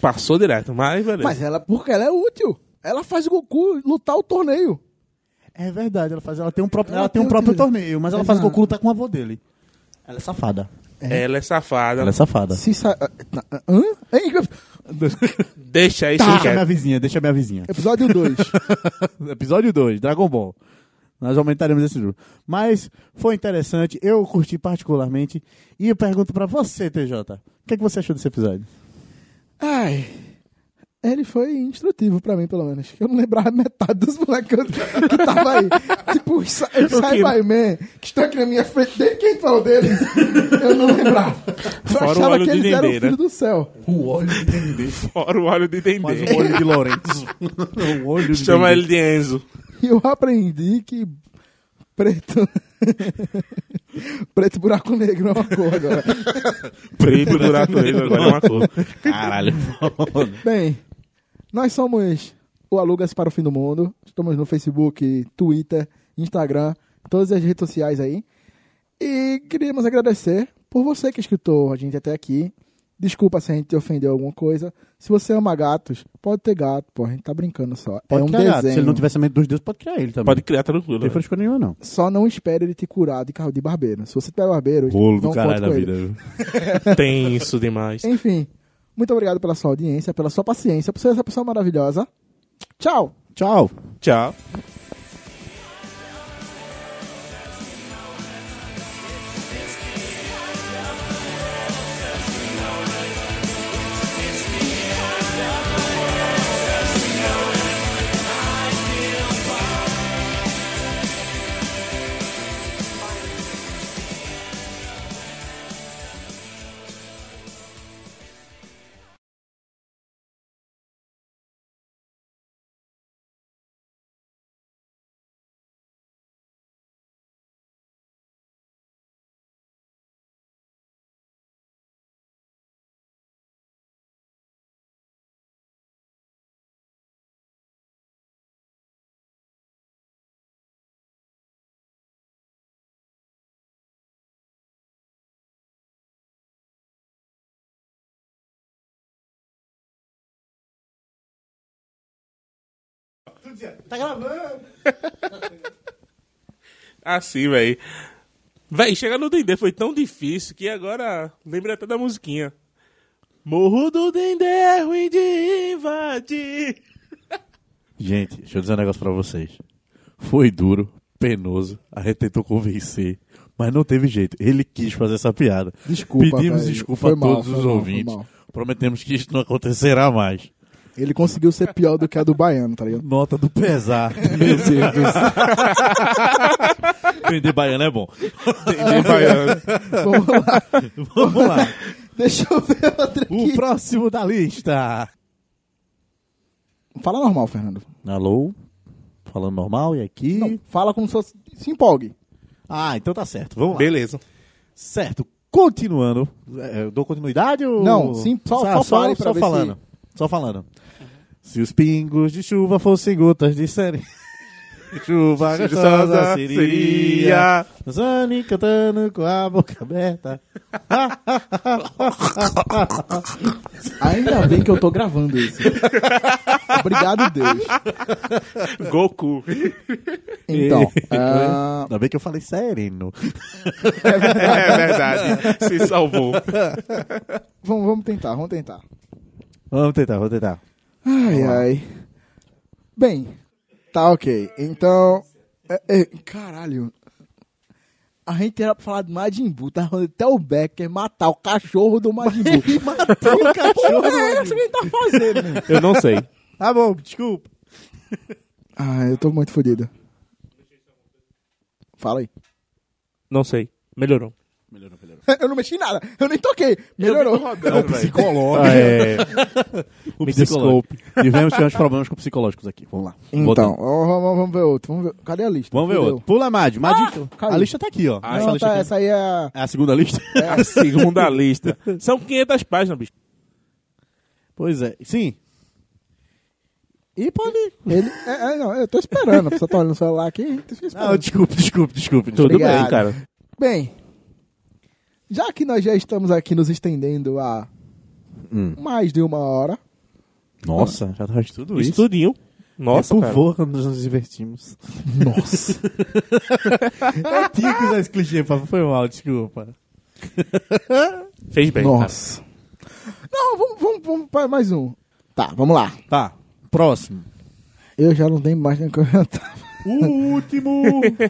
Speaker 3: Passou direto, mas beleza.
Speaker 1: Mas ela, porque ela é útil. Ela faz o Goku lutar o torneio.
Speaker 2: É verdade, ela, faz, ela tem um próprio,
Speaker 1: Ela
Speaker 2: ela tem um
Speaker 1: tem
Speaker 2: próprio
Speaker 1: outra-
Speaker 2: torneio, mas ela faz
Speaker 1: Exato.
Speaker 2: Goku lutar com o avô dele. Ela é safada.
Speaker 3: Ela é safada.
Speaker 2: Ela é safada.
Speaker 1: Se sa... Ah, Hã? Hein?
Speaker 3: Deixa isso,
Speaker 2: Deixa
Speaker 3: quieto.
Speaker 2: minha vizinha, deixa minha vizinha.
Speaker 1: Episódio 2.
Speaker 2: Episódio 2, Dragon Ball. Nós aumentaremos esse número. Mas foi interessante, eu curti particularmente. E eu pergunto pra você, TJ, o que, é que você achou desse episódio?
Speaker 1: Ai. Ele foi instrutivo pra mim, pelo menos. Eu não lembrava metade dos moleques que eu- que tava aí. tipo, o Sa- o Sci-Fi Man, que estão aqui na minha frente, desde que a gente falou deles, eu não lembrava. Eu
Speaker 3: Fora o
Speaker 1: achava
Speaker 3: óleo
Speaker 1: que
Speaker 3: de
Speaker 1: eles eram
Speaker 3: dendê,
Speaker 1: o filho
Speaker 3: né?
Speaker 1: do céu.
Speaker 3: Fora o óleo de
Speaker 2: Mais
Speaker 3: Dendê.
Speaker 2: um olho de Lourenço. um olho de
Speaker 3: Chama ele
Speaker 2: Dendê.
Speaker 3: de Enzo.
Speaker 1: E eu aprendi que preto... preto e buraco negro é uma cor agora.
Speaker 3: Preto buraco negro, agora é uma cor.
Speaker 2: Caralho.
Speaker 1: Bem, nós somos o Alugas para o Fim do Mundo. Estamos no Facebook, Twitter, Instagram, todas as redes sociais aí. E queríamos agradecer por você que escutou a gente até aqui. Desculpa se a gente te ofendeu alguma coisa. Se você ama gatos, pode ter gato, pô, a gente tá brincando só.
Speaker 2: Pode
Speaker 1: é um
Speaker 2: criar gato. Se
Speaker 1: desenho.
Speaker 2: ele não tivesse a mente dos deuses, pode criar ele também.
Speaker 3: Pode criar
Speaker 2: Não tem
Speaker 3: tranquilo. né?
Speaker 2: frescura nenhuma, não.
Speaker 1: Só não espere ele te curar de carro de barbeiro. Se você tiver barbeiro, não conte com ele.
Speaker 3: Tenso demais.
Speaker 1: Enfim, muito obrigado pela sua audiência, pela sua paciência, por ser essa pessoa maravilhosa. Tchau!
Speaker 2: Tchau.
Speaker 3: Tchau.
Speaker 5: It's me,
Speaker 2: não dizia, tá gravando.
Speaker 3: Assim, véi. Véi, chegar no Dendê foi tão difícil que agora lembra até da musiquinha. Morro do Dendê é ruim de invadir.
Speaker 4: Gente, deixa eu dizer um negócio pra vocês. Foi duro, penoso, a gente tentou convencer, mas não teve jeito. Ele quis fazer essa piada.
Speaker 1: Desculpa,
Speaker 4: Pedimos
Speaker 1: velho.
Speaker 4: desculpa
Speaker 1: Foi
Speaker 4: a
Speaker 1: mal,
Speaker 4: todos
Speaker 1: foi
Speaker 4: os
Speaker 1: mal,
Speaker 4: ouvintes.
Speaker 1: foi mal.
Speaker 4: Prometemos que isso não acontecerá mais.
Speaker 1: Ele conseguiu ser pior do que a do baiano, tá ligado?
Speaker 4: Nota do pesar. Meu Deus do céu. Vender baiano é bom.
Speaker 1: Vamos lá.
Speaker 4: Vamos lá.
Speaker 1: Deixa eu ver outra
Speaker 4: O
Speaker 1: aqui.
Speaker 4: próximo da lista.
Speaker 1: Fala normal, Fernando.
Speaker 4: Alô? Falando normal e aqui?
Speaker 1: Não, fala como se fosse... Se empolgue.
Speaker 4: Ah, então tá certo. Vamos lá.
Speaker 3: Beleza.
Speaker 4: Certo. Continuando. É, Eu dou continuidade ou...
Speaker 1: Não, sim, só- só pare pra ver
Speaker 4: falando. Só falando. Se os pingos de chuva fossem gotas de serena... Chuva gostosa
Speaker 3: Gostosa
Speaker 4: seria... Zane cantando com a boca aberta.
Speaker 1: Ainda bem que eu tô gravando isso. Obrigado, Deus.
Speaker 3: Goku.
Speaker 1: Então,
Speaker 4: Ei,
Speaker 1: ah,
Speaker 4: Ainda bem que eu falei sereno.
Speaker 3: É verdade. Se salvou.
Speaker 1: vamos, vamos tentar, vamos tentar.
Speaker 4: Vamos tentar, vamos tentar.
Speaker 1: Ai, ai. Bem, tá ok. Então. é, é, caralho. A gente era pra falar de Majin Buu, tá falando até o Becker matar o cachorro do Majin Buu. matar o cachorro do Majin Buu. tá fazendo, meu?
Speaker 6: Eu não sei.
Speaker 4: Tá bom, desculpa.
Speaker 1: Ah, eu tô muito fodido. Fala aí.
Speaker 6: Não sei. Melhorou.
Speaker 1: Eu não mexi em nada, eu nem toquei. Melhorou.
Speaker 3: Rodando, velho.
Speaker 4: Ah, é. o
Speaker 6: Me
Speaker 4: psicológico. Tivemos tivemos problemas com psicológicos aqui. Vamos lá.
Speaker 1: Então,
Speaker 4: Voltando.
Speaker 1: ó, vamos, vamos ver outro. Vamos ver. Cadê a lista?
Speaker 4: Vamos ver
Speaker 1: Cadê
Speaker 4: outro. Pula, Mad. Mad
Speaker 1: Ah, caiu.
Speaker 4: a lista tá aqui, ó.
Speaker 1: o-
Speaker 4: essa
Speaker 1: Não,
Speaker 4: lista
Speaker 1: tá,
Speaker 4: aqui.
Speaker 1: essa aí é. a-
Speaker 4: É a segunda lista?
Speaker 3: A segunda lista. São 500 páginas, bicho.
Speaker 4: pois é. Sim. E pode...
Speaker 1: Ele, é, é, não, eu tô esperando. Você tá olhando o celular aqui? eu fico
Speaker 4: Não,
Speaker 1: esperando.
Speaker 4: desculpe, desculpe, desculpe.
Speaker 6: Tudo
Speaker 4: desculpe.
Speaker 1: Obrigado.
Speaker 6: bem, cara.
Speaker 1: Bem, já que nós já estamos aqui nos estendendo a
Speaker 4: Hum.
Speaker 1: mais de uma hora,
Speaker 4: Nossa, já faz tudo isso.
Speaker 6: Estudinho. Nossa,
Speaker 4: é por
Speaker 6: cara.
Speaker 4: favor, quando nós nos divertimos. Nossa. eu tinha que usar esse clichê, papo. Foi mal, desculpa.
Speaker 6: Fez bem.
Speaker 1: nossa. Não, vamos, vamos, vamos para mais um. Tá, vamos lá.
Speaker 4: Tá, próximo.
Speaker 1: Eu já não tenho mais nem o que eu tava.
Speaker 4: O último.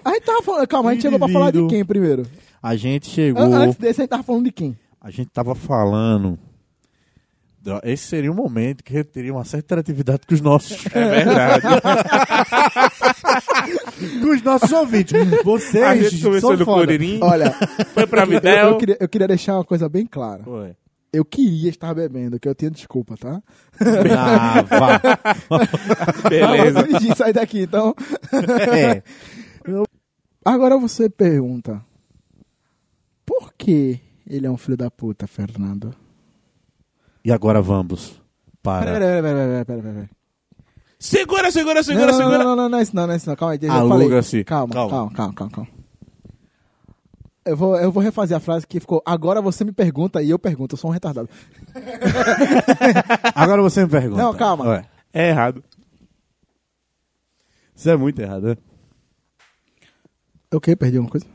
Speaker 1: A gente tava falando, calma, a gente chegou pra falar de
Speaker 4: Indivíduo.
Speaker 1: quem primeiro?
Speaker 4: a gente
Speaker 1: An-
Speaker 4: chegou...
Speaker 1: Antes desse, a gente tava falando de quem?
Speaker 4: A gente tava falando... da- Esse seria um momento que eu teria uma certa interatividade com os nossos...
Speaker 3: É verdade.
Speaker 4: com os nossos ouvintes. hum, Vocês
Speaker 3: A gente começou
Speaker 4: são
Speaker 3: no
Speaker 4: foda.
Speaker 3: Curirim,
Speaker 1: Olha,
Speaker 3: foi pra
Speaker 1: eu,
Speaker 3: Midel.
Speaker 1: eu queria, eu queria deixar uma coisa bem clara.
Speaker 4: Foi.
Speaker 1: Eu queria estar bebendo, que eu tinha desculpa, tá?
Speaker 4: Ah, vá.
Speaker 1: Mas
Speaker 3: Beleza.
Speaker 1: eu pedi, sai daqui, então.
Speaker 4: É.
Speaker 1: Agora você pergunta: Por que ele é um filho da puta, Fernando?
Speaker 4: E agora vamos para
Speaker 1: pera, pera, pera, pera, pera.
Speaker 3: Segura, segura,
Speaker 1: Não,
Speaker 3: segura,
Speaker 1: não,
Speaker 3: segura.
Speaker 1: não, não, não, não é isso não, não é isso não. Calma aí, eu já
Speaker 4: Aluga-se.
Speaker 1: falei. Calma,
Speaker 4: Calma.
Speaker 1: calma, calma, calma, calma. Eu vou, eu vou refazer a frase que ficou: Agora você me pergunta e eu pergunto, eu sou um retardado.
Speaker 4: Agora você me pergunta.
Speaker 1: Não, calma.
Speaker 4: Ué,
Speaker 3: É errado.
Speaker 4: isso é muito errado, né?
Speaker 1: Eu o quê? Perdi alguma coisa?